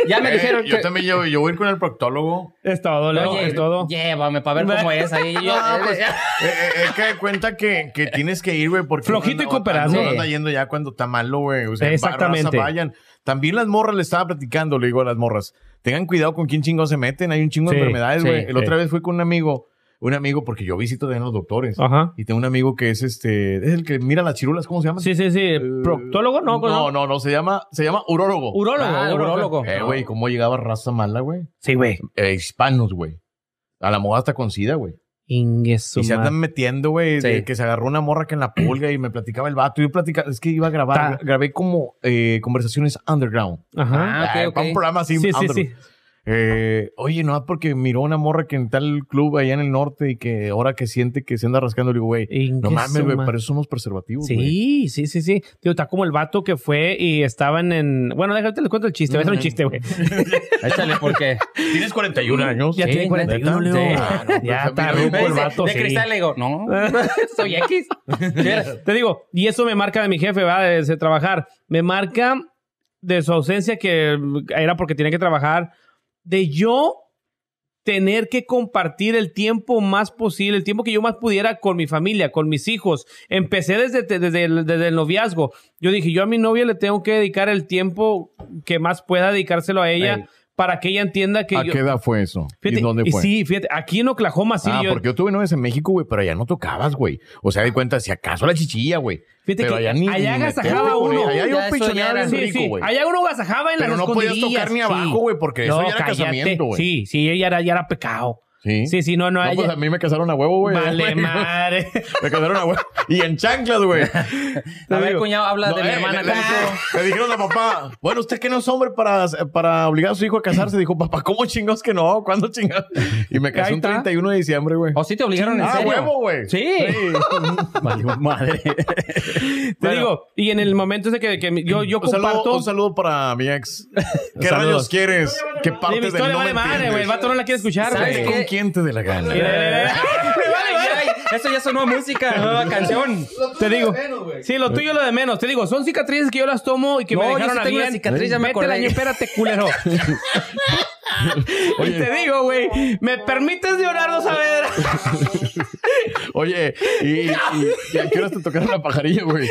Speaker 2: ya me
Speaker 3: Eh,
Speaker 2: dijeron
Speaker 3: yo
Speaker 2: que...
Speaker 3: también yo, yo voy a ir con el proctólogo.
Speaker 1: Es todo, Leo,
Speaker 2: Oye,
Speaker 1: es todo.
Speaker 2: llévame para ver cómo es ahí. Yo-
Speaker 3: Ah, pues, eh, eh, es que de cuenta que, que tienes que ir, güey, porque.
Speaker 1: Flojito y cooperando.
Speaker 3: No anda yendo ya cuando está malo, güey. O sea, va-
Speaker 1: Exactamente.
Speaker 3: raza, vayan. También las morras le estaba platicando, le digo a las morras. Tengan cuidado con quién chingados se meten. Hay un chingo de
Speaker 1: Sí,
Speaker 3: enfermedades,
Speaker 1: sí,
Speaker 3: güey.
Speaker 1: sí.
Speaker 3: La otra vez fui con un amigo, un amigo, porque yo visito también a los doctores.
Speaker 1: Ajá.
Speaker 3: Y tengo un amigo que es este. Es el que mira las chirulas, ¿cómo se llama?
Speaker 1: Sí, sí,
Speaker 2: Eh,
Speaker 1: sí. ¿Proctólogo? No,
Speaker 3: no, no, no, se llama, se llama urólogo.
Speaker 1: Urólogo.
Speaker 2: Ah, el urólogo.
Speaker 3: eh, güey, ¿cómo llegaba raza mala, güey?
Speaker 1: Sí, güey.
Speaker 3: Eh, hispanos, güey. A la moda hasta con sida, güey.
Speaker 1: Ingueso.
Speaker 3: Y se andan metiendo, güey,
Speaker 2: Sí.
Speaker 3: de que se agarró una morra que en la pulga y me platicaba el vato. Yo platicaba, es que iba a grabar,
Speaker 1: Ta-
Speaker 3: gra- grabé como eh, conversaciones underground.
Speaker 1: Ajá.
Speaker 2: Ah, ok,
Speaker 3: Ah,
Speaker 2: ok.
Speaker 3: Un programa así,
Speaker 1: sí, sí,
Speaker 3: underground.
Speaker 1: sí.
Speaker 3: Eh, oye, no, porque miró una morra que en tal club allá en el norte y que ahora que siente que se anda rascando, le digo, güey, no mames, güey, para eso somos preservativos, güey.
Speaker 1: Sí, sí, sí, sí. Tío, está como el vato que fue y estaban en. Bueno, déjate les cuento el chiste. Voy a hacer un
Speaker 3: Mm.
Speaker 1: chiste, güey.
Speaker 2: Échale, porque...
Speaker 3: ¿Tienes 41 años?
Speaker 1: Ya
Speaker 2: Sí,
Speaker 1: tiene 41,
Speaker 3: ¿neta?
Speaker 1: Leo.
Speaker 3: Sí. Ah, no, pues,
Speaker 1: ya está
Speaker 3: mira,
Speaker 1: ruco
Speaker 2: Me
Speaker 1: el
Speaker 2: dice,
Speaker 1: vato.
Speaker 2: de
Speaker 1: sí.
Speaker 2: cristal le digo, no, soy X.
Speaker 1: Te digo, y eso me marca de mi jefe, va, de, ese trabajar. Me marca de su ausencia, que mm, era porque tenía que trabajar, de yo tener que compartir el tiempo más posible, el tiempo que yo más pudiera con mi familia, con mis hijos. Empecé desde, te- desde, el, desde el noviazgo. Yo dije, yo a mi novia le tengo que dedicar el tiempo que más pueda dedicárselo a ella
Speaker 2: Ey.
Speaker 1: para que ella entienda que
Speaker 3: ¿A
Speaker 1: yo...
Speaker 3: qué edad fue eso?
Speaker 1: Fíjate,
Speaker 3: ¿Y dónde fue?
Speaker 1: sí, fíjate, aquí en Oklahoma City.
Speaker 3: ah,
Speaker 1: yo-
Speaker 3: porque yo tuve novias en México, güey, pero allá no tocabas, güey. O sea, de cuenta, si acaso la chichilla, güey.
Speaker 1: Fíjate
Speaker 3: pero
Speaker 1: que
Speaker 3: allá ni.
Speaker 1: allá
Speaker 3: ni
Speaker 1: agasajaba
Speaker 3: meterte, güey.
Speaker 1: uno.
Speaker 3: Allá
Speaker 2: Ya
Speaker 3: yo
Speaker 2: eso ya
Speaker 3: pichoneaba
Speaker 2: era-
Speaker 3: bien
Speaker 1: Sí,
Speaker 3: rico,
Speaker 1: sí.
Speaker 3: güey.
Speaker 1: Allá uno agasajaba en
Speaker 3: Pero
Speaker 1: las
Speaker 3: no podías
Speaker 1: escondidillas,
Speaker 3: tocar ni
Speaker 1: sí.
Speaker 3: abajo, güey, porque eso ya era
Speaker 1: cállate.
Speaker 3: casamiento, güey.
Speaker 1: Sí, sí, ella era, ya era pecado.
Speaker 3: Sí.
Speaker 1: Sí, sí, no, no.
Speaker 3: No,
Speaker 1: ella-
Speaker 3: pues a mí me casaron a huevo, güey.
Speaker 1: Vale, madre.
Speaker 3: Me casaron a huevo. Y en chanclas, güey.
Speaker 2: A ver,
Speaker 3: digo,
Speaker 2: cuñado, habla
Speaker 3: No,
Speaker 2: de mi
Speaker 3: eh,
Speaker 2: hermana.
Speaker 3: le- le- Le dijeron a papá, bueno, usted que no es hombre para, para obligar a su hijo a casarse. Dijo, papá, ¿cómo chingados que no? ¿Cuándo chingados? Y me casé
Speaker 1: Ahí
Speaker 3: un
Speaker 1: está.
Speaker 3: 31 de diciembre, güey.
Speaker 2: eh, ¿O sí te obligaron en
Speaker 3: ah,
Speaker 2: serio?
Speaker 3: huevo, güey.
Speaker 2: Sí.
Speaker 4: Valió madre.
Speaker 1: Te digo, y en el momento ese que, que mi- yo, yo
Speaker 3: un, saludo,
Speaker 1: comparto.
Speaker 3: un saludo para mi ex. ¿Qué
Speaker 1: Saludos.
Speaker 3: rayos quieres? ¿Qué
Speaker 1: Sí,
Speaker 3: parte
Speaker 1: mi
Speaker 3: del
Speaker 1: historia
Speaker 3: no
Speaker 1: vale
Speaker 3: me
Speaker 1: madre, güey. El
Speaker 3: entiendes?
Speaker 1: vato no la quiere escuchar,
Speaker 2: ¿Sabes
Speaker 1: güey.
Speaker 2: qué?
Speaker 3: ¿Con quién te dé la gana?
Speaker 1: Y-
Speaker 2: Ay, ay, Eso ya sonó a música, nueva canción.
Speaker 1: Te digo.
Speaker 5: Bueno, güey.
Speaker 1: Sí, lo tuyo y lo de menos. Te digo, son cicatrices que yo las tomo y que
Speaker 2: No,
Speaker 1: me
Speaker 2: yo
Speaker 1: dejaron
Speaker 2: sí
Speaker 1: a
Speaker 2: tengo
Speaker 1: bien.
Speaker 2: una cicatriz, ya me
Speaker 1: Vete al
Speaker 2: acordé.
Speaker 1: año, espérate, culero. y te digo, güey, ¿me permites llorar, no saber?
Speaker 3: Oye, y, y, y a qué horas te tocaron la pajarilla, güey?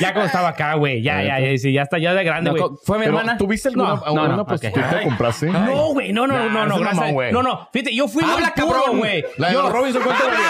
Speaker 1: ya como estaba acá, güey. Ya, ya, ya, sí, ya está, ya de grande, güey.
Speaker 2: No, ¿Fue mi
Speaker 3: Pero,
Speaker 2: hermana?
Speaker 3: ¿Tuviste alguna
Speaker 2: No,
Speaker 3: a
Speaker 2: no,
Speaker 3: una
Speaker 2: no, ok.
Speaker 3: prostituta que compraste?
Speaker 1: No, güey, no, no,
Speaker 3: Nah,
Speaker 1: no, no,
Speaker 3: ese
Speaker 1: gracias.
Speaker 3: mamón, güey.
Speaker 1: No, no, fíjate, yo fui
Speaker 2: Habla,
Speaker 1: muy puro,
Speaker 2: cabrón.
Speaker 1: güey.
Speaker 3: La de
Speaker 1: Yo-
Speaker 3: los Robinson, cuéntame.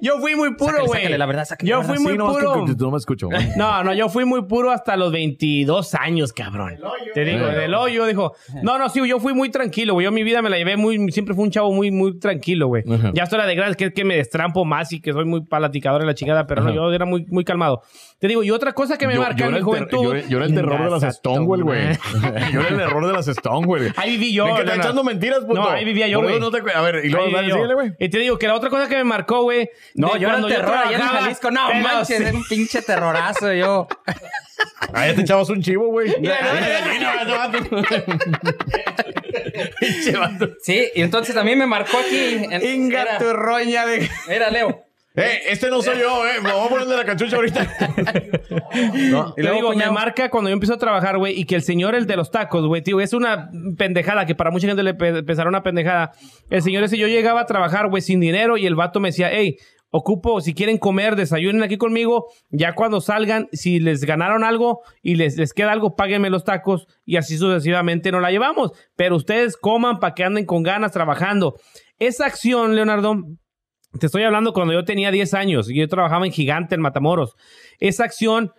Speaker 1: Yo fui muy puro,
Speaker 2: Sácale,
Speaker 1: güey.
Speaker 2: sácale, la verdad, sácale
Speaker 1: Yo
Speaker 2: la
Speaker 1: fui
Speaker 2: verdad,
Speaker 1: muy
Speaker 3: Sí, nomás que-
Speaker 1: puro.
Speaker 3: que- que no me escucho. güey.
Speaker 1: No, no, yo fui muy puro hasta los 22 años, cabrón. Te digo,
Speaker 3: Eh.
Speaker 1: del hoyo, dijo. No, no, sí, yo fui muy tranquilo, güey. Yo mi vida me la llevé muy, siempre fui un chavo muy, muy tranquilo, güey.
Speaker 3: Ajá.
Speaker 1: Ya esto era de grande, que es que me destrampo más y que soy muy palaticador en la chingada, pero no, yo era muy, muy calmado. Te digo, y otra cosa que me
Speaker 3: Yo-
Speaker 1: marca
Speaker 3: yo
Speaker 1: en
Speaker 3: era
Speaker 1: mi
Speaker 3: el ter- Yo,
Speaker 1: juventud.
Speaker 3: era- yo era el terror de las
Speaker 1: Chingas a tu
Speaker 3: Stonewall, güey.
Speaker 1: madre.
Speaker 3: Yo era el error de las Stonewall.
Speaker 1: Ahí viví yo,
Speaker 3: Ven que
Speaker 1: no,
Speaker 3: está
Speaker 1: no.
Speaker 3: echando mentiras, puto.
Speaker 1: No, ahí vivía yo,
Speaker 3: Por eso
Speaker 1: güey.
Speaker 3: no te- A ver, y luego
Speaker 1: Ahí
Speaker 3: dale,
Speaker 1: yo.
Speaker 3: síguele, güey.
Speaker 1: Y te digo que la otra cosa que me marcó, güey.
Speaker 2: No,
Speaker 1: de
Speaker 2: yo era el
Speaker 1: cuando
Speaker 2: terror allá en
Speaker 1: trabajaba-
Speaker 2: Jalisco. No,
Speaker 1: Pero
Speaker 2: manches,
Speaker 1: sí.
Speaker 2: era un pinche terrorazo yo.
Speaker 3: Ahí Ah, te echabas un chivo, güey.
Speaker 2: Sí, y entonces a mí me marcó aquí. en- era-
Speaker 1: roña de.
Speaker 2: Mira, Leo.
Speaker 3: Eh, este no soy yo, eh. Me voy a ponerle la cachucha ahorita.
Speaker 1: Te
Speaker 2: Y luego,
Speaker 1: digo, me
Speaker 2: cuñado.
Speaker 1: marca cuando yo empiezo a trabajar, güey, y que el señor, el de los tacos, güey, tío, es una pendejada que para mucha gente le pe- pensará una pendejada. El señor ese, yo llegaba a trabajar, güey, sin dinero y el vato me decía, hey, ocupo, si quieren comer, desayunen aquí conmigo, ya cuando salgan, si les ganaron algo y les, les queda algo, páguenme los tacos y así sucesivamente nos la llevamos. Pero ustedes coman para que anden con ganas trabajando. Esa acción, Leonardo, te estoy hablando cuando yo tenía 10 años y yo trabajaba en Gigante, en Matamoros. Esa acción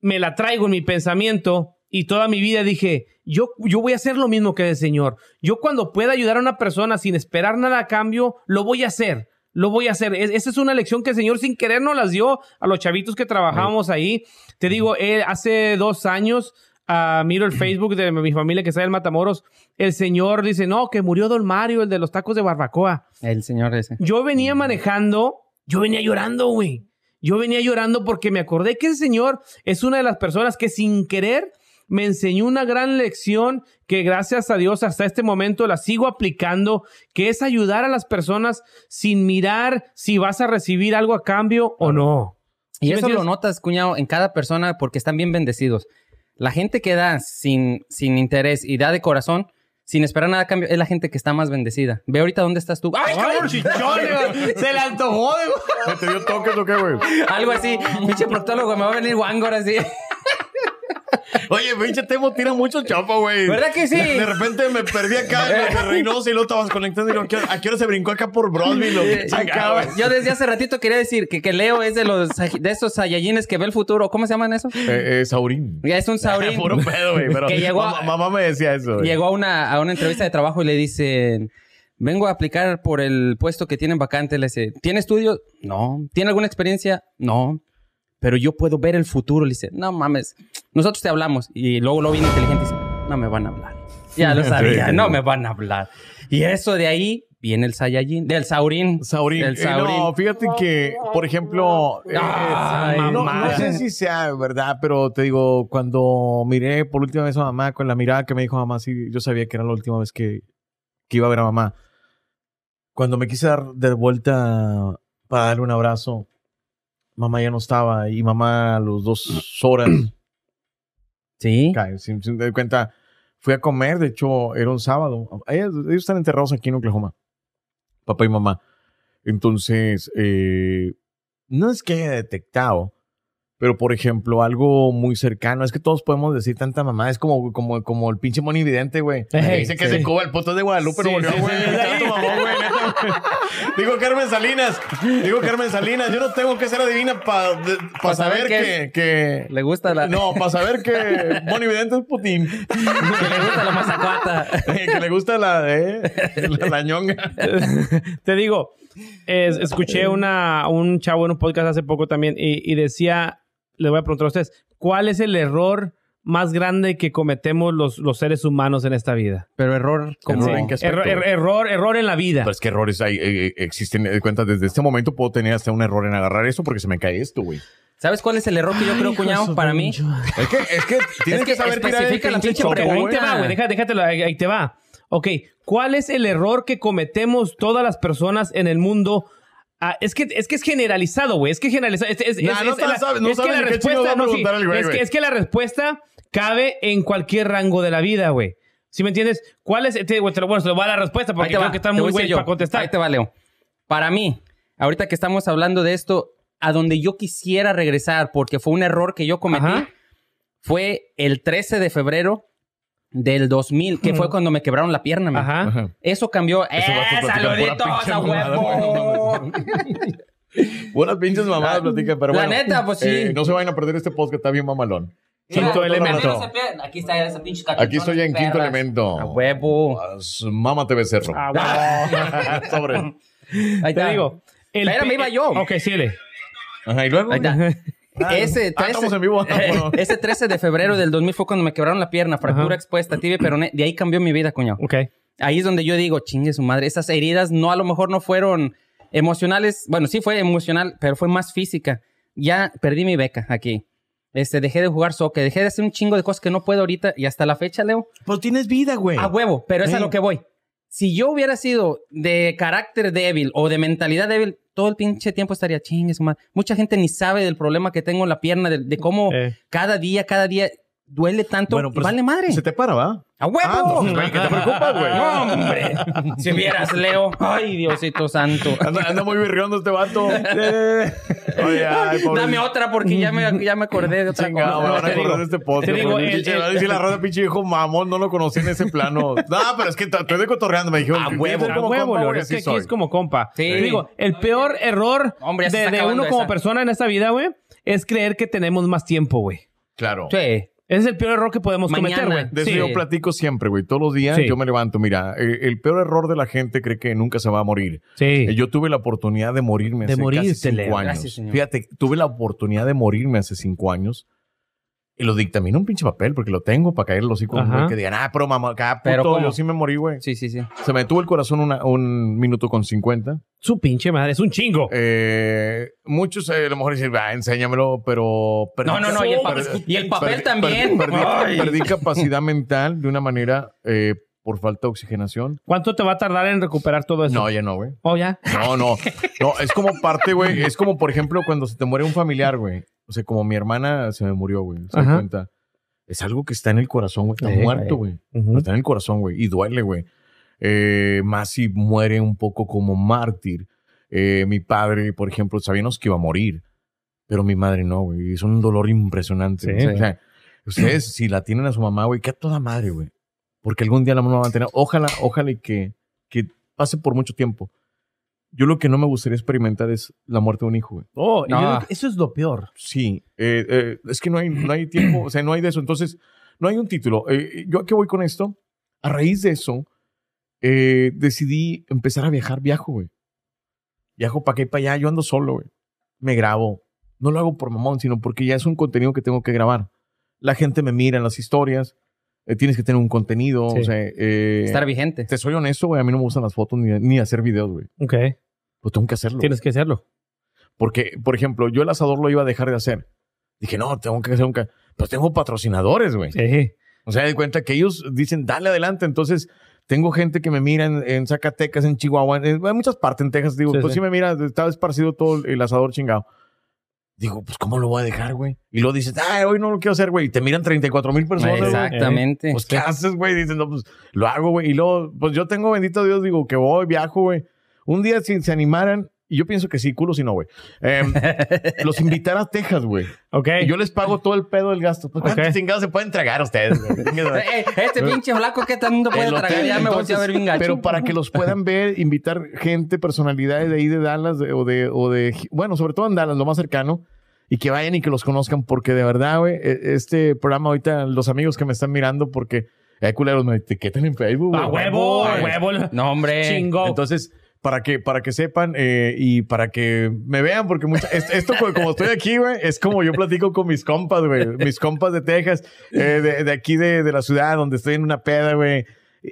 Speaker 1: me la traigo en mi pensamiento y toda mi vida dije, yo, yo voy a hacer lo mismo que el Señor. Yo cuando pueda ayudar a una persona sin esperar nada a cambio, lo voy a hacer. Lo voy a hacer. Es- esa es una lección que el Señor sin querer nos las dio a los chavitos que trabajábamos ahí. Te digo, eh, hace dos años ah, miro el Facebook de mi familia que está en Matamoros. El Señor dice, no, que murió Don Mario, el de los tacos de barbacoa.
Speaker 2: El señor ese.
Speaker 1: Yo venía manejando, yo venía llorando, güey. Yo venía llorando porque me acordé que el Señor es una de las personas que sin querer me enseñó una gran lección que gracias a Dios hasta este momento la sigo aplicando, que es ayudar a las personas sin mirar si vas a recibir algo a cambio o no. ¿Sí me
Speaker 2: Y eso lo
Speaker 1: entiendes?
Speaker 2: notas, cuñado, en cada persona porque están bien bendecidos. La gente que da sin, sin interés y da de corazón, sin esperar nada a cambio, es la gente que está más bendecida. Ve ahorita dónde estás tú. ¡Ay, cabrón!
Speaker 1: Se le antojó de...
Speaker 3: ¿Te dio toques o qué, güey?
Speaker 2: Algo así. Pinche proctólogo, me va a venir guango ahora sí.
Speaker 3: Oye, pinche Temo tira mucho chapa, güey.
Speaker 2: ¿Verdad que sí?
Speaker 3: De repente me perdí acá en los de Reynosa y luego estabas conectando y digo, ¿a qué hora- ¿a qué hora se brincó acá por Brosby? Lo que chingado, güey.
Speaker 2: Yo desde hace ratito quería decir que, que Leo es de los de esos Saiyajines que ve el futuro. ¿Cómo se llaman eso?
Speaker 3: Eh, eh, Saurín.
Speaker 2: Es un Saurín.
Speaker 3: Puro pedo, güey. Pero
Speaker 2: Que llegó a-
Speaker 3: mamá, mamá me decía eso. güey.
Speaker 2: Llegó a una, a una entrevista de trabajo y le dicen, vengo a aplicar por el puesto que tienen vacante. Le dice, ¿tiene estudios? No. ¿Tiene alguna experiencia? No. Pero yo puedo ver el futuro. Le dice, no mames, nosotros te hablamos. Y luego lo viene inteligente y dice, no me van a hablar. Ya lo sabía, no me van a hablar. Y eso de ahí viene el Saiyajin, del Saurín.
Speaker 3: Saurín.
Speaker 2: Del
Speaker 3: Eh,
Speaker 2: Saurín. Ah,
Speaker 3: no, fíjate que, por ejemplo, eh,
Speaker 2: Ay,
Speaker 3: no, no
Speaker 1: mamá.
Speaker 3: sé si sea verdad, pero te digo, cuando miré por última vez a mamá, con la mirada que me dijo mamá, sí, yo sabía que era la última vez que, que iba a ver a mamá. Cuando me quise dar de vuelta para darle un abrazo, mamá ya no estaba y mamá a las dos horas
Speaker 2: Sí.
Speaker 3: Cae, sin, sin dar cuenta. Fui a comer, de hecho, era un sábado. Ellos, ellos están enterrados aquí en Oklahoma. Papá y mamá. Entonces, eh, no es que haya detectado, Pero, por ejemplo, algo muy cercano. Es que todos podemos decir tanta mamá. Es como, como, como el pinche monividente, güey. Que
Speaker 1: Ey,
Speaker 3: Dice que
Speaker 1: sí.
Speaker 3: se coba el poto de
Speaker 1: Sí,
Speaker 3: Guadalupe, pero volvió,
Speaker 1: sí,
Speaker 3: güey.
Speaker 1: sí, sí.
Speaker 3: Tanto mamón, güey, neta, güey. Digo Carmen Salinas. Digo Carmen Salinas. Yo no tengo que ser adivina para
Speaker 2: Pa'
Speaker 3: saber
Speaker 2: saber
Speaker 3: que... que-
Speaker 2: Le gusta la.
Speaker 3: No, para saber que monividente es Putin. eh,
Speaker 2: Que le gusta la mazacuata.
Speaker 3: que le gusta la de... eh, La, la ñonga.
Speaker 1: Te digo, es- escuché una, un chavo en un podcast hace poco también y, y decía, le voy a preguntar a ustedes, ¿cuál es el error más grande que cometemos los, los seres humanos en esta vida?
Speaker 2: Pero error como.
Speaker 3: Error en que- aspecto,
Speaker 1: Error, er-
Speaker 3: güey?
Speaker 1: error, error en la vida.
Speaker 3: Pues qué errores hay, eh, eh, existen. eh, Cuenta, desde este momento puedo tener hasta un error en agarrar eso porque se me cae esto, güey.
Speaker 2: ¿Sabes cuál es el error que yo creo, cuñado? Para mí.
Speaker 3: Es que, es que tienes
Speaker 2: Es
Speaker 3: que,
Speaker 2: que
Speaker 3: saber tirar el
Speaker 2: especifica la
Speaker 3: pinche
Speaker 2: pinche
Speaker 3: choco,
Speaker 1: Pero ahí
Speaker 3: güey.
Speaker 1: te va,
Speaker 2: ¿ah?
Speaker 1: güey. Deja- déjatelo, ahí, ahí te va. Ok, ¿cuál es el error que cometemos todas las personas en el mundo? Ah, es, que, es que es generalizado, güey. Es que generalizado. Es, es-
Speaker 3: Nah,
Speaker 1: es-
Speaker 3: no
Speaker 1: es
Speaker 3: sa-
Speaker 1: la-
Speaker 3: sabe- no
Speaker 1: es que
Speaker 3: sabe
Speaker 1: la
Speaker 3: ni qué chingados va
Speaker 1: respuesta
Speaker 3: a
Speaker 1: no, sí.
Speaker 3: preguntar el güey,
Speaker 1: es, que,
Speaker 3: güey.
Speaker 1: es que la respuesta cabe en cualquier rango de la vida, güey. ¿Sí me entiendes? ¿Cuál es? Te, bueno, te lo bueno, se lo voy a dar la respuesta
Speaker 2: Ahí
Speaker 1: porque
Speaker 2: te
Speaker 1: creo
Speaker 2: va,
Speaker 1: que está
Speaker 2: te voy
Speaker 1: muy
Speaker 2: a decir
Speaker 1: güey
Speaker 2: yo.
Speaker 1: para contestar.
Speaker 2: Ahí te va, Leo. Para mí, ahorita que estamos hablando de esto, a donde yo quisiera regresar, porque fue un error que yo cometí,
Speaker 1: Ajá.
Speaker 2: fue el 13 de febrero del 2000, que fue cuando me quebraron la pierna. man.
Speaker 1: Ajá.
Speaker 3: Ajá.
Speaker 2: Eso cambió. ¡Eh,
Speaker 3: Ese vato platica
Speaker 2: saluditos
Speaker 3: pura pinche
Speaker 2: a
Speaker 3: mamada,
Speaker 2: huevo!
Speaker 3: Buenas pinches mamadas, platica, pero
Speaker 2: Ah, La
Speaker 3: bueno.
Speaker 2: neta, pues sí. pues,
Speaker 3: Eh, no se vayan a perder este podcast, está bien mamalón.
Speaker 1: Quinto
Speaker 3: Quinto
Speaker 1: elemento.
Speaker 3: elemento.
Speaker 2: Aquí está esa pinche
Speaker 3: Aquí estoy en quinto elemento.
Speaker 2: A huevo.
Speaker 3: As- Mámate becerro.
Speaker 1: Ah, bueno.
Speaker 3: Sobre.
Speaker 2: Ahí
Speaker 1: Te
Speaker 2: está.
Speaker 1: digo. el
Speaker 2: Espérame,
Speaker 1: pe-
Speaker 2: iba yo.
Speaker 1: Ok, síguele.
Speaker 3: Ajá, y luego.
Speaker 2: Ahí está. Ese
Speaker 3: Ah,
Speaker 2: 13,
Speaker 3: estamos en vivo. Ah, bueno.
Speaker 2: ese 13 de febrero del 2000 fue cuando me quebraron la pierna, fractura
Speaker 1: Ajá.
Speaker 2: expuesta, tibia y peroné. De ahí cambió mi vida, cuñado.
Speaker 1: Ok.
Speaker 2: Ahí es donde yo digo, chingue su madre, esas heridas no a lo mejor no fueron emocionales, bueno, sí fue emocional, pero fue más física. Ya perdí mi beca aquí. Este, dejé de jugar soccer, dejé de hacer un chingo de cosas que no puedo ahorita y hasta la fecha, Leo,
Speaker 4: Pues tienes vida, güey.
Speaker 2: a huevo, pero es a
Speaker 4: Sí.
Speaker 2: lo que voy. Si yo hubiera sido de carácter débil o de mentalidad débil, todo el pinche tiempo estaría chingue su madre. Mucha gente ni sabe del problema que tengo en la pierna, de, de cómo
Speaker 1: Eh.
Speaker 2: cada día, cada día duele tanto.
Speaker 4: Bueno,
Speaker 2: y
Speaker 4: pues,
Speaker 2: vale madre.
Speaker 3: Se te para, ¿va?
Speaker 2: ¡A huevo!
Speaker 3: Ah, no, pues, güey, ¿qué te preocupas, güey?
Speaker 2: No, hombre. Si vieras, Leo. Ay, Diosito santo.
Speaker 3: Anda, anda muy virriondo este vato. Oye, ay, pobre-
Speaker 2: Dame otra porque ya me, ya me acordé de otra
Speaker 3: Chingado, me
Speaker 2: cosa.
Speaker 3: van a
Speaker 1: Te digo,
Speaker 3: acordar de este podcast.
Speaker 1: te digo,
Speaker 3: güey.
Speaker 1: el-
Speaker 3: Pinche,
Speaker 1: el-
Speaker 3: van a decir la rata, pinche hijo mamón, no lo conocí en ese plano. No, pero es que t- estoy de cotorreando, me dijeron.
Speaker 2: A
Speaker 3: que-
Speaker 2: huevo,
Speaker 3: que
Speaker 1: A
Speaker 3: como
Speaker 1: huevo,
Speaker 3: compa,
Speaker 1: León,
Speaker 3: güey,
Speaker 1: Es que
Speaker 3: así
Speaker 1: aquí
Speaker 3: soy.
Speaker 1: es como compa.
Speaker 2: Sí.
Speaker 1: Te digo, el peor error
Speaker 2: Hombre, ya se
Speaker 1: de,
Speaker 2: está
Speaker 1: de
Speaker 2: acabando
Speaker 1: uno como
Speaker 2: esa.
Speaker 1: persona en esta vida, güey, es creer que tenemos más tiempo, güey.
Speaker 3: Claro.
Speaker 2: Sí.
Speaker 1: Ese es el peor error que podemos
Speaker 2: Mañana.
Speaker 1: cometer, güey.
Speaker 3: De eso
Speaker 1: Sí.
Speaker 3: yo platico siempre, güey. Todos los días
Speaker 1: Sí.
Speaker 3: yo me levanto. Mira, eh, el, peor error de la gente cree que nunca se va a morir.
Speaker 1: Sí.
Speaker 3: Eh, Yo tuve la oportunidad de morirme
Speaker 1: De
Speaker 3: hace
Speaker 1: morirte,
Speaker 3: casi cinco
Speaker 1: Leo.
Speaker 3: años.
Speaker 2: Gracias, señor.
Speaker 3: Fíjate, tuve la oportunidad de morirme hace cinco años. Y lo dictaminó un pinche papel porque lo tengo para caer los hijos
Speaker 1: Ajá.
Speaker 3: que digan, ah, pero mamá, acá,
Speaker 2: Pero
Speaker 3: puto,
Speaker 2: ¿cómo?
Speaker 3: yo sí me morí, güey.
Speaker 2: Sí, sí, sí.
Speaker 3: Se me detuvo el corazón una- un minuto con cincuenta.
Speaker 1: Su pinche madre, es un chingo.
Speaker 3: Eh, muchos eh, a lo mejor dicen, ah, enséñamelo, pero... perdí-
Speaker 2: No, no, no. Y el, papel-
Speaker 3: perdí-
Speaker 2: y el papel
Speaker 3: perdí-
Speaker 2: también.
Speaker 3: Perdí,
Speaker 2: Ay.
Speaker 3: perdí capacidad mental de una manera eh, por falta de oxigenación.
Speaker 1: ¿Cuánto te va a tardar en recuperar todo eso?
Speaker 3: No, ya no, güey.
Speaker 1: Oh, ya.
Speaker 3: No, no. No, es como parte, güey. Es como, por ejemplo, cuando se te muere un familiar, güey. O sea, como mi hermana se me murió, güey. ¿Se da
Speaker 1: Ajá.
Speaker 3: cuenta? Es algo que está en el corazón, güey. Está
Speaker 1: Sí,
Speaker 3: muerto,
Speaker 1: sí.
Speaker 3: güey.
Speaker 1: Ujú.
Speaker 3: Está en el corazón, güey. Y duele, güey. Eh, más si muere un poco como mártir. Eh, mi padre, por ejemplo, sabíamos que iba a morir. Pero mi madre no, güey. Es un dolor impresionante.
Speaker 1: Sí.
Speaker 3: O sea, ustedes, si la tienen a su mamá, güey, que a toda madre, güey. Porque algún día la mamá va a tener. Ojalá, ojalá y que, que pase por mucho tiempo. Yo lo que no me gustaría experimentar es la muerte de un hijo, güey.
Speaker 1: Oh, y yo
Speaker 2: No.
Speaker 1: creo que eso es lo peor.
Speaker 3: Sí, eh, eh, es que no hay, no hay tiempo, o sea, no hay de eso. Entonces, no hay un título. Eh, ¿Yo a qué voy con esto? A raíz de eso, eh, decidí empezar a viajar. Viajo, güey. Viajo para acá y para allá. Yo ando solo, güey. Me grabo. No lo hago por mamón, sino porque ya es un contenido que tengo que grabar. La gente me mira en las historias. eh, tienes que tener un contenido.
Speaker 1: Sí.
Speaker 3: O sea, eh,
Speaker 2: Estar vigente.
Speaker 3: te soy honesto, güey. A mí no me gustan las fotos ni, ni hacer videos, güey.
Speaker 1: Ok.
Speaker 3: Pero tengo que hacerlo.
Speaker 1: Tienes que hacerlo.
Speaker 3: Porque, por ejemplo, yo el asador lo iba a dejar de hacer. Dije, no, tengo que hacer un... ca- Pues tengo patrocinadores, güey.
Speaker 1: Sí.
Speaker 3: O sea, de cuenta que ellos dicen, dale adelante. Entonces, tengo gente que me mira en, en Zacatecas, en Chihuahua, en, en muchas partes, en Texas. Digo,
Speaker 1: Sí,
Speaker 3: pues
Speaker 1: sí.
Speaker 3: sí me mira, estaba esparcido todo el, el asador chingado. Digo, pues, ¿cómo lo voy a dejar, güey? Y luego dices, ah, hoy no lo quiero hacer, güey. Y te miran 34 mil personas, güey.
Speaker 2: Exactamente.
Speaker 3: Pues, ¿qué haces, güey? Dicen, no, pues lo hago, güey. Y luego, pues yo tengo, bendito Dios, digo que voy, viajo, güey. Un día, si se animaran yo pienso que sí, culo si no, güey. Em, los invitar a Texas, güey.
Speaker 1: Ok.
Speaker 3: Y yo les pago todo el pedo del gasto. Pues, ¿Cuántas
Speaker 1: Eh. Ok.
Speaker 3: chingadas se pueden tragar ustedes? güey?
Speaker 2: Eh, este pinche flaco que tanto puede
Speaker 3: El hotel,
Speaker 2: tragar. Ya me voy
Speaker 3: entonces,
Speaker 2: a ver bien gacho.
Speaker 3: Pero para que los puedan ver, invitar gente, personalidades de ahí de Dallas de- o, de, o de... Bueno, sobre todo en Dallas, lo más cercano. Y que vayan y que los conozcan porque de verdad, güey, e- este programa ahorita, los amigos que me están mirando porque... Hay culeros, me etiquetan en Facebook.
Speaker 1: A
Speaker 3: güey.
Speaker 1: huevo, a
Speaker 3: Ay,
Speaker 1: huevo.
Speaker 2: No, hombre.
Speaker 1: Chingo.
Speaker 3: Entonces, para que, para que sepan eh, y para que me vean, porque mucha- es- esto, como- como estoy aquí, güey, es como yo platico con mis compas, güey, mis compas de Texas, eh, de, de aquí de, de la ciudad, donde estoy en una peda, güey.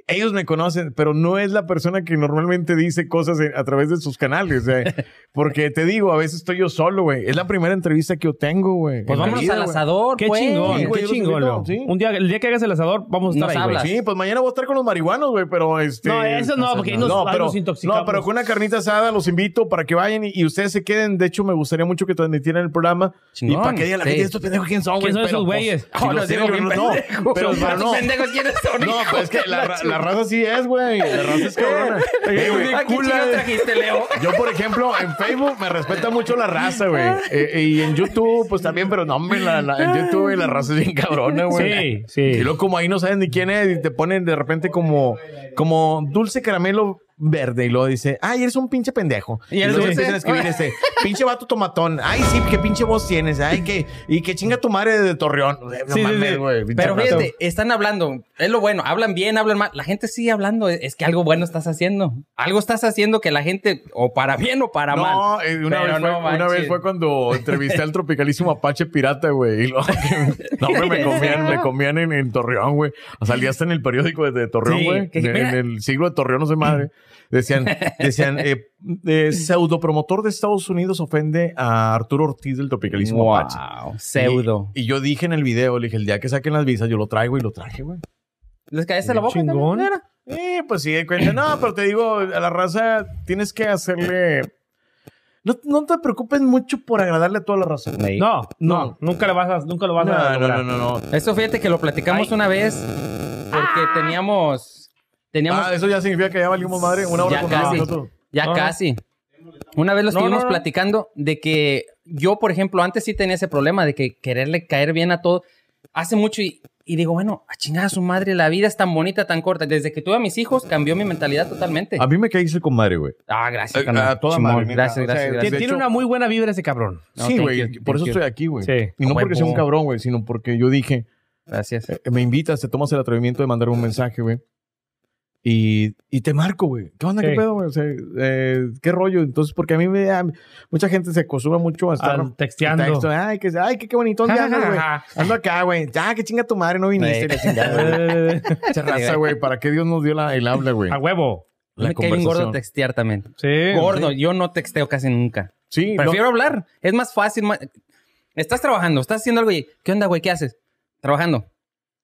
Speaker 3: Ellos me conocen, pero no es la persona que normalmente dice cosas en- a través de sus canales, eh, porque te digo, a veces estoy yo solo, güey. Es la primera entrevista que yo tengo, güey.
Speaker 2: Pues
Speaker 3: en la
Speaker 2: vámonos
Speaker 3: vida,
Speaker 2: al
Speaker 3: güey.
Speaker 2: asador,
Speaker 1: Qué
Speaker 2: pues.
Speaker 1: chingón,
Speaker 3: Sí, güey,
Speaker 1: qué
Speaker 3: yo los
Speaker 1: chingón.
Speaker 3: invito,
Speaker 1: Leo.
Speaker 3: sí.
Speaker 1: Un día, el día que hagas el asador, vamos a estar
Speaker 2: Nos
Speaker 1: ahí, güey.
Speaker 2: hablas.
Speaker 3: Sí, pues mañana voy a estar con los marihuanos, güey, pero este.
Speaker 1: No, eso no, porque ahí nos- ahí
Speaker 3: pero,
Speaker 1: nos intoxicamos.
Speaker 3: No, pero con una carnita asada los invito para que vayan y, y ustedes se queden. De hecho, me gustaría mucho que transmitieran el programa.
Speaker 2: Chingón,
Speaker 3: y para que diga la
Speaker 2: sí.
Speaker 3: gente, estos pendejos, ¿quién son,
Speaker 1: ¿Quién
Speaker 3: güey?
Speaker 1: son
Speaker 3: Pero,
Speaker 1: esos
Speaker 3: pues,
Speaker 1: güeyes?
Speaker 3: si
Speaker 2: Ah,
Speaker 3: los
Speaker 2: los
Speaker 3: tienen,
Speaker 2: digo bien
Speaker 3: no,
Speaker 2: pendejos.
Speaker 3: pero para
Speaker 2: Estos
Speaker 3: no.
Speaker 2: pendejos, ¿quiénes son?
Speaker 3: No,
Speaker 2: hijo
Speaker 3: pues es que
Speaker 2: de
Speaker 3: la, ra- la raza sí es, güey. La raza es cabrona. Eh, güey,
Speaker 2: ¿A quién chingados trajiste, Leo?
Speaker 3: yo, por ejemplo, en Facebook me respeta mucho la raza, güey. Eh, eh, y en YouTube, pues también, pero no, hombre, la, la- en YouTube güey, la raza es bien cabrona, güey.
Speaker 1: Sí, sí.
Speaker 3: Y luego como ahí no saben ni quién es y te ponen de repente como, como dulce caramelo verde y luego dice, ay, eres un pinche pendejo.
Speaker 2: ¿Y
Speaker 3: Y,
Speaker 2: el
Speaker 3: luego
Speaker 2: dulce?
Speaker 3: empiezan a escribir este, pinche vato tomatón. Ay, sí, qué pinche voz tienes. Ay, que, y que chinga tu madre de Torreón. No
Speaker 1: sí,
Speaker 3: mames,
Speaker 1: sí.
Speaker 3: güey, pinche
Speaker 2: Pero
Speaker 3: raza.
Speaker 2: fíjate, están hablando, es lo bueno, hablan bien, hablan mal, la gente sigue hablando, es que algo bueno estás haciendo, algo estás haciendo que la gente, o para bien o para
Speaker 3: No,
Speaker 2: mal.
Speaker 3: eh, una,
Speaker 2: Pero
Speaker 3: vez fue,
Speaker 2: no
Speaker 3: una
Speaker 2: manches.
Speaker 3: vez fue cuando entrevisté al tropicalísimo Apache Pirata, güey. Y luego que- no, hombre, me comían, me comían en, en Torreón, güey. O sea, ya está en el periódico de, de Torreón,
Speaker 2: Sí,
Speaker 3: güey.
Speaker 2: que-
Speaker 3: en,
Speaker 2: mira.
Speaker 3: en el siglo de Torreón, no sé madre. Decían, decían, eh, eh, pseudopromotor de Estados Unidos ofende a Arturo Ortiz del tropicalísimo
Speaker 2: Wow,
Speaker 3: Apache.
Speaker 2: pseudo.
Speaker 3: Y, y yo dije en el video, le dije, el día que saquen las visas, yo lo traigo y lo traje, güey.
Speaker 2: ¿Les caíste la boca? también?
Speaker 1: chingón.
Speaker 2: Mira.
Speaker 3: Eh, pues sí, de cuenta. No, pero te digo, a la raza tienes que hacerle. No, no te preocupes mucho por agradarle a toda la raza. No,
Speaker 1: No, no, nunca lo vas a, nunca lo vas a
Speaker 3: no, no,
Speaker 1: lograr.
Speaker 3: no, no, no.
Speaker 2: Eso fíjate que lo platicamos una vez, porque teníamos, teníamos,
Speaker 3: Ah, eso ya significa que ya valimos madre una hora
Speaker 2: Ya
Speaker 3: con
Speaker 2: casi.
Speaker 3: nosotros.
Speaker 2: ya
Speaker 1: no, no.
Speaker 2: casi. Una vez lo
Speaker 1: No,
Speaker 2: estuvimos
Speaker 1: no, no.
Speaker 2: platicando de que yo, por ejemplo, antes sí tenía ese problema de que quererle caer bien a todo. Hace mucho y, y digo, bueno, a chingar a su madre, la vida es tan bonita, tan corta. Desde que tuve a mis hijos cambió mi mentalidad totalmente.
Speaker 1: Ah,
Speaker 3: A mí me caíste con madre, güey.
Speaker 2: Ah, gracias,
Speaker 3: Eh,
Speaker 2: carnal.
Speaker 3: a toda
Speaker 2: Simón,
Speaker 3: madre, neta.
Speaker 2: Gracias,
Speaker 3: O sea,
Speaker 2: gracias,
Speaker 3: de-
Speaker 1: Tiene-
Speaker 2: gracias.
Speaker 3: de
Speaker 1: Tiene
Speaker 3: hecho-
Speaker 1: una muy buena vibra ese cabrón.
Speaker 2: No,
Speaker 3: sí,
Speaker 2: thank
Speaker 3: güey.
Speaker 2: you,
Speaker 3: Por eso
Speaker 2: thank you.
Speaker 3: estoy aquí, güey.
Speaker 1: Sí.
Speaker 3: Y no porque sea un
Speaker 2: Huevo.
Speaker 3: cabrón, güey, sino porque yo dije,
Speaker 2: Gracias.
Speaker 3: eh, me invitas, te tomas el atrevimiento de mandarme un mensaje, güey. Y, y te marco, güey. ¿Qué onda?
Speaker 1: Sí.
Speaker 3: ¿Qué pedo, güey? O sea, eh, ¿qué rollo? Entonces, porque a mí me da... Mucha gente se acostumbra mucho a estar...
Speaker 1: Al texteando.
Speaker 3: texto. Ay, que, ay, que qué bonito. ¿Dónde
Speaker 1: Ja,
Speaker 3: andas,
Speaker 1: ja,
Speaker 3: güey?
Speaker 1: ja.
Speaker 3: Ando acá, güey. Ya, qué chinga tu madre, no viniste.
Speaker 2: Sí.
Speaker 3: la chingada, güey.
Speaker 1: Eh,
Speaker 3: Mucha raza, güey. ¿Para qué Dios nos dio la, el habla, güey?
Speaker 1: a huevo.
Speaker 3: La
Speaker 2: me cae bien gordo
Speaker 3: conversación.
Speaker 2: textear también.
Speaker 1: Sí.
Speaker 2: Gordo, yo no texteo casi nunca.
Speaker 3: Sí, no,
Speaker 2: Prefiero hablar. Es más fácil. más- Estás trabajando, estás haciendo algo y ¿qué onda, güey? ¿Qué haces? Trabajando.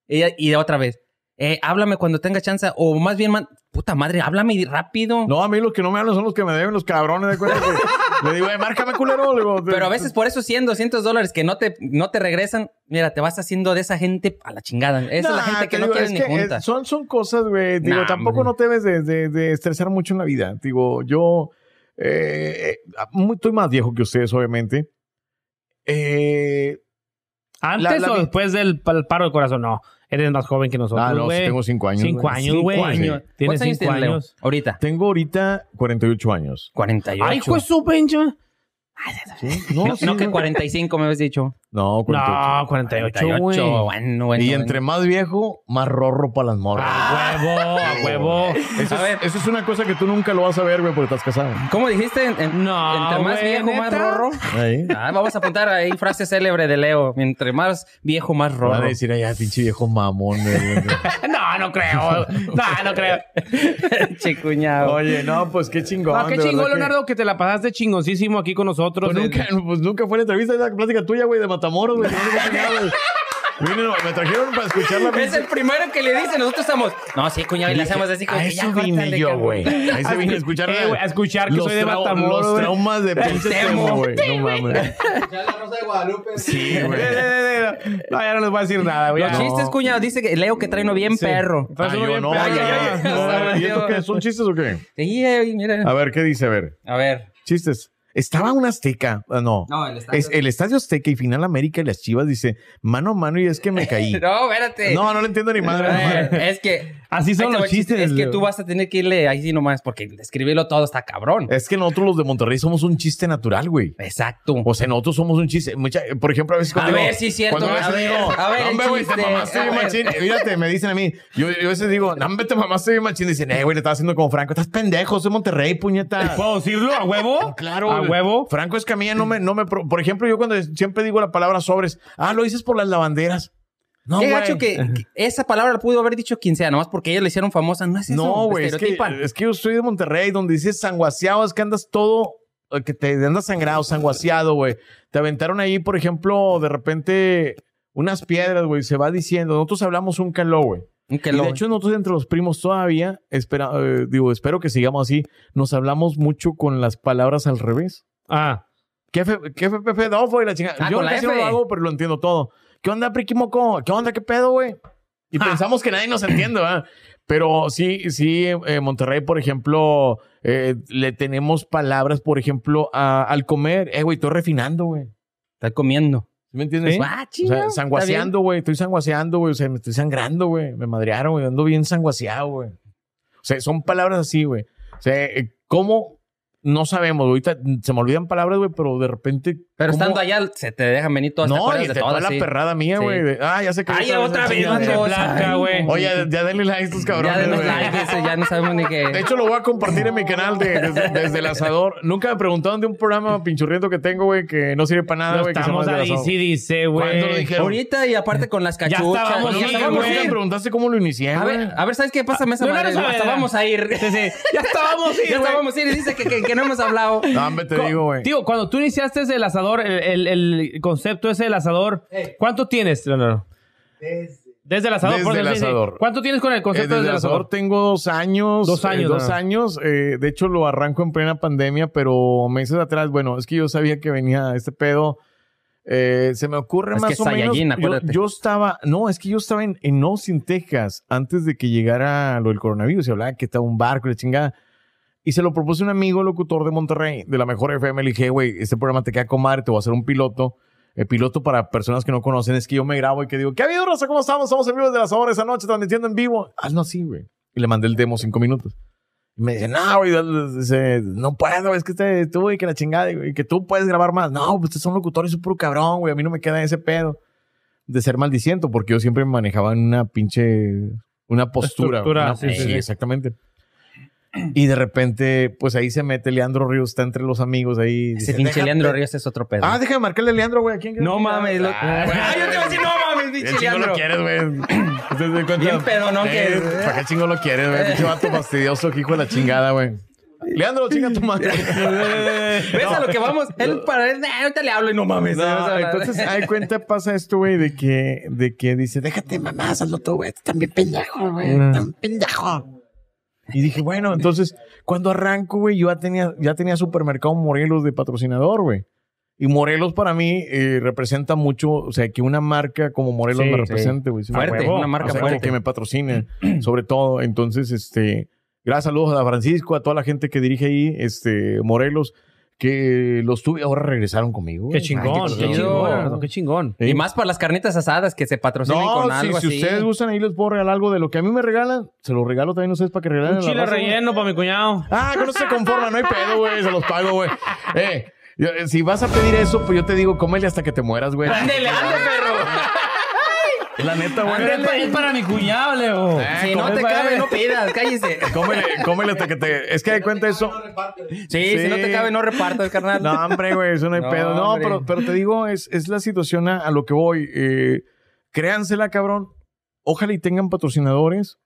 Speaker 2: Y, y otra vez. eh, háblame cuando tenga chance. O más bien, man- puta madre, háblame rápido.
Speaker 3: no, a mí los que no me hablan son los que me deben, los cabrones, de cuenta. güey. Le digo, "Eh, márcame, culero. Le digo,
Speaker 2: Pero a veces por esos 100, 200 dólares que no te, no te regresan, mira, te vas haciendo de esa gente a la chingada. Esa es la
Speaker 3: Nah,
Speaker 2: gente que
Speaker 3: te
Speaker 2: no
Speaker 3: digo,
Speaker 2: quieres
Speaker 3: es
Speaker 2: ni
Speaker 3: que, eh,
Speaker 2: juntas.
Speaker 3: Son, son cosas, güey. Digo,
Speaker 2: Nah,
Speaker 3: tampoco
Speaker 2: hombre.
Speaker 3: no te debes de, de- de estresar mucho en la vida. Digo, yo eh, eh, muy- estoy más viejo que ustedes, obviamente. Eh,
Speaker 1: ¿Antes
Speaker 3: La- la
Speaker 1: o
Speaker 3: vi-
Speaker 1: después del pa- el paro del corazón? No. Eres más joven que
Speaker 3: ah,
Speaker 1: nosotros,
Speaker 3: no, sí
Speaker 1: güey.
Speaker 3: tengo cinco años.
Speaker 1: Cinco
Speaker 3: güey.
Speaker 1: años, güey.
Speaker 3: años.
Speaker 1: Tienes
Speaker 2: ¿Cuántos
Speaker 1: cinco
Speaker 2: años tienes, Leo?
Speaker 1: años.
Speaker 2: Ahorita.
Speaker 3: Tengo ahorita 48 años.
Speaker 2: 48.
Speaker 1: Ay, pues su pinche.
Speaker 3: No,
Speaker 2: No,
Speaker 3: sí,
Speaker 2: no, que
Speaker 3: no.
Speaker 2: 45 me habías dicho.
Speaker 3: No, 48.
Speaker 1: No, 48, güey.
Speaker 2: Bueno, bueno.
Speaker 3: y entre más viejo, más rorro para las morras.
Speaker 1: A huevo, a huevo.
Speaker 3: Eso,
Speaker 2: a ver.
Speaker 3: es, eso es una cosa que tú nunca lo vas a ver, güey, porque estás casado.
Speaker 2: bueno. ¿Cómo dijiste? En- en-
Speaker 1: No,
Speaker 2: Entre más
Speaker 1: güey,
Speaker 2: viejo, más
Speaker 1: ¿neta?
Speaker 2: rorro.
Speaker 3: Ahí.
Speaker 2: Ah, vamos a apuntar ahí frase célebre de Leo. Entre más viejo, más
Speaker 3: Van
Speaker 2: rorro.
Speaker 3: a decir, ay, ya, pinche viejo mamón. güey".
Speaker 1: No, no creo. No, no creo.
Speaker 2: Che, cuñado.
Speaker 3: Oye, no, pues qué chingón.
Speaker 1: No, Ah, qué
Speaker 3: de
Speaker 1: chingón,
Speaker 3: verdad que-
Speaker 1: Leonardo, que te la pasaste chingoncísimo aquí con nosotros.
Speaker 3: Pues nunca, pues nunca fue la entrevista, es la plática tuya, güey, de Matamoros, güey. Vino, me trajeron para escuchar la
Speaker 2: Es el primero que le dice, nosotros estamos. No, sí, cuñado, y le hacemos así como
Speaker 3: A
Speaker 2: que ya
Speaker 3: eso vine
Speaker 2: córtale,
Speaker 3: yo,
Speaker 2: cabrón".
Speaker 3: güey. A eso vine a escuchar,
Speaker 1: Eh, güey, a escuchar que soy de
Speaker 3: trau-
Speaker 1: Matamoros,
Speaker 3: los
Speaker 1: güey.
Speaker 3: traumas de pinche
Speaker 2: Temo.
Speaker 3: Temo, güey. No mames.
Speaker 5: Ya la Rosa de Guadalupe.
Speaker 1: Eh,
Speaker 3: Sí, güey.
Speaker 1: No, ya no les voy a decir nada, güey.
Speaker 2: Los
Speaker 1: Ya.
Speaker 2: chistes, cuñado, dice que Leo que trae uno bien
Speaker 1: Sí.
Speaker 2: perro.
Speaker 1: Pero
Speaker 3: Ah,
Speaker 1: son
Speaker 3: yo
Speaker 1: bien
Speaker 3: no,
Speaker 1: perros.
Speaker 2: ay, ay, ay.
Speaker 3: No, ¿Y esto
Speaker 2: Dios.
Speaker 3: qué? ¿Son chistes o qué?
Speaker 2: Sí, eh, mira.
Speaker 3: A ver, ¿qué dice? A ver.
Speaker 2: A ver.
Speaker 3: Chistes. Estaba un azteca. Ah, no.
Speaker 2: No, el estadio.
Speaker 3: Es el Estadio Azteca y final América y las Chivas dice mano a mano y es que me caí.
Speaker 2: No, espérate.
Speaker 3: No, no le entiendo ni
Speaker 2: A
Speaker 3: madre.
Speaker 2: ver, es que.
Speaker 1: Así son
Speaker 2: Ahí te
Speaker 1: los
Speaker 2: va el chiste.
Speaker 1: chistes,
Speaker 2: Es que
Speaker 1: Leo.
Speaker 2: tú vas a tener que irle ahí sí nomás, porque escribirlo todo está cabrón.
Speaker 3: Es que nosotros los de Monterrey somos un chiste natural, güey.
Speaker 2: Exacto.
Speaker 3: O sea, nosotros somos un chiste. Mucha- por ejemplo, a veces cuando.
Speaker 2: A
Speaker 3: digo-
Speaker 2: ver, sí, cierto,
Speaker 3: Cuando
Speaker 2: güey.
Speaker 3: a veces
Speaker 2: A ver,
Speaker 3: digo,
Speaker 2: a ver,
Speaker 3: "No,
Speaker 2: el
Speaker 3: hombre, güey, te
Speaker 2: chiste.
Speaker 3: mamaste
Speaker 2: A
Speaker 3: bien
Speaker 2: ver.
Speaker 3: machín. Fíjate, me dicen a mí. Yo, yo a veces digo, no, hombre, te mamaste bien machín. Dicen, eh, güey, le estás haciendo como Franco. Estás pendejo, soy Monterrey, puñeta.
Speaker 1: ¿Puedo decirlo? ¿A huevo?
Speaker 3: Claro.
Speaker 1: ¿A
Speaker 3: güey.
Speaker 1: huevo?
Speaker 3: Franco Escamilla no me, no me. pro- Por ejemplo, yo cuando siempre digo la palabra sobres, ah, lo dices por las lavanderas. No,
Speaker 2: Qué
Speaker 3: güey.
Speaker 2: gacho que, que esa palabra la pudo haber dicho quien sea, nomás porque ellos la hicieron famosa. No es eso.
Speaker 3: No, güey, es que,
Speaker 2: estereotipan.
Speaker 3: es que yo soy de Monterrey, donde dices sanguaseado, es que andas todo, eh, que te andas sangrado, sanguaseado, güey. Te aventaron ahí, por ejemplo, de repente unas piedras, güey, se va diciendo. Nosotros hablamos un caló, güey.
Speaker 2: Aunque
Speaker 3: eh, Y
Speaker 2: lo-
Speaker 3: De hecho, nosotros entre los primos todavía, espera, eh, digo, espero que sigamos así, nos hablamos mucho con las palabras al revés.
Speaker 1: Ah.
Speaker 3: ¿Qué, fe, qué fe- fe- fe- no, fue la chingada?
Speaker 2: Ah,
Speaker 3: Yo
Speaker 2: con la
Speaker 3: casi no
Speaker 2: F.
Speaker 3: lo hago, pero lo entiendo todo. ¿Qué onda, Priquimoco? ¿Qué onda? ¿Qué pedo, güey? Y
Speaker 2: Ah.
Speaker 3: pensamos que nadie nos entiende, ¿verdad? Pero sí, sí, eh, Monterrey, por ejemplo, eh, le tenemos palabras, por ejemplo, a- al comer. Eh, güey, estoy refinando, güey.
Speaker 2: está comiendo.
Speaker 3: ¿Sí me entiendes?
Speaker 2: Ah, chinga,
Speaker 3: O sea,
Speaker 2: está bien.
Speaker 3: sanguaseando, güey. Estoy sanguaseando, güey. O sea, me estoy sangrando, güey. Me madrearon, güey. Ando bien sanguaseado, güey. O sea, son palabras así, güey. O sea, eh, ¿cómo? No sabemos. Ahorita se me olvidan palabras, güey, pero de repente...
Speaker 2: Pero
Speaker 3: ¿cómo?
Speaker 2: estando allá, se te dejan venir todas
Speaker 3: No,
Speaker 2: estas
Speaker 3: y
Speaker 2: de
Speaker 3: te toda
Speaker 2: todas.
Speaker 3: la
Speaker 2: sí.
Speaker 3: perrada mía,
Speaker 2: Sí.
Speaker 3: güey. de, Ay, ya sé que...
Speaker 2: Ay, otra vez,
Speaker 1: Ande
Speaker 2: Dios,
Speaker 1: blanca,
Speaker 2: ay.
Speaker 1: güey.
Speaker 3: Oye, ya, ya denle like a estos cabrones,
Speaker 2: Ya denos
Speaker 3: güey.
Speaker 2: like, ese, ya no sabemos ni qué.
Speaker 3: De hecho, lo voy a compartir en mi canal de- desde, desde el asador. Nunca me preguntaron de un programa pinchurriento que tengo, güey, que no sirve para nada,
Speaker 1: Lo
Speaker 3: Ah, güey. que se llama
Speaker 1: estamos a
Speaker 3: Desde el Asador.
Speaker 1: DC, dice,
Speaker 3: ¿Cuándo lo
Speaker 1: güey.
Speaker 3: dijeron?
Speaker 2: Ahorita y aparte con las cachuchas.
Speaker 1: estábamos,
Speaker 2: ya
Speaker 1: sí,
Speaker 2: estábamos,
Speaker 1: güey.
Speaker 3: Nunca me preguntaste cómo lo inicié,
Speaker 2: A
Speaker 3: güey.
Speaker 2: ver, a ver, ¿sabes qué? Pásame esa
Speaker 1: No, no,
Speaker 2: madre.
Speaker 1: no, no,
Speaker 2: Hasta
Speaker 1: no.
Speaker 2: vamos a ir.
Speaker 1: Ya estábamos, sí,
Speaker 2: ya
Speaker 1: güey.
Speaker 2: estábamos a ir y dice que, que- que no hemos hablado.
Speaker 3: No, hombre, te
Speaker 1: Co-
Speaker 3: digo, güey.
Speaker 1: Tío, cuando tú iniciaste el asador, el, el- el concepto ese del asador,
Speaker 5: Ey.
Speaker 1: ¿cuánto tienes, Leonardo? Desde el asador.
Speaker 3: Desde
Speaker 1: por
Speaker 3: el
Speaker 1: decir, sí.
Speaker 3: asador.
Speaker 1: ¿Cuánto tienes con el
Speaker 3: Eh,
Speaker 1: concepto
Speaker 3: desde
Speaker 1: desde
Speaker 3: el asador tengo dos años.
Speaker 1: Dos
Speaker 3: eh,
Speaker 1: años,
Speaker 3: dos
Speaker 1: ajá.
Speaker 3: años. eh, de hecho, lo arranco en plena pandemia, pero meses atrás, bueno, es que yo sabía que venía este pedo. Eh, se me ocurre
Speaker 2: Es
Speaker 3: más
Speaker 2: que
Speaker 3: o menos.
Speaker 2: Saiyajin,
Speaker 3: yo-
Speaker 2: acuérdate.
Speaker 3: Yo, estaba, no, es que yo estaba en, en Austin, Texas, antes de que llegara lo del coronavirus. Se hablaba que estaba un barco, y la chingada. Y se lo propuse a un amigo locutor de Monterrey, de la mejor FM. Le dije, güey, este programa te queda con madre, te voy a hacer un piloto. El piloto para personas que no conocen es que yo me grabo y que digo, ¿qué ha habido, Rosa? ¿Cómo estamos? Estamos en vivo desde las horas esa noche, transmitiendo en vivo. Hazlo así, güey. Y le mandé el demo cinco minutos. Y me dice, no, güey, dale, dice, no puedo, es que este, tú, güey, que la chingada, güey, que tú puedes grabar más. No, pues ustedes son locutores, un puro cabrón, güey, a mí no me queda ese pedo de ser maldiciento, porque yo siempre me manejaba en una pinche, una postura.
Speaker 1: Estructura,
Speaker 3: una-
Speaker 1: sí, sí, sí.
Speaker 3: exactamente. Y de repente, pues ahí se mete Leandro Ríos, está entre los amigos ahí.
Speaker 2: Ese
Speaker 3: dice,
Speaker 2: pinche
Speaker 3: "Déjate".
Speaker 2: Leandro Ríos es otro pedo.
Speaker 3: Ah, déjame marcarle a Leandro, güey, ¿a quién
Speaker 2: no mames. Lo...
Speaker 3: Ah, güey.
Speaker 2: Ah, yo te iba a decir, no mames,
Speaker 3: El
Speaker 2: pinche
Speaker 3: chingo
Speaker 2: Leandro.
Speaker 3: lo quieres, güey. Ustedes se cuentan.
Speaker 2: Bien pedo, ¿no? Que-
Speaker 3: Eh, ¿Para qué chingo lo quieres, güey? Pinche vato fastidioso, hijo de la chingada, güey. Leandro, chinga tu madre.
Speaker 2: ¿Ves a lo que vamos? Él para él, "Ah, ahorita le hablo y no mames.
Speaker 3: No,
Speaker 2: ¿sabes? O sea,
Speaker 3: entonces, hay cuenta, pasa esto, güey, de que, de que dice, déjate mamás, hazlo tú, güey, estás bien pendejo, güey,
Speaker 1: Ah.
Speaker 3: tan pendejo. Y dije, bueno, entonces, cuando arranco, güey, yo ya tenía, ya tenía Supermercado Morelos de patrocinador, güey. Y Morelos para mí eh, representa mucho, o sea, que una marca como Morelos
Speaker 1: Sí,
Speaker 3: me
Speaker 1: sí.
Speaker 3: represente, güey. sí me
Speaker 2: Fuerte,
Speaker 3: huevo.
Speaker 2: una marca
Speaker 3: O sea, que-
Speaker 2: fuerte.
Speaker 3: Que me patrocine, sobre todo. Entonces, este, gracias, saludos a Francisco, a toda la gente que dirige ahí, este, Morelos, que los tuve, ahora regresaron conmigo.
Speaker 1: Qué
Speaker 3: güey.
Speaker 1: chingón,
Speaker 2: Ay, qué
Speaker 1: qué
Speaker 2: chido.
Speaker 1: chingón, qué chingón.
Speaker 3: Sí.
Speaker 2: Y más para las carnitas asadas que se patrocinan
Speaker 3: No,
Speaker 2: con
Speaker 3: si,
Speaker 2: algo
Speaker 3: si
Speaker 2: así.
Speaker 3: ustedes gustan, ahí les puedo regalar algo de lo que a mí me regalan. Se lo regalo también a ustedes para que
Speaker 1: Un
Speaker 3: regalen. a la
Speaker 1: chile
Speaker 3: raza, güey.
Speaker 1: relleno para mi cuñado.
Speaker 3: Ah, que no se conforma, no hay pedo, güey. Se los pago, güey. Eh, yo- eh, si vas a pedir eso, pues yo te digo, cómele hasta que te mueras, güey.
Speaker 2: Ándele,
Speaker 1: Ah,
Speaker 2: ándele, perro.
Speaker 3: La neta,
Speaker 1: Pero es
Speaker 3: güey.
Speaker 1: pa- es para mi cuñado, Leo.
Speaker 2: Si no te cabe, no pidas, cállese.
Speaker 3: Cómele, cómele hasta que te. Es que de cuenta eso.
Speaker 2: Sí, si no te cabe, no repartas, carnal.
Speaker 3: No, hombre, güey, eso no hay
Speaker 2: No,
Speaker 3: pedo. No,
Speaker 2: hombre.
Speaker 3: pero, pero te digo, es, es la situación a, a lo que voy. Eh, créansela, cabrón. Ojalá y tengan patrocinadores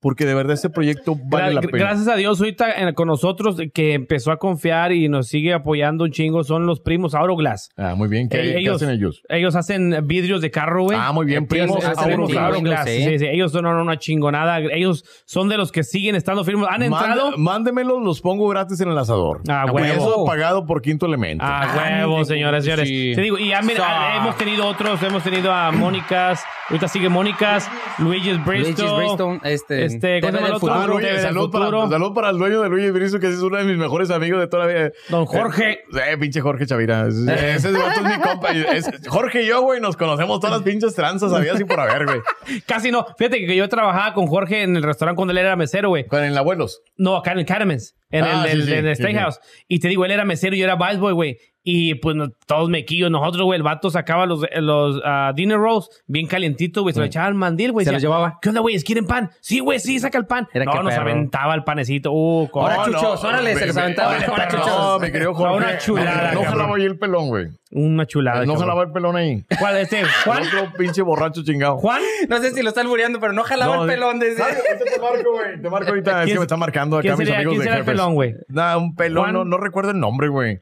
Speaker 3: porque de verdad este proyecto vale la
Speaker 1: Gra-
Speaker 3: pena.
Speaker 1: Gracias a Dios, ahorita eh, con nosotros que empezó a confiar y nos sigue apoyando un chingo son los primos Auroglass.
Speaker 3: Ah, muy bien. ¿Qué,
Speaker 1: Eh,
Speaker 3: qué hacen ellos?
Speaker 1: Ellos hacen vidrios de carro, güey.
Speaker 3: Ah, muy bien, primos.
Speaker 2: hacen
Speaker 3: Auro
Speaker 2: vidrios.
Speaker 3: Glass.
Speaker 1: Claro,
Speaker 2: Windows,
Speaker 1: Glass.
Speaker 2: ¿eh?
Speaker 1: Sí, sí, ellos son una chingonada. Ellos son de los que siguen estando firmes. Han entrado.
Speaker 3: Manda- mándemelos, los pongo gratis en el asador.
Speaker 1: Ah,
Speaker 3: Y
Speaker 1: huevo.
Speaker 3: Eso pagado por quinto elemento. Ah,
Speaker 1: A Ah, huevo, señoras y señores.
Speaker 3: sí.
Speaker 1: Te digo, y ya, mira,
Speaker 2: Sa-
Speaker 1: hemos tenido otros, hemos tenido a Mónicas, ahorita sigue Mónicas, Luigi's
Speaker 2: Luigi's
Speaker 1: Bristol.
Speaker 2: Bristol,
Speaker 3: eh.
Speaker 2: este,
Speaker 1: este, ¿cómo
Speaker 2: TV
Speaker 1: se llama
Speaker 2: del
Speaker 1: el otro?
Speaker 3: Ah,
Speaker 2: futuro.
Speaker 1: Luis,
Speaker 3: oye,
Speaker 1: del
Speaker 3: salud, para,
Speaker 1: futuro.
Speaker 3: salud para el dueño de Luis Brizo, que es uno de mis mejores amigos de toda la vida.
Speaker 1: Don Jorge.
Speaker 3: Eh, pinche Jorge Chavira. Ese ese vato es mi compa. Y es- Jorge y yo, güey, nos conocemos todas las pinches tranzas, había y por haber, güey.
Speaker 1: Casi no. Fíjate que yo trabajaba con Jorge en el restaurante cuando él era mesero, güey.
Speaker 3: Con el abuelos.
Speaker 1: No, acá en el Carmen's, en
Speaker 3: Ah,
Speaker 1: el,
Speaker 3: sí,
Speaker 1: el-
Speaker 3: sí,
Speaker 1: en el
Speaker 3: sí,
Speaker 1: Steakhouse. Y te digo, él era mesero y yo era vice boy, güey. Y pues no- todos mequillos, nosotros, güey, el vato sacaba los, los ah, dinner rolls bien calientito, güey. Se lo echaba al mandil, güey.
Speaker 2: Se
Speaker 1: Decía,
Speaker 2: los llevaba.
Speaker 1: ¿Qué onda, güey? ¿Quieren pan? Sí, güey, sí, saca el pan.
Speaker 2: Era que
Speaker 1: no, nos
Speaker 2: perro.
Speaker 1: aventaba el panecito. Uh, con-
Speaker 2: Ahora,
Speaker 3: No,
Speaker 2: chuchos,
Speaker 3: no,
Speaker 2: órale,
Speaker 3: ve-
Speaker 2: se los
Speaker 3: ve-
Speaker 2: aventaba.
Speaker 3: ve-
Speaker 2: Ahora,
Speaker 3: No,
Speaker 2: chuchos.
Speaker 3: mi querido Jorge.
Speaker 1: Una chulada,
Speaker 3: No
Speaker 1: cabrón.
Speaker 3: jalaba ahí el pelón, güey.
Speaker 1: Una chulada.
Speaker 3: No
Speaker 1: cabrón.
Speaker 3: jalaba el pelón ahí.
Speaker 1: ¿Cuál? Este, Juan.
Speaker 3: El otro pinche borracho chingado.
Speaker 1: Juan.
Speaker 2: No sé si lo están muriendo, pero no jalaba
Speaker 3: No,
Speaker 2: el
Speaker 3: sí.
Speaker 2: pelón desde.
Speaker 3: Ah, ahorita Te marco, güey. Te marco ahorita. Es
Speaker 1: ¿Quién-
Speaker 3: que me están marcando acá
Speaker 1: ¿Quién
Speaker 3: mis
Speaker 1: sería,
Speaker 3: amigos
Speaker 1: quién
Speaker 3: de
Speaker 1: sería el
Speaker 3: jefes.
Speaker 1: pelón, güey?
Speaker 3: Nah, un pelón,
Speaker 1: Juan.
Speaker 3: no, no recuerdo el nombre, güey.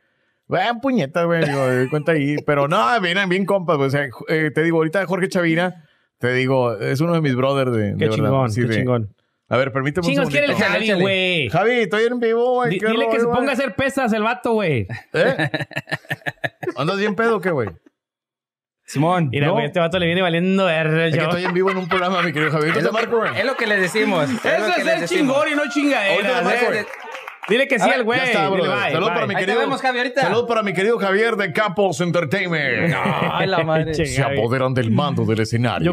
Speaker 3: Vean puñetas, güey, digo, de cuenta ahí. Pero no, bien, bien compas, güey. O sea, eh, te digo, ahorita Jorge Chavira, te digo, es uno de mis brothers de, de
Speaker 1: Qué
Speaker 3: verdad.
Speaker 1: chingón,
Speaker 3: Sí,
Speaker 1: qué
Speaker 3: de-
Speaker 1: chingón.
Speaker 3: A ver, permíteme
Speaker 1: Chingos
Speaker 3: un
Speaker 1: quiere el
Speaker 3: segundito.
Speaker 1: Javi,
Speaker 2: Échale.
Speaker 1: güey.
Speaker 3: Javi, estoy en vivo, güey.
Speaker 1: Di-
Speaker 3: qué
Speaker 1: Dile que se
Speaker 3: rollo,
Speaker 1: ponga a
Speaker 3: güey.
Speaker 1: hacer pesas el vato, güey.
Speaker 3: ¿Eh? ¿Andas bien pedo o qué, güey?
Speaker 2: Simón.
Speaker 1: Mira,
Speaker 2: no.
Speaker 1: güey, este vato le viene valiendo verga.
Speaker 3: Es que estoy en vivo en un programa, mi querido Javi. Ahorita
Speaker 2: Es lo,
Speaker 3: te marco, güey.
Speaker 2: que, es lo que les decimos. lo
Speaker 1: Eso
Speaker 2: que
Speaker 1: es
Speaker 2: les
Speaker 1: ser
Speaker 2: decimos.
Speaker 1: chingón y no
Speaker 3: Ahorita te
Speaker 1: chingadera.
Speaker 3: marco, güey.
Speaker 1: Dile que sí
Speaker 2: A ver,
Speaker 1: al güey.
Speaker 3: Ya está,
Speaker 1: Dile
Speaker 3: brother.
Speaker 1: bye,
Speaker 3: Salud
Speaker 1: bye.
Speaker 3: para mi
Speaker 2: Ahí te
Speaker 3: querido.
Speaker 2: vemos, Javi, ahorita.
Speaker 3: Salud para mi querido Javier de Capos Entertainment.
Speaker 2: Ay, la madre.
Speaker 1: Che,
Speaker 3: Se apoderan del mando del escenario.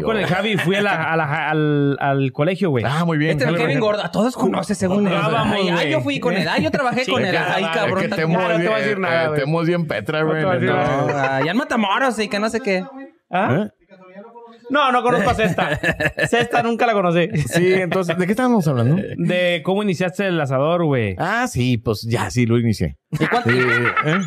Speaker 1: Yo con el Javi fui a la- a la- al, al colegio, güey.
Speaker 3: Ah, muy bien.
Speaker 2: Este es el
Speaker 3: Javi,
Speaker 2: Kevin
Speaker 3: Javi.
Speaker 2: Gordo. A todos conoces, según él.
Speaker 1: Vamos,
Speaker 2: Ay,
Speaker 1: güey.
Speaker 2: ay, yo fui con él. Ay, yo trabajé con él. Ay,
Speaker 1: Es
Speaker 2: cabrón.
Speaker 3: Es que
Speaker 2: tan-
Speaker 3: Temo
Speaker 1: Nah, no
Speaker 3: es
Speaker 1: te voy a
Speaker 3: bien-
Speaker 1: decir nada,
Speaker 3: eh,
Speaker 1: güey.
Speaker 3: Temo es bien Petra, güey.
Speaker 1: te voy a decir
Speaker 3: No.
Speaker 1: nada.
Speaker 2: No, ay, en Matamoros y que no sé qué.
Speaker 1: ¿Ah?
Speaker 3: ¿Eh?
Speaker 5: De casualidad no conoces
Speaker 1: No, no conozco a Cesta. Cesta nunca la conocí.
Speaker 3: Sí, entonces, ¿de qué estábamos hablando?
Speaker 1: De cómo iniciaste el asador, güey.
Speaker 3: Ah, sí, pues ya, sí, lo inicié.
Speaker 2: ¿Y, cuánto-
Speaker 3: Sí, ¿eh?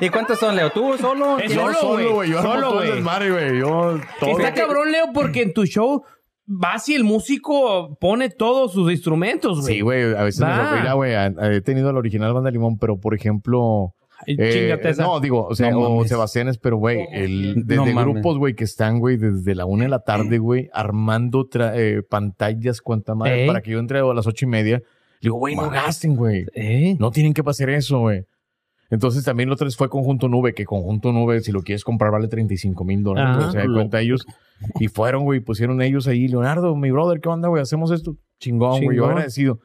Speaker 2: ¿Y cuántos son, Leo? ¿Tú solo?
Speaker 1: Es
Speaker 2: ¿Quién-
Speaker 3: Yo
Speaker 1: Solo, güey.
Speaker 3: solo, güey. Yo
Speaker 1: Solo,
Speaker 3: solo,
Speaker 1: güey.
Speaker 3: güey. Yo todo.
Speaker 1: Está cabrón, Leo, porque en tu show vas y el músico pone todos sus instrumentos, güey.
Speaker 3: Sí, güey, a veces
Speaker 1: Va.
Speaker 3: me toca, mira, güey, a- a- he tenido al original Banda Limón, pero por ejemplo...
Speaker 1: Ay,
Speaker 3: eh,
Speaker 1: Chingate esa.
Speaker 3: no, digo, o sea,
Speaker 2: No
Speaker 3: o
Speaker 2: mames.
Speaker 3: Sebastianes, pero güey, el-
Speaker 2: No
Speaker 3: desde
Speaker 2: mames.
Speaker 3: grupos, güey, que están, güey, desde la una de la tarde, güey, armando tra- eh, pantallas, cuanta madre,
Speaker 1: Ey.
Speaker 3: para que yo entre a las ocho y media. Le digo, güey, no gasten, güey.
Speaker 1: ¿Eh?
Speaker 3: No tienen que pasar eso, güey. Entonces también lo tres fue Conjunto Nube, que Conjunto Nube, si lo quieres comprar, vale 35 mil dólares.
Speaker 1: Ajá.
Speaker 3: O sea, de cuenta ellos. Y fueron, güey, pusieron ellos ahí, Leonardo, mi brother, ¿qué onda, güey? Hacemos esto. Chingón, güey, yo
Speaker 1: Chingón.
Speaker 3: agradecido.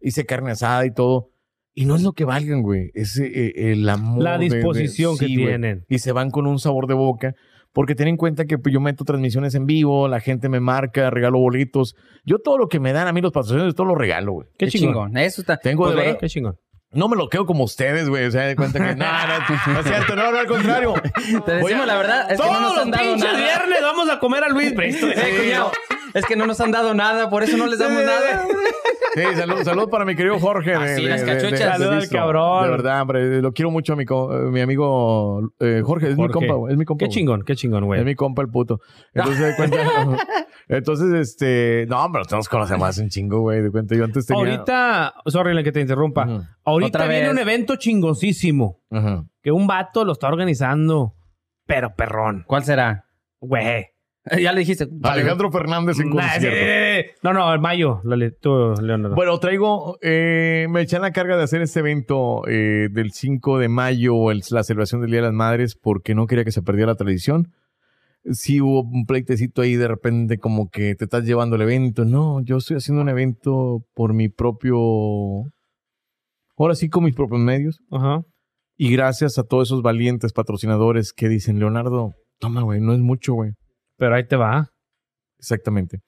Speaker 3: Hice carne asada y todo. Y no es lo que valgan, güey. Es eh, el amor.
Speaker 1: La
Speaker 3: de- de-
Speaker 1: disposición que
Speaker 3: sí, güey.
Speaker 1: tienen.
Speaker 3: Y se van con un sabor de boca. Porque ten en cuenta que pues, yo meto transmisiones en vivo, la gente me marca, regalo boletos. Yo todo lo que me dan a mí los patrocinadores, todo lo regalo, güey.
Speaker 1: Qué chingón.
Speaker 2: Eso está.
Speaker 3: Tengo
Speaker 2: Pues
Speaker 3: de
Speaker 2: ve,
Speaker 3: verdad-
Speaker 1: Qué chingón.
Speaker 3: No me lo quedo como ustedes, güey. O sea, de cuenta que. No, no, no es cierto, no, no, al contrario.
Speaker 2: Te decimos la verdad. Es que no
Speaker 1: Todos
Speaker 2: nos han
Speaker 1: los
Speaker 2: dado
Speaker 1: pinches
Speaker 2: nada.
Speaker 1: viernes vamos a comer a Luis Bristol.
Speaker 2: Eh, cuñado, Es que no nos han dado nada, por eso no les damos nada.
Speaker 3: Sí, salud, salud para mi querido Jorge. de-
Speaker 2: Así,
Speaker 3: de-
Speaker 2: las
Speaker 3: de- de-
Speaker 2: cachuchas.
Speaker 3: de-
Speaker 1: Salud al
Speaker 3: Listo.
Speaker 1: cabrón.
Speaker 3: De verdad, hombre. Lo quiero mucho a mi, co- eh, mi amigo eh, Jorge. Es mi
Speaker 1: Jorge.
Speaker 3: compa, güey, es mi compa.
Speaker 1: Qué
Speaker 3: güey.
Speaker 1: chingón, qué chingón,
Speaker 3: Es
Speaker 1: güey.
Speaker 3: mi compa el puto. Entonces, de cuenta. entonces, este. No, pero todos conocemos hace un chingo, güey. De cuenta, yo antes tenía.
Speaker 1: Ahorita, sorry la que te interrumpa.
Speaker 3: Ujú.
Speaker 1: Ahorita
Speaker 2: Otra
Speaker 1: viene
Speaker 2: vez.
Speaker 1: un evento chingoncísimo
Speaker 3: Ajá.
Speaker 1: que un vato lo está organizando, pero perrón,
Speaker 2: ¿Cuál será? Eh,
Speaker 1: güey.
Speaker 2: Ya le dijiste.
Speaker 3: Alejandro Fernández en
Speaker 1: Nah,
Speaker 3: concierto.
Speaker 1: eh, eh, eh. No, no, en mayo, lo le- tú, Leonardo.
Speaker 3: Bueno, traigo, eh, me echan la carga de hacer este evento eh, del 5 de mayo, el- la celebración del Día de las Madres, porque no quería que se perdiera la tradición. Sí hubo un pleitecito ahí de repente como que te estás llevando el evento. No, yo estoy haciendo un evento por mi propio... Ahora sí, con mis propios medios.
Speaker 1: Ajá.
Speaker 3: Y gracias a todos esos valientes patrocinadores que dicen, Leonardo, toma, güey, no es mucho, güey.
Speaker 1: Pero ahí te va.
Speaker 3: Exactamente.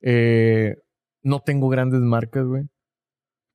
Speaker 3: Eh, no tengo grandes marcas, güey.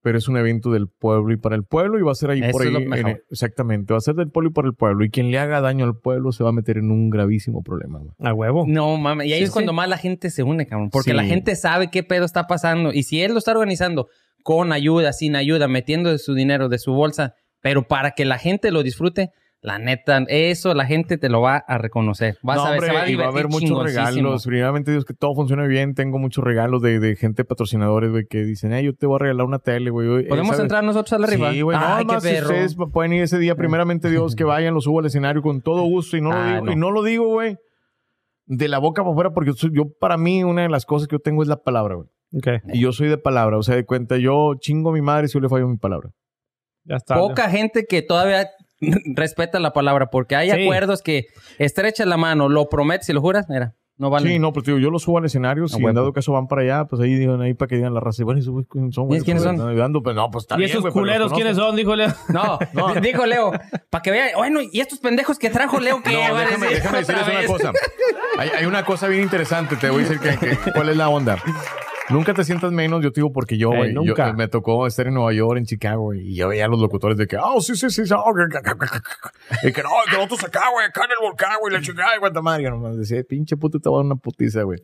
Speaker 3: Pero es un evento del pueblo y para el pueblo y va a ser ahí
Speaker 2: Eso
Speaker 3: por
Speaker 2: es
Speaker 3: ahí.
Speaker 2: lo
Speaker 3: en-
Speaker 2: mejor.
Speaker 3: exactamente, va a ser del pueblo y para el pueblo. Y quien le haga daño al pueblo se va a meter en un gravísimo problema, güey.
Speaker 1: A huevo.
Speaker 2: No mames, y ahí
Speaker 1: Sí,
Speaker 2: es cuando
Speaker 1: sí.
Speaker 2: más la gente se une, cabrón, porque
Speaker 3: Sí.
Speaker 2: la gente sabe qué pedo está pasando y si él lo está organizando con ayuda, sin ayuda, metiendo de su dinero, de su bolsa, pero para que la gente lo disfrute, La neta, eso la gente te lo va a reconocer. Vas
Speaker 3: No,
Speaker 2: a ver, se
Speaker 3: hombre,
Speaker 2: va a
Speaker 3: y va a
Speaker 2: divertir
Speaker 3: haber muchos
Speaker 2: chingoncísimo.
Speaker 3: regalos. Primeramente, Dios, que todo funcione bien. Tengo muchos regalos de, de gente patrocinadores, güey, que dicen, eh, yo te voy a regalar una tele, güey. Eh,
Speaker 2: ¿Podemos
Speaker 3: ¿sabes?
Speaker 2: entrar nosotros a la rival?
Speaker 3: Sí, güey. No,
Speaker 2: Ay, qué
Speaker 3: además, si
Speaker 2: perro.
Speaker 3: ustedes pueden ir ese día. Primeramente, Dios, que vayan, los subo al escenario con todo gusto. Y no lo
Speaker 2: Ah,
Speaker 3: digo,
Speaker 2: no.
Speaker 3: y no lo digo, güey, de la boca para afuera, porque yo, soy- yo, para mí, una de las cosas que yo tengo es la palabra, güey.
Speaker 1: Ok,
Speaker 3: Y yo soy de palabra. O sea, de cuenta, yo chingo a mi madre si yo le fallo mi palabra.
Speaker 1: ya está.
Speaker 2: Poca gente que todavía respeta la palabra, porque hay
Speaker 1: Sí.
Speaker 2: acuerdos que estrechas la mano, lo prometes y lo juras, mira, no vale.
Speaker 3: Sí, no, pero te digo, yo lo subo al escenario. Si en
Speaker 2: huevo.
Speaker 3: dado caso van para allá, pues ahí digan ahí para que digan la raza. Bueno, ¿y esos güeyes quiénes son? güey?
Speaker 2: ¿Y quiénes
Speaker 3: Pues,
Speaker 2: son?
Speaker 3: están ayudando, pues, no, pues está
Speaker 1: ¿Y
Speaker 3: bien,
Speaker 1: esos
Speaker 3: güey, pero
Speaker 1: culeros
Speaker 3: los conozco.
Speaker 1: quiénes son? Dijo Leo.
Speaker 2: No,
Speaker 3: No.
Speaker 2: dijo Leo, para que vea, bueno, y estos pendejos que trajo Leo, que
Speaker 3: No, déjame, déjame decirles una cosa. Hay, hay una cosa bien interesante, te voy a decir que, que- cuál es la onda. Nunca te sientas menos, yo te digo, porque yo,
Speaker 1: Ey,
Speaker 3: güey, yo-
Speaker 1: Eh,
Speaker 3: eh,
Speaker 1: nunca.
Speaker 3: me tocó estar en Nueva York, en Chicago, güey, y yo veía a los locutores de que, ah, sí, sí, sí, sí, ah, que- que- que- que- que- y que no, que nosotros acá, güey, acá en el volcán, güey, la chingada, güey, madre, nomás decía, pinche puto, te va a dar una putiza, güey.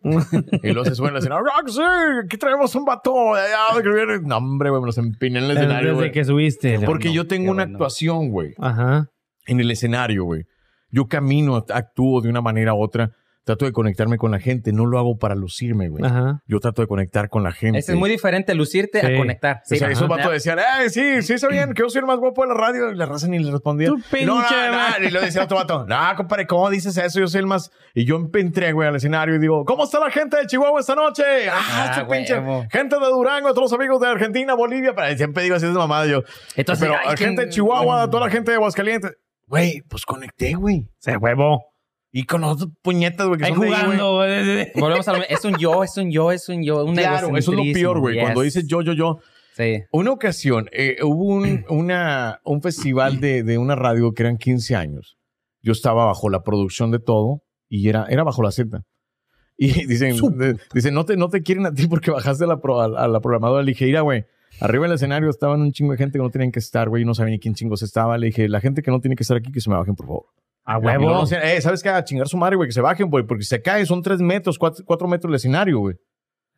Speaker 3: y luego se suben al escenario, ah, sí, aquí traemos un vato, de allá, que viene. no, hombre, güey, me los empiné en el escenario,
Speaker 1: Desde
Speaker 3: güey.
Speaker 1: que subiste. Leo.
Speaker 3: Porque yo tengo
Speaker 2: qué
Speaker 3: una
Speaker 2: bueno.
Speaker 3: actuación, güey
Speaker 1: Ajá.
Speaker 3: en el escenario, güey. Yo camino, actúo de una manera u otra. Trato de conectarme con la gente. No lo hago para lucirme, güey.
Speaker 1: Ajá.
Speaker 3: Yo trato de conectar con la gente.
Speaker 2: Ese es muy diferente lucirte
Speaker 1: Sí.
Speaker 2: a conectar. Ah,
Speaker 3: o sea,
Speaker 2: Ajá.
Speaker 3: esos vatos decían, ¡ay, sí, sí, sabían que yo soy el más guapo de la radio! Y la raza ni le respondía.
Speaker 1: Tú
Speaker 3: no,
Speaker 1: pinche
Speaker 3: no, no.
Speaker 1: madre.
Speaker 3: Y lo decía otro vato, no, compadre, ¿cómo dices eso? Yo soy el más... Y yo entré, güey, al escenario y digo, ¿cómo está la gente de Chihuahua esta noche? ¡Ah,
Speaker 2: Ah,
Speaker 3: su pinche!
Speaker 2: huevo.
Speaker 3: Gente de Durango, todos los amigos de Argentina, Bolivia. Pero siempre digo así de mamada yo.
Speaker 2: Entonces,
Speaker 3: pero
Speaker 2: ay,
Speaker 3: la
Speaker 2: que-
Speaker 3: gente de Chihuahua, toda la gente de Aguascalientes. Güey, pues conecté, güey.
Speaker 1: Se huevo. eh,
Speaker 3: Y con los otros puñetas, güey, que
Speaker 1: Ahí
Speaker 3: son de ahí, güey.
Speaker 1: jugando. güey.
Speaker 2: Volvemos a lo Es un yo, es un yo, es un yo. Un
Speaker 3: Claro, eso es lo peor, güey. Cuando dices yo, yo, yo.
Speaker 2: Sí.
Speaker 3: Una ocasión, eh, hubo un, una, un festival de, de una radio que eran 15 años. Yo estaba bajo la producción de todo y era, era bajo la Z. Y dicen, de- dicen no, te, no te quieren a ti porque bajaste a la, pro- a, a la programadora. Le dije, "Mira, güey, arriba del escenario estaban un chingo de gente que no tenían que estar, güey, y no sabía ni quién chingos estaba. Le dije, la gente que no tiene que estar aquí, que se me bajen, por favor.
Speaker 1: A
Speaker 3: No, no, o
Speaker 1: huevo.
Speaker 3: sea, eh, ¿Sabes qué? A chingar su madre, güey, que se bajen, güey, porque si se cae, son tres metros, cuatro, cuatro metros el escenario, güey.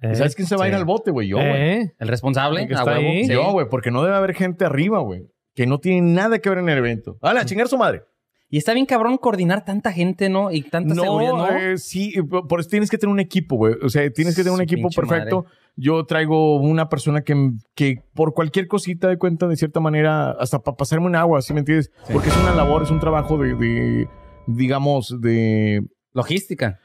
Speaker 3: ¿Y ¿Sabes quién se va a ir
Speaker 2: sí.
Speaker 3: al bote, güey? Yo, güey.
Speaker 1: Eh,
Speaker 2: El responsable,
Speaker 1: El que
Speaker 2: a
Speaker 1: está
Speaker 2: huevo.
Speaker 1: ahí.
Speaker 2: sí.
Speaker 3: Yo, güey, porque no debe haber gente arriba, güey, que no tiene nada que ver en el evento. ¡Hala, a chingar su madre!
Speaker 2: Y está bien cabrón coordinar tanta gente, ¿no? Y tanta seguridad, ¿no?
Speaker 3: eh, sí, eh, por por eso tienes que tener un equipo, güey. O sea, tienes que tener un
Speaker 2: Su
Speaker 3: equipo
Speaker 2: pinche
Speaker 3: perfecto. Yo traigo una persona que, que por cualquier cosita de cuenta, de cierta manera, hasta para pasarme un agua, ¿sí me entiendes? Porque es una labor, es un trabajo de, de, digamos, de...
Speaker 2: Logística.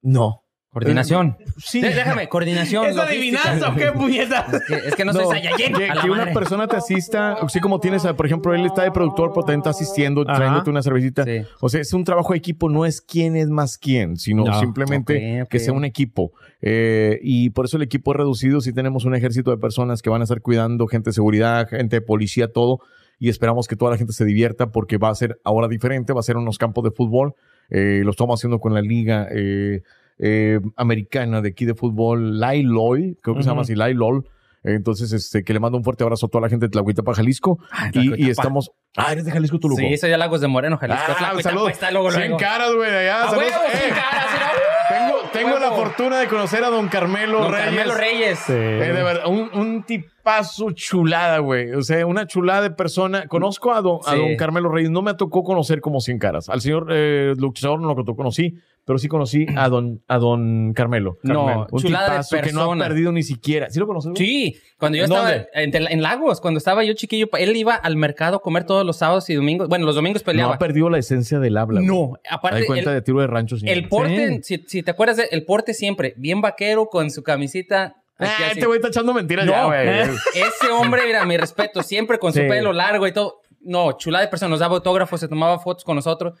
Speaker 3: No. Eh,
Speaker 2: Coordinación.
Speaker 3: Sí.
Speaker 2: Dé- Déjame, coordinación.
Speaker 1: ¿Es
Speaker 2: logística.
Speaker 1: adivinanza o qué puñetas?
Speaker 2: Es que, es que no,
Speaker 3: No,
Speaker 2: soy Saiyajin.
Speaker 3: Que,
Speaker 2: a la
Speaker 3: que una
Speaker 2: madre.
Speaker 3: persona te asista, así como tienes, a- por ejemplo, él está de productor, pero también está asistiendo,
Speaker 1: Ajá.
Speaker 3: trayéndote una cervecita.
Speaker 2: Sí.
Speaker 3: O sea, es un trabajo de equipo, no es quién es más quién, sino
Speaker 1: No.
Speaker 3: simplemente
Speaker 2: Ok, ok.
Speaker 3: que sea un equipo. Eh, y por eso el equipo es reducido, si tenemos un ejército de personas que van a estar cuidando, gente de seguridad, gente de policía, todo. Y esperamos que toda la gente se divierta porque va a ser ahora diferente, va a ser unos campos de fútbol. Eh, lo estamos haciendo con la liga eh, eh, americana de aquí de fútbol, Lailoy, creo que se llama
Speaker 1: Ujú.
Speaker 3: así, Lailol. Entonces, este, que le mando un fuerte abrazo a toda la gente de Tlahuita para Jalisco.
Speaker 2: Ay,
Speaker 3: y, y
Speaker 2: Tlacuitapa.
Speaker 3: estamos. Ah, eres de Jalisco, Toluco.
Speaker 2: Sí, soy de Lagos de Moreno, Jalisco.
Speaker 3: Ah,
Speaker 2: Tlacuitapa,
Speaker 3: saludos.
Speaker 2: está luego,
Speaker 3: Cien
Speaker 2: luego.
Speaker 3: caras, güey, de allá.
Speaker 2: ¡A
Speaker 3: saludos.
Speaker 2: huevo,
Speaker 3: Eh,
Speaker 2: sin caras! mira.
Speaker 3: Tengo, tengo la
Speaker 2: Huevo.
Speaker 3: fortuna de conocer a don Carmelo
Speaker 2: Don
Speaker 3: Reyes.
Speaker 2: Carmelo Reyes.
Speaker 3: Eh, de verdad, un, un tipazo chulada, güey. O sea, una chulada de persona. Conozco a don, a
Speaker 2: Sí.
Speaker 3: don Carmelo Reyes. No me tocó conocer como 100 caras. Al señor eh, luchador no lo conocí, pero sí conocí a don, a don Carmelo.
Speaker 2: No,
Speaker 3: Carmelo. un
Speaker 2: chulada de
Speaker 3: tipazo que no ha
Speaker 2: persona.
Speaker 3: perdido ni siquiera. ¿Sí lo conoces? güey?
Speaker 2: Sí, cuando yo
Speaker 3: ¿En
Speaker 2: estaba
Speaker 3: dónde?
Speaker 2: en, Tel- en Lagos, cuando estaba yo chiquillo, pa- él iba al mercado a comer todos los sábados y domingos. Bueno, los domingos
Speaker 3: No
Speaker 2: peleaba.
Speaker 3: ha perdido la esencia del habla. güey.
Speaker 2: No,
Speaker 3: Hay
Speaker 2: aparte, el,
Speaker 3: cuenta de tiro de rancho, señor.
Speaker 2: el porte, si, si te acuerdas, de- el porte siempre, bien vaquero con su camisita.
Speaker 3: Ah,
Speaker 2: aquí así.
Speaker 3: este güey está echando mentiras
Speaker 2: No,
Speaker 3: ya, güey.
Speaker 2: Ese hombre, mira, mi respeto, siempre con su
Speaker 1: Sí.
Speaker 2: pelo largo y todo. No, chulada de persona, nos daba autógrafos, se tomaba fotos con nosotros.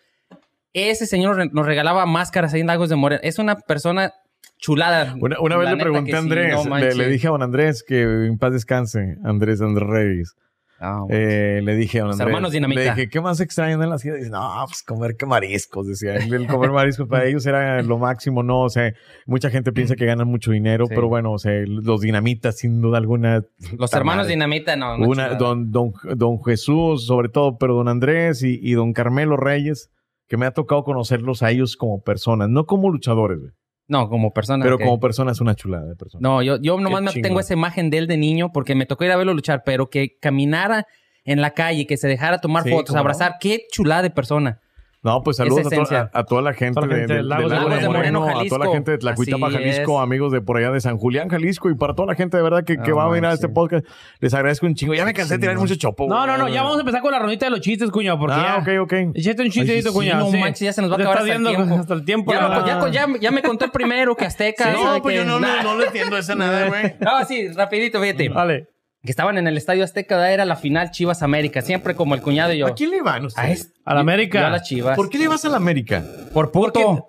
Speaker 2: Ese señor re- nos regalaba máscaras ahí en Lagos de Moreno. Es una persona chulada.
Speaker 3: Una, una vez
Speaker 2: La
Speaker 3: le
Speaker 2: neta
Speaker 3: pregunté
Speaker 2: que
Speaker 3: a
Speaker 2: sí,
Speaker 3: Andrés,
Speaker 2: no
Speaker 3: le- le,
Speaker 2: manches.
Speaker 3: dije a don Andrés que en paz descanse, Andrés Andrés Reyes.
Speaker 2: Ah, bueno.
Speaker 3: Eh, le dije a don
Speaker 2: Los
Speaker 3: Andrés.
Speaker 2: hermanos Dinamita.
Speaker 3: Le dije, ¿qué más extrañan en la ciudad? Dice, no, pues comer que mariscos, decía. él. El comer mariscos para ellos era lo máximo, ¿no? O sea, mucha gente piensa que ganan mucho dinero,
Speaker 2: Sí.
Speaker 3: pero bueno, o sea, los dinamitas, sin duda alguna.
Speaker 2: Los
Speaker 3: puta
Speaker 2: hermanos
Speaker 3: madre.
Speaker 2: Dinamita, no. una
Speaker 3: Una,
Speaker 2: chulada.
Speaker 3: don, don, don Jesús, sobre todo, pero don Andrés y, y don Carmelo Reyes, que me ha tocado conocerlos a ellos como personas, no como luchadores, güey,
Speaker 2: No, como persona. Ah,
Speaker 3: pero
Speaker 2: ok.
Speaker 3: como personas, una chulada de personas.
Speaker 2: No, yo, yo nomás me
Speaker 3: chingón.
Speaker 2: tengo esa imagen de él de niño porque me tocó ir a verlo luchar, pero que caminara en la calle, que se dejara tomar
Speaker 3: Sí,
Speaker 2: fotos,
Speaker 3: cómo no.
Speaker 2: abrazar. Qué chulada de persona.
Speaker 3: No, pues saludos a, to-
Speaker 2: esencia.
Speaker 3: a- a toda la gente
Speaker 1: Toda la
Speaker 3: de,
Speaker 1: gente
Speaker 3: de-
Speaker 1: del Lago
Speaker 3: del
Speaker 1: de
Speaker 3: Lago de
Speaker 1: Moreno,
Speaker 3: Moreno, a
Speaker 2: Jalisco.
Speaker 3: toda la gente de Tlacuitapa,
Speaker 2: Así
Speaker 3: Jalisco,
Speaker 2: es.
Speaker 3: amigos de por allá de San Julián, Jalisco, y para toda la gente de verdad que, que
Speaker 1: Ah,
Speaker 2: No
Speaker 3: va a venir a
Speaker 2: manches.
Speaker 3: este podcast, les agradezco un chingo. Ya me cansé de tirar mucho chopo.
Speaker 1: No,
Speaker 3: güey.
Speaker 1: no, no, ya vamos a empezar con la rondita de los chistes, cuñado, porque
Speaker 3: Ah,
Speaker 1: ya...
Speaker 3: ok, ok.
Speaker 1: Échate un chistecito,
Speaker 3: Ay, sí,
Speaker 1: cuñado.
Speaker 2: no
Speaker 1: sí.
Speaker 2: manches, ya se nos va a
Speaker 1: Te
Speaker 2: acabar
Speaker 1: estás
Speaker 2: hasta el
Speaker 1: viendo
Speaker 2: tiempo.
Speaker 1: hasta el tiempo.
Speaker 2: Ya, pues,
Speaker 1: Ah.
Speaker 2: me- ya- ya- ya me contó el primero que Azteca.
Speaker 3: No,
Speaker 2: sabe
Speaker 3: pues
Speaker 2: que-
Speaker 3: yo no,
Speaker 2: Nah.
Speaker 3: no, no le entiendo esa nada, güey.
Speaker 2: No, sí, rapidito, fíjate.
Speaker 1: Vale.
Speaker 2: Que estaban en el Estadio Azteca, ¿verdad? era la final Chivas América, siempre como el cuñado y yo.
Speaker 3: ¿A quién le van
Speaker 2: A
Speaker 3: ustedes?
Speaker 2: este-
Speaker 1: A la América.
Speaker 2: yo a las Chivas.
Speaker 3: ¿Por qué le vas a la América?
Speaker 2: Por puto.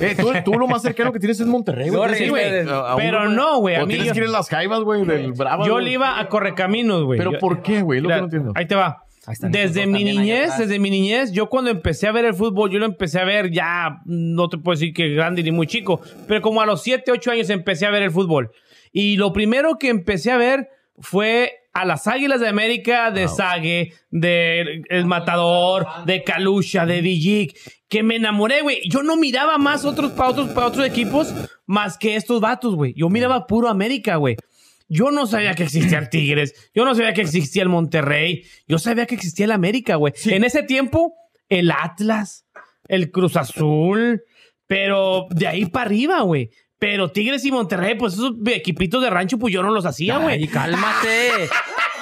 Speaker 3: Eh, tú, tú lo más cercano que tienes es Monterrey, güey.
Speaker 2: Sorry,
Speaker 3: Tienes que ir,
Speaker 2: ustedes.
Speaker 3: eh, a un-
Speaker 1: Pero no, güey, a
Speaker 3: O
Speaker 1: mí
Speaker 3: tienes
Speaker 1: yo-
Speaker 3: que ir a las jaivas, güey, del Bravo.
Speaker 1: Yo
Speaker 3: güey.
Speaker 1: le iba a correcaminos, güey.
Speaker 3: Pero
Speaker 1: Yo-
Speaker 3: ¿por qué, güey? Lo que
Speaker 1: Mira,
Speaker 3: no entiendo.
Speaker 1: Ahí te va.
Speaker 2: Ahí están los
Speaker 1: Desde
Speaker 2: dos
Speaker 1: mi
Speaker 2: también ahí
Speaker 1: niñez,
Speaker 2: atrás.
Speaker 1: desde mi niñez, yo cuando empecé a ver el fútbol, yo lo empecé a ver ya, no te puedo decir que grande ni muy chico, pero como a los 7, 8 años empecé a ver el fútbol. Y lo primero que empecé a ver fue a las Águilas de América de Sague, de El Matador, de Calucha, de Villic, que me enamoré, güey. Yo no miraba más otros para otros, para otros equipos más que estos vatos, güey. Yo miraba puro América, güey. Yo no sabía que existía el Tigres. Yo no sabía que existía el Monterrey. Yo sabía que existía el América, güey. En ese tiempo, el Atlas, el Cruz Azul, pero de ahí para arriba, güey. Pero Tigres y Monterrey, pues esos equipitos de rancho, pues yo no los hacía,
Speaker 2: Ay,
Speaker 1: güey.
Speaker 2: cálmate.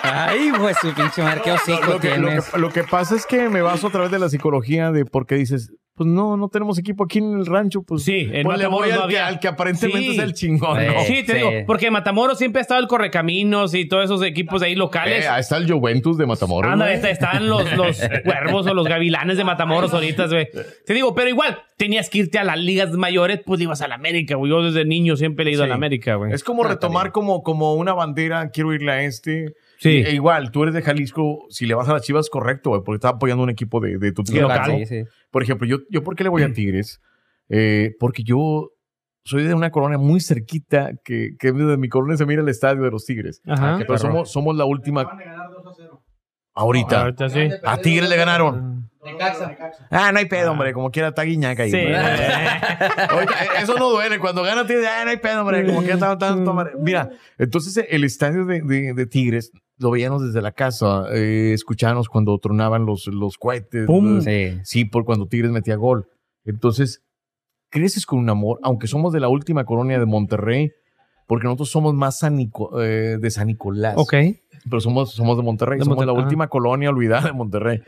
Speaker 2: Ay, güey, su pinche madre, qué hocico
Speaker 3: Lo que, lo,
Speaker 2: tienes.
Speaker 3: que, lo que pasa es que me baso a través de la psicología de por qué dices, pues no, no tenemos equipo aquí en el rancho, pues,
Speaker 1: Sí, en
Speaker 3: pues le
Speaker 1: Matamoros
Speaker 3: voy al,
Speaker 1: no
Speaker 3: que,
Speaker 1: había.
Speaker 3: al que aparentemente
Speaker 1: Sí.
Speaker 3: es el chingón, ¿no?
Speaker 2: Eh,
Speaker 1: Sí, te
Speaker 2: Sí.
Speaker 1: digo, porque Matamoros siempre ha estado el Correcaminos y todos esos equipos ahí locales.
Speaker 3: Eh, ahí está el Juventus de Matamoros.
Speaker 1: Ándale, está-
Speaker 3: güey.
Speaker 1: están los, los cuervos o los gavilanes de Matamoros ahorita, güey. Te digo, pero igual, tenías que irte a las ligas mayores, pues ibas a la América, güey. Yo desde niño siempre he ido a la
Speaker 3: Sí.
Speaker 1: América, güey.
Speaker 3: Es como retomar como, como una bandera, quiero irle a este.
Speaker 1: Sí.
Speaker 3: E igual, tú eres de Jalisco, si le vas a las Chivas, correcto, güey, porque estás apoyando un equipo de, de tu
Speaker 1: Sí,
Speaker 3: tierra,
Speaker 1: local.
Speaker 3: ¿no?
Speaker 2: Sí, sí.
Speaker 3: Por ejemplo, yo, yo ¿por qué le voy a Tigres? Eh, porque yo soy de una colonia muy cerquita que, que desde mi colonia se mira el estadio de los Tigres.
Speaker 1: Ajá.
Speaker 3: Pero pues somos, somos la última
Speaker 5: Acaban de ganar 2 a 0.
Speaker 3: ahorita.
Speaker 1: Ahorita sí.
Speaker 3: A Tigres le ganaron.
Speaker 5: Necaxa. Necaxa.
Speaker 3: Ah, no hay pedo, hombre. Como quiera, está guiñaca ahí.
Speaker 1: Sí.
Speaker 3: hombre. Oye, eso no duele. Cuando gana Tigres, ah, no hay pedo, hombre. Como quiera, está tanto. Mira, entonces eh, el estadio de, de- de Tigres lo veíamos desde la casa. Eh, escuchábamos cuando tronaban los, los cohetes.
Speaker 1: Pum.
Speaker 3: los-
Speaker 2: Sí.
Speaker 3: Sí, por cuando Tigres metía gol. Entonces, creces con un amor, aunque somos de la última colonia de Monterrey, porque nosotros somos más San Nico- eh, de San Nicolás.
Speaker 1: Ok.
Speaker 3: Pero somos, somos de Monterrey,
Speaker 1: De
Speaker 3: somos la
Speaker 1: Monterrey,
Speaker 3: última colonia olvidada de Monterrey.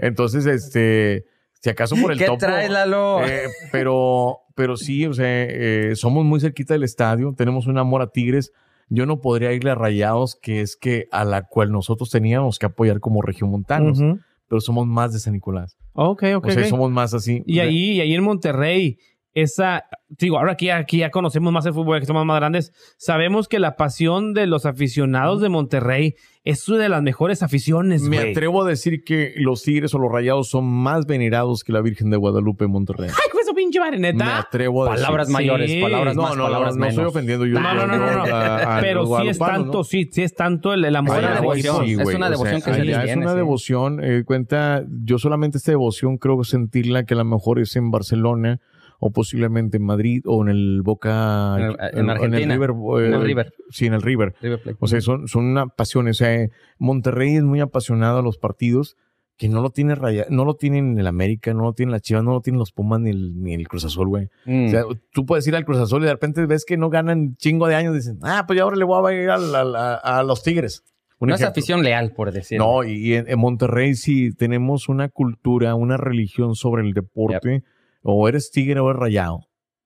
Speaker 3: Entonces, este, si acaso por el
Speaker 2: ¿Qué
Speaker 3: topo.
Speaker 2: traes, Lalo?
Speaker 3: eh, pero, pero sí, o sea, eh, somos muy cerquita del estadio, tenemos un amor a Tigres. Yo no podría irle a Rayados, que es que a la cual nosotros teníamos que apoyar como regiomontanos,
Speaker 1: Ujú.
Speaker 3: pero somos más de San Nicolás.
Speaker 1: Ok, ok.
Speaker 3: o sea,
Speaker 1: ok.
Speaker 3: somos más así.
Speaker 1: Y ahí, y ahí en Monterrey, esa, digo, ahora que ya- aquí ya conocemos más el fútbol, que somos más grandes, sabemos que la pasión de los aficionados de Monterrey es una de las mejores aficiones,
Speaker 3: Me
Speaker 1: güey.
Speaker 3: atrevo a decir que los tigres o los rayados son más venerados que la Virgen de Guadalupe en Monterrey.
Speaker 1: Ay, pues, pinche
Speaker 3: Me
Speaker 1: marineta.
Speaker 3: atrevo a decir.
Speaker 2: Palabras
Speaker 1: Sí.
Speaker 2: mayores, palabras
Speaker 3: no,
Speaker 2: más,
Speaker 3: no,
Speaker 2: palabras
Speaker 3: no, no estoy
Speaker 2: menos.
Speaker 3: ofendiendo yo.
Speaker 1: No, no, no, no, no.
Speaker 3: a- a
Speaker 1: Pero
Speaker 3: los
Speaker 1: sí es
Speaker 3: guadalupanos,
Speaker 1: tanto,
Speaker 3: ¿no?
Speaker 1: sí, sí es tanto el, el amor
Speaker 2: Es una
Speaker 1: a la
Speaker 2: devoción,
Speaker 1: afición.
Speaker 2: es
Speaker 3: güey,
Speaker 2: una devoción que se
Speaker 3: allá
Speaker 2: les
Speaker 3: Es
Speaker 2: viene,
Speaker 3: una
Speaker 2: sí.
Speaker 3: devoción. eh, cuenta, yo solamente esta devoción creo sentirla que a lo mejor es en Barcelona o posiblemente en Madrid o en el Boca.
Speaker 2: En el- en
Speaker 3: el
Speaker 2: Argentina.
Speaker 3: River. eh,
Speaker 2: En el River.
Speaker 3: Sí, en el River.
Speaker 2: River Plate.
Speaker 3: O sea, son, son una pasión. O sea, Monterrey es muy apasionado a los partidos que no lo tiene Raya, no lo tienen el América, no lo tienen las Chivas, no lo tienen los Pumas ni el, ni el Cruz Azul, güey.
Speaker 2: Mm.
Speaker 3: O sea, tú puedes ir al Cruz Azul y de repente ves que no ganan chingo de años, dicen, ah, pues ya ahora le voy a ir a, la- la- a los Tigres. Un
Speaker 2: no es
Speaker 3: ejemplo.
Speaker 2: afición leal, por decir.
Speaker 3: No, y y en, en Monterrey sí tenemos una cultura, una religión sobre el deporte. O eres tigre o eres rayado.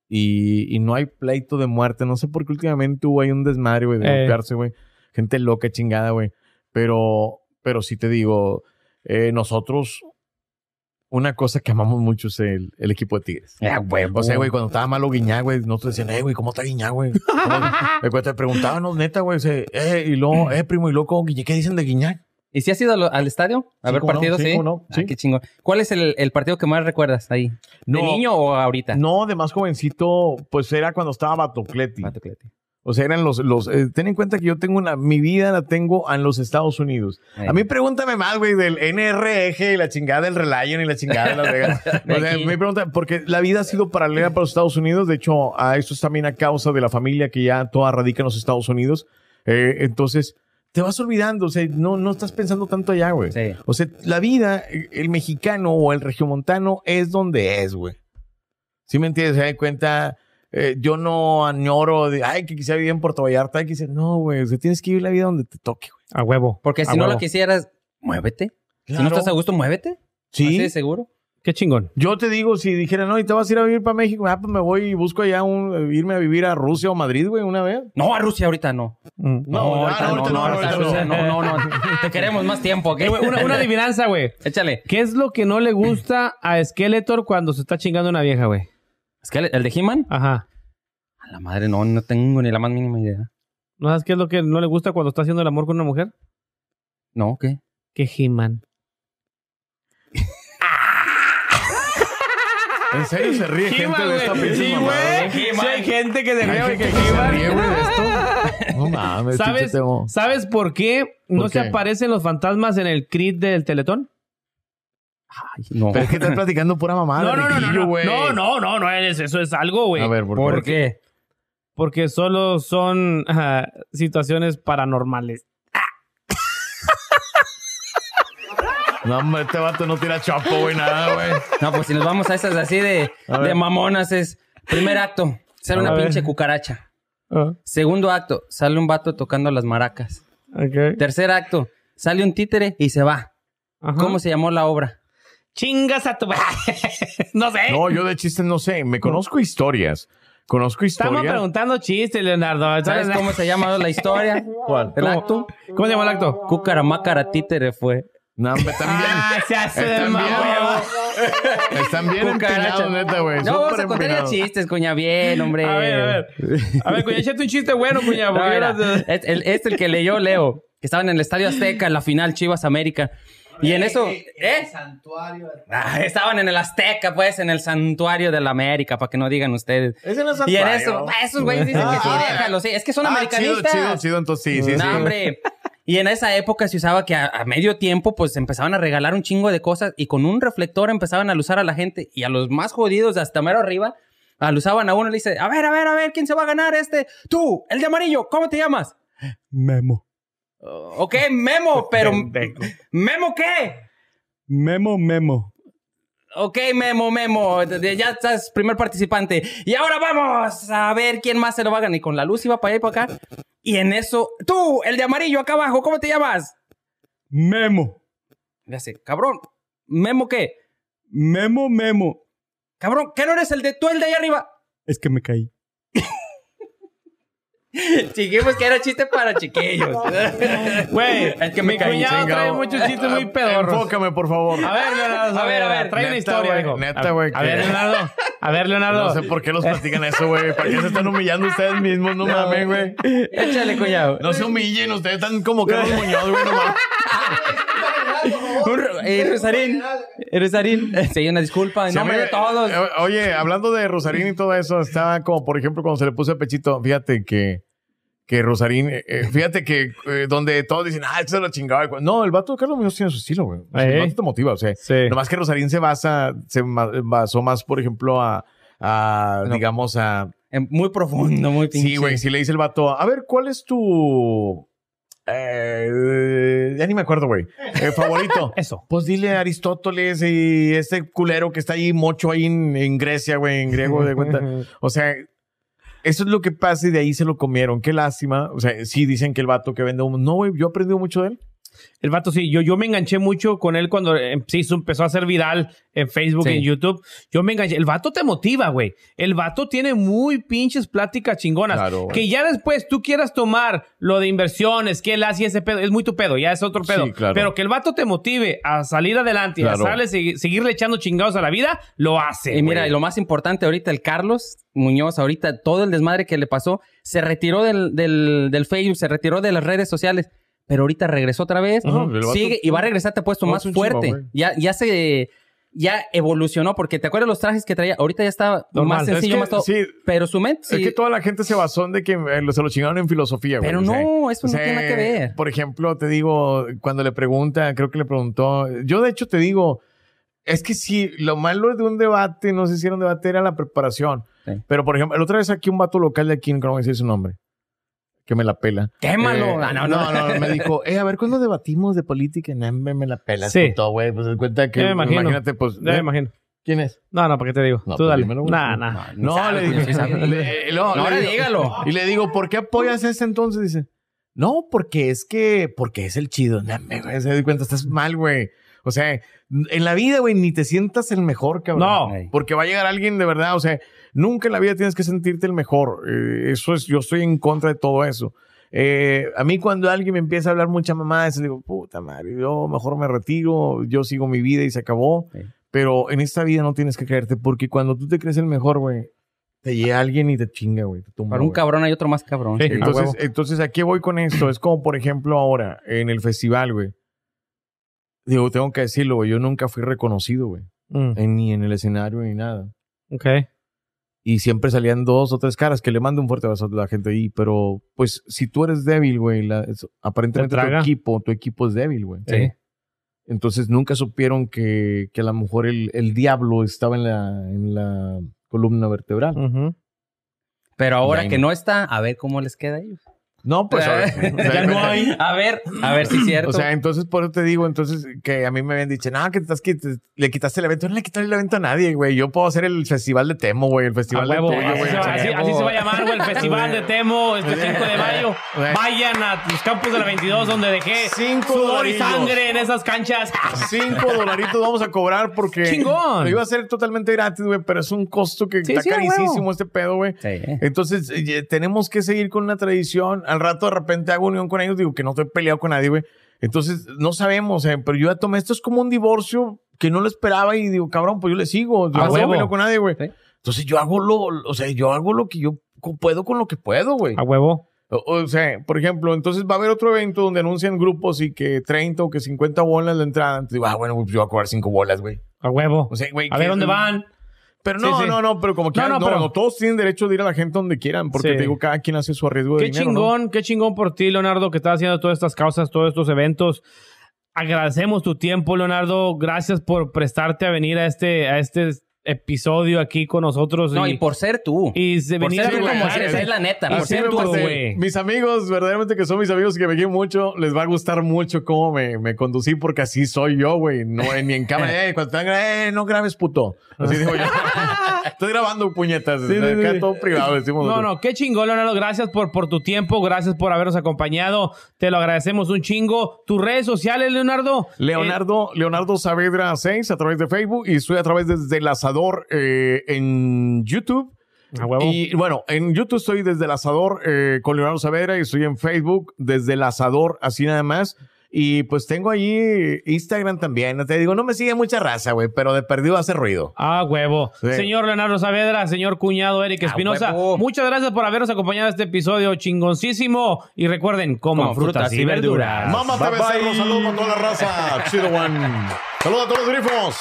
Speaker 3: Y, y no hay pleito de muerte. No sé por qué últimamente hubo ahí un desmadre, güey, de
Speaker 1: Eh.
Speaker 3: golpearse, güey. Gente loca, chingada, güey. Pero, pero sí te digo, eh, nosotros, una cosa que amamos mucho es el, el equipo de Tigres.
Speaker 2: Ya, huevo.
Speaker 3: O sea, güey, cuando estaba malo Guiñá, güey, nosotros decían, eh, güey, ¿cómo está Guiñá, güey? ¿Cómo- Te preguntábamos, neta, güey, se- eh, y luego, eh, primo, y luego, ¿cómo Guiñá? ¿qué dicen de Guiñá?
Speaker 2: ¿Y si has ido a lo- al estadio? A
Speaker 3: Sí,
Speaker 2: ver
Speaker 3: cómo no,
Speaker 2: partidos,
Speaker 3: sí,
Speaker 2: sí.
Speaker 3: cómo no,
Speaker 2: Ah,
Speaker 3: sí.
Speaker 2: qué chingón. ¿Cuál es el, el partido que más recuerdas ahí? ¿De
Speaker 3: No.
Speaker 2: niño o ahorita?
Speaker 3: No, de más jovencito, pues era cuando estaba Batocleti.
Speaker 2: Matocleti.
Speaker 3: O sea, eran los, los eh, ten en cuenta que yo tengo una, mi vida la tengo en los Estados Unidos.
Speaker 2: Eh.
Speaker 3: A mí pregúntame más, güey, del NRG y la chingada del Relion y la chingada de Las Vegas. O sea,
Speaker 2: Aquí.
Speaker 3: me preguntan, porque la vida ha sido paralela para los Estados Unidos. De hecho, ah, a esto es también a causa de la familia que ya toda radica en los Estados Unidos. Eh, entonces, te vas olvidando, o sea, no, no estás pensando tanto allá, güey.
Speaker 2: Sí.
Speaker 3: O sea, la vida, el mexicano o el regiomontano es donde es, güey. ¿Sí me entiendes? Se da cuenta, eh, yo no añoro de, ay, que quisiera vivir en Puerto Vallarta, que quisiera, no, güey, o sea, tienes que vivir la vida donde te toque, güey.
Speaker 1: A huevo.
Speaker 2: Porque
Speaker 1: A
Speaker 2: si no
Speaker 1: huevo.
Speaker 2: lo quisieras, muévete. Si no
Speaker 3: Ah, Claro.
Speaker 2: estás a gusto, muévete. Así
Speaker 3: Sí,
Speaker 2: de seguro.
Speaker 1: Qué chingón.
Speaker 3: yo te digo, si dijera, no, y te vas a ir a vivir para México, ah, pues me voy y busco allá un, irme a vivir a Rusia o Madrid, güey, una vez.
Speaker 2: No, a Rusia ahorita no.
Speaker 1: Mm.
Speaker 2: ahorita ahorita Rusia
Speaker 3: no.
Speaker 2: no, no, no. Te queremos más tiempo, ¿ok?
Speaker 1: Eh, güey, una, una adivinanza, güey.
Speaker 2: Échale.
Speaker 1: ¿Qué es lo que no le gusta a Skeletor cuando se está chingando una vieja, güey?
Speaker 2: Es que el, el de He-Man.
Speaker 1: Ajá.
Speaker 2: A la madre, no, no tengo ni la más mínima idea.
Speaker 1: ¿No sabes qué es lo que no le gusta cuando está haciendo el amor con una mujer?
Speaker 2: No, ¿qué?
Speaker 1: Que He-Man.
Speaker 3: En serio se ríe gente de esta pinche
Speaker 1: Sí,
Speaker 3: mamada,
Speaker 1: güey.
Speaker 3: güey?
Speaker 1: Sí, hay gente que se
Speaker 3: Hay
Speaker 1: ríe, güey,
Speaker 3: gente
Speaker 1: que
Speaker 3: que se
Speaker 1: He-Man.
Speaker 3: ríe, güey, de esto. No mames,
Speaker 1: ¿Sabes,
Speaker 3: pinche Temo.
Speaker 1: ¿Sabes por qué no
Speaker 3: ¿Por
Speaker 1: se
Speaker 3: qué?
Speaker 1: aparecen los fantasmas en el crit del Teletón?
Speaker 2: Ay, no.
Speaker 3: Pero es que estás platicando pura mamada. riquillo, Ah, güey.
Speaker 1: no, no, no, no, es- eso es algo, güey.
Speaker 3: A ver, ¿por,
Speaker 2: ¿Por
Speaker 3: qué?
Speaker 2: qué?
Speaker 1: Porque solo son ajá, situaciones paranormales.
Speaker 3: No, hombre, este vato no tira chapo, güey, nada, güey.
Speaker 2: No, pues si nos vamos a esas así de,
Speaker 3: A ver.
Speaker 2: de mamonas es... Primer acto, sale
Speaker 1: A
Speaker 2: una
Speaker 1: ver.
Speaker 2: pinche cucaracha.
Speaker 1: Ah,
Speaker 2: Segundo acto, sale un vato tocando las maracas.
Speaker 1: ok.
Speaker 2: Tercer acto, sale un títere y se va.
Speaker 1: Ajá.
Speaker 2: ¿Cómo se llamó la obra?
Speaker 1: Chingas a tu... no sé.
Speaker 3: No, yo de chiste no sé. Me conozco historias. Conozco
Speaker 1: Estamos
Speaker 3: historias.
Speaker 1: preguntando chistes, Leonardo.
Speaker 2: ¿Sabes cómo se llama la historia?
Speaker 3: ¿Cuál?
Speaker 2: ¿El acto?
Speaker 1: ¿Cómo se llama el acto?
Speaker 2: Cúcara, mácara, títere fue.
Speaker 3: No, hombre, están
Speaker 1: Ah, se hace de
Speaker 3: Están bien.
Speaker 1: mamón.
Speaker 3: bien. Están bien
Speaker 2: Cucaracha.
Speaker 3: empinados, neta, güey.
Speaker 2: No, vamos
Speaker 3: Súper
Speaker 2: a contar ya
Speaker 3: empinados.
Speaker 2: chistes, coña, bien, hombre.
Speaker 1: A ver, a ver. A ver, cuña, échate un chiste bueno, cuña.
Speaker 2: No,
Speaker 1: porque
Speaker 2: mira,
Speaker 1: eras-
Speaker 2: es, el, es el que leyó Leo, que estaba en el Estadio Azteca en la final Chivas América. Y en eso,
Speaker 5: Eh, El
Speaker 2: ¿eh?
Speaker 5: santuario.
Speaker 2: Ah, estaban en el Azteca, pues, en el santuario de la América, para que no digan ustedes.
Speaker 3: Ese no es
Speaker 2: Y en
Speaker 3: santuario.
Speaker 2: eso, ah, esos güeyes dicen que sí,
Speaker 3: Ah,
Speaker 2: déjalo, sí. Es que son
Speaker 3: Ah, chido,
Speaker 2: americanistas.
Speaker 3: chido, chido. Entonces sí, sí, sí.
Speaker 2: No, hombre. Y en esa época se usaba que a, a medio tiempo, pues empezaban a regalar un chingo de cosas y con un reflector empezaban a alusar a la gente y a los más jodidos de hasta mero arriba, alusaban a uno y le dice, a ver, a ver, a ver, ¿quién se va a ganar este? Tú, el de amarillo, ¿cómo te llamas? Memo. ok, Memo, pero... ¿Memo qué?
Speaker 4: Memo, memo.
Speaker 2: Ok, Memo, Memo, de- de- ya estás primer participante. Y ahora vamos a ver quién más se lo va a ganar. Y con la luz iba para allá y para acá. Y en eso, tú, el de amarillo acá abajo, ¿cómo te llamas?
Speaker 4: Memo.
Speaker 2: Le hace, cabrón, ¿Memo qué?
Speaker 4: Memo, memo.
Speaker 2: Cabrón, ¿qué no eres el de tú, el de ahí arriba?
Speaker 4: Es que me caí.
Speaker 2: Chiquillos, que era chiste para chiquillos.
Speaker 1: Güey,
Speaker 2: Es que me
Speaker 1: mi
Speaker 2: caí,
Speaker 1: cuñado trae
Speaker 3: chingado.
Speaker 1: muchos chistes muy pedorros.
Speaker 3: Enfócame, por favor.
Speaker 1: A ver, Leonardo.
Speaker 2: A ver, a ver.
Speaker 1: Trae una
Speaker 3: Neta,
Speaker 1: historia,
Speaker 3: güey,
Speaker 1: hijo.
Speaker 3: neta,
Speaker 1: A-
Speaker 3: güey,
Speaker 1: A ver,
Speaker 3: que-
Speaker 1: Leonardo. A ver, Leonardo.
Speaker 3: No sé por qué los platican eso, güey. ¿Para qué se están humillando ustedes mismos? No mames, güey.
Speaker 2: Échale, cuñado.
Speaker 3: No se humillen, ustedes están como Carlos Muñoz, güey, no mames.
Speaker 5: Ah,
Speaker 2: Un ro- eh, Rosarín, eh, Rosarín, eh, sí, una disculpa en
Speaker 3: Si a mí
Speaker 2: nombre de
Speaker 3: me-
Speaker 2: todos.
Speaker 3: eh, Oye, hablando de Rosarín y todo eso, estaba como, por ejemplo, cuando se le puso el pechito, fíjate que, que Rosarín, eh, eh, fíjate que eh, donde todos dicen, ah, esto se lo chingaba. No, el vato de Carlos Muñoz tiene su estilo, güey. O sea,
Speaker 1: Eh.
Speaker 3: El vato te motiva, o sea.
Speaker 1: Sí.
Speaker 3: Nomás que Rosarín se basa, se ma- basó más, por ejemplo, a, a, digamos, a
Speaker 2: Eh, Muy profundo, muy pinche.
Speaker 3: Sí, güey, si le dice el vato, a ver, ¿cuál es tu... eh, ya ni me acuerdo, güey. eh, favorito.
Speaker 1: Eso.
Speaker 3: Pues dile a Aristóteles y este culero que está ahí mocho ahí en, en Grecia, güey, en griego, de cuenta. O sea, eso es lo que pasa y de ahí se lo comieron. Qué lástima. O sea, sí dicen que el vato que vende humo. No, güey, yo he aprendido mucho de él.
Speaker 1: El vato, sí, yo, yo me enganché mucho con él cuando eh, se hizo- empezó a hacer viral en Facebook
Speaker 2: Sí.
Speaker 1: y en YouTube. Yo me enganché. El vato te motiva, güey. El vato tiene muy pinches pláticas chingonas.
Speaker 3: Claro, güey.
Speaker 1: que ya después tú quieras tomar lo de inversiones, que él hace y ese pedo, es muy tu pedo, ya es otro pedo.
Speaker 3: Sí, claro.
Speaker 1: Pero que el vato te motive a salir adelante y
Speaker 3: Claro.
Speaker 1: a sale- segui- seguirle echando chingados a la vida, lo hace.
Speaker 2: Y mira,
Speaker 1: güey.
Speaker 2: y lo más importante ahorita, el Carlos Muñoz, ahorita todo el desmadre que le pasó, se retiró del, del, del Facebook, se retiró de las redes sociales, pero ahorita regresó otra vez,
Speaker 3: Ajá, el vato-
Speaker 2: sigue y va a regresar, te ha puesto
Speaker 3: No,
Speaker 2: más
Speaker 3: es un
Speaker 2: fuerte.
Speaker 3: chingo, güey.
Speaker 2: ya, ya se. Ya evolucionó, porque te acuerdas los trajes que traía. Ahorita ya está
Speaker 1: Normal.
Speaker 2: más
Speaker 1: Es
Speaker 2: sencillo,
Speaker 3: que-
Speaker 2: más todo.
Speaker 3: sí.
Speaker 2: Pero su mente.
Speaker 3: Es
Speaker 2: sí.
Speaker 3: que toda la gente se basó en de que eh, lo- se lo chingaron en filosofía, güey.
Speaker 2: Pero
Speaker 3: O sea,
Speaker 2: no, eso no tiene nada que ver.
Speaker 3: Por ejemplo, te digo, cuando le pregunta, creo que le preguntó, yo de hecho te digo, es que sí, lo malo de un debate, no sé si era un debate, era la preparación.
Speaker 2: Sí.
Speaker 3: Pero por ejemplo, la otra vez aquí un vato local de aquí, no voy a decir su nombre, que me la pela.
Speaker 2: Quémalo.
Speaker 3: Eh,
Speaker 2: Ah, no,
Speaker 3: no,
Speaker 2: no.
Speaker 3: no, no, me dijo, eh, a ver, ¿cuándo debatimos de política? No, hombre, me la pelas,
Speaker 1: Sí.
Speaker 3: puto, güey. Pues se cuenta que,
Speaker 1: Ya me imagino.
Speaker 3: imagínate, pues,
Speaker 1: Ya me
Speaker 3: ¿eh?
Speaker 1: imagino.
Speaker 3: ¿quién es?
Speaker 1: No, no, ¿para qué te digo?
Speaker 3: No,
Speaker 1: Tú
Speaker 3: pues
Speaker 1: dale.
Speaker 3: dímelo, güey.
Speaker 1: Nah, nah.
Speaker 3: No,
Speaker 2: sabe,
Speaker 3: le
Speaker 2: güey, sí
Speaker 3: dije.
Speaker 2: sabe.
Speaker 3: le- eh, no, le
Speaker 2: Ahora
Speaker 3: digo-
Speaker 2: dígalo.
Speaker 3: Y le digo, ¿por qué apoyas ese entonces? Dice, no, porque es que, porque es el chido. No, hombre, güey, se da cuenta, estás mal, güey. O sea, en la vida, güey, ni te sientas el mejor, cabrón.
Speaker 1: No.
Speaker 2: Ey.
Speaker 3: Porque va a llegar alguien de verdad, o sea, nunca en la vida tienes que sentirte el mejor. Eh, eso es, yo estoy en contra de todo eso. Eh, a mí cuando alguien me empieza a hablar mucha mamada, eso digo, puta madre, yo mejor me retiro, yo sigo mi vida y se acabó.
Speaker 2: Sí.
Speaker 3: Pero en esta vida no tienes que creerte, porque cuando tú te crees el mejor, güey, te llega alguien y te chinga, güey. te tumba,
Speaker 2: Para un
Speaker 3: güey.
Speaker 2: cabrón hay otro más cabrón.
Speaker 1: Sí,
Speaker 2: Sí, a
Speaker 3: Entonces,
Speaker 2: huevo.
Speaker 3: entonces, ¿a qué voy con esto? Es como, por ejemplo, ahora, en el festival, güey. Digo, tengo que decirlo, güey, yo nunca fui reconocido, güey.
Speaker 1: Mm,
Speaker 3: en- Ni en el escenario, ni nada
Speaker 1: ok.
Speaker 3: y siempre salían dos o tres caras que le mando un fuerte abrazo a la gente ahí, pero pues si tú eres débil, güey, la- es- aparentemente
Speaker 1: Te
Speaker 3: tu
Speaker 1: traga.
Speaker 3: equipo, tu equipo es débil, güey.
Speaker 2: Sí.
Speaker 3: Entonces nunca supieron que, que a lo mejor el, el diablo estaba en la, en la columna vertebral.
Speaker 1: Ujú.
Speaker 2: Pero ahora
Speaker 3: Ya
Speaker 2: que
Speaker 3: hay-
Speaker 2: no está, a ver cómo les queda a ellos.
Speaker 3: No, pues a ver, o sea,
Speaker 2: Ya no hay. A ver, a ver si es cierto.
Speaker 3: O sea, entonces por eso te digo, entonces que a mí me habían dicho, no, que, te estás, quit- le quitaste el evento, no le quitaste el evento a nadie, güey. Yo puedo hacer el festival de Temo, güey, el
Speaker 1: A
Speaker 3: festival de
Speaker 1: huevo.
Speaker 3: Tuyo,
Speaker 1: así,
Speaker 3: güey.
Speaker 1: se
Speaker 3: o
Speaker 1: va,
Speaker 3: sea,
Speaker 1: así- así se va a llamar, güey, el Festival de Temo, este 5 de mayo.
Speaker 3: Güey.
Speaker 1: Vayan a los campos de la 22, donde dejé
Speaker 3: Cinco
Speaker 1: sudor y
Speaker 3: dolarillos.
Speaker 1: sangre en esas canchas.
Speaker 3: Cinco dolaritos vamos a cobrar porque.
Speaker 1: Chingón.
Speaker 3: Lo iba a ser totalmente gratis, güey, pero es un costo que
Speaker 1: Sí,
Speaker 3: está
Speaker 1: sí, a huevo.
Speaker 3: carísimo este pedo, güey.
Speaker 2: Sí, eh.
Speaker 3: Entonces, eh, tenemos que seguir con la tradición. Al rato de repente hago unión con ellos, digo que no estoy peleado con nadie, güey. Entonces, no sabemos, eh, pero yo ya tomé esto es como un divorcio que no lo esperaba y digo, cabrón, pues yo le sigo. Yo
Speaker 1: A Ah,
Speaker 3: no
Speaker 1: huevo.
Speaker 3: estoy peleado con nadie, güey.
Speaker 2: Sí.
Speaker 3: Entonces, yo hago lo, o sea, yo hago lo que yo co- puedo con lo que puedo, güey.
Speaker 1: A huevo.
Speaker 3: O, o sea, por ejemplo, entonces va a haber otro evento donde anuncian grupos y que 30 o que 50 bolas la entrada. Entonces digo, ah, bueno, pues yo voy a cobrar 5 bolas, güey.
Speaker 1: A huevo.
Speaker 3: O sea, güey.
Speaker 1: a
Speaker 3: que-
Speaker 1: ver dónde van.
Speaker 3: Pero no,
Speaker 1: Sí, sí.
Speaker 3: no, no, pero como quieran,
Speaker 1: no,
Speaker 3: no,
Speaker 1: pero-
Speaker 3: no, todos tienen derecho de ir a la gente donde quieran, porque
Speaker 1: Sí.
Speaker 3: te digo, cada quien hace su arriesgo de
Speaker 1: Qué
Speaker 3: dinero. ¿no?
Speaker 1: chingón, qué chingón por ti, Leonardo, que estás haciendo todas estas causas, todos estos eventos. Agradecemos tu tiempo, Leonardo. Gracias por prestarte a venir a este, a este episodio aquí con nosotros.
Speaker 2: No, y por ser tú.
Speaker 1: y se
Speaker 2: por
Speaker 1: venir
Speaker 2: ser
Speaker 1: a
Speaker 2: tú
Speaker 3: güey,
Speaker 2: como
Speaker 1: relajar,
Speaker 2: eres,
Speaker 1: güey.
Speaker 2: es la neta. Por
Speaker 3: Así
Speaker 2: ser
Speaker 3: me
Speaker 2: tú,
Speaker 3: parece.
Speaker 2: güey.
Speaker 1: güey.
Speaker 3: Mis amigos, verdaderamente que son mis amigos que me quieren mucho, les va a gustar mucho cómo me, me conducí, porque así soy yo, güey. No, eh, ni en cámara, eh, cuando te dan, eh, no grabes, puto. Así digo yo. Estoy grabando puñetas,
Speaker 1: sí,
Speaker 3: acá
Speaker 1: sí.
Speaker 3: todo privado, decimos.
Speaker 1: No,
Speaker 3: nosotros.
Speaker 1: no, qué chingón, Leonardo. Gracias por, por tu tiempo, gracias por habernos acompañado. Te lo agradecemos un chingo. Tus redes sociales, Leonardo. Eh,
Speaker 3: Leonardo, Leonardo Saavedra 6 a través de Facebook y estoy a través desde el asador eh, en YouTube.
Speaker 1: Eh, a huevo.
Speaker 3: Y bueno, en YouTube estoy desde el asador eh, con Leonardo Saavedra y estoy en Facebook desde el asador, así nada más. Y pues tengo allí Instagram también. Te digo, no me sigue mucha raza, güey, pero de perdido hace ruido.
Speaker 1: Ah, huevo.
Speaker 3: Sí.
Speaker 1: Señor Leonardo Saavedra, señor cuñado Eric
Speaker 2: Ah,
Speaker 1: Espinosa,
Speaker 2: huevo.
Speaker 1: muchas gracias por habernos acompañado a este episodio chingoncísimo. Y recuerden, coman
Speaker 2: Coman
Speaker 1: frutas, y verduras.
Speaker 3: Mamá
Speaker 2: Bye,
Speaker 3: TV Cerro,
Speaker 2: bye.
Speaker 3: saludos a toda la raza. Chido one. Saludos a todos los grifos.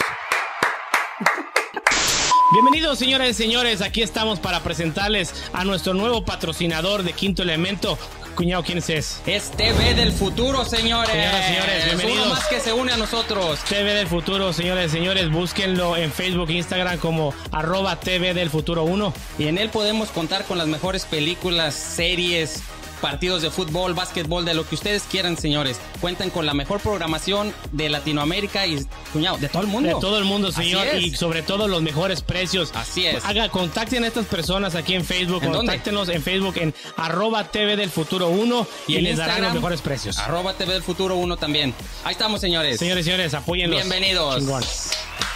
Speaker 1: Bienvenidos señoras y señores, aquí estamos para presentarles a nuestro nuevo patrocinador de Quinto Elemento. Cuñado, ¿quién es?
Speaker 2: Es TV del futuro, señores.
Speaker 1: Señoras y señores, bienvenidos.
Speaker 2: Uno más que se une a nosotros.
Speaker 1: TV del Futuro, señores y señores, búsquenlo en Facebook, Instagram como arroba TV del Futuro 1.
Speaker 2: Y en él podemos contar con las mejores películas, series, partidos de fútbol, básquetbol, de lo que ustedes quieran, señores. Cuentan con la mejor programación de Latinoamérica y, cuñado, de todo el mundo.
Speaker 1: De todo el mundo,
Speaker 2: Así
Speaker 1: señor,
Speaker 2: es.
Speaker 1: y sobre todo los mejores precios.
Speaker 2: Así es.
Speaker 1: Haga, contacten a estas personas aquí en Facebook,
Speaker 2: ¿En dónde?
Speaker 1: contáctenos en Facebook en arroba TV del Futuro 1 y, les darán los mejores precios.
Speaker 2: Ah, Arroba TV del Futuro 1 también. Ahí estamos, señores.
Speaker 1: Señores y señores, apóyenlos.
Speaker 2: Bienvenidos.
Speaker 1: Chingón.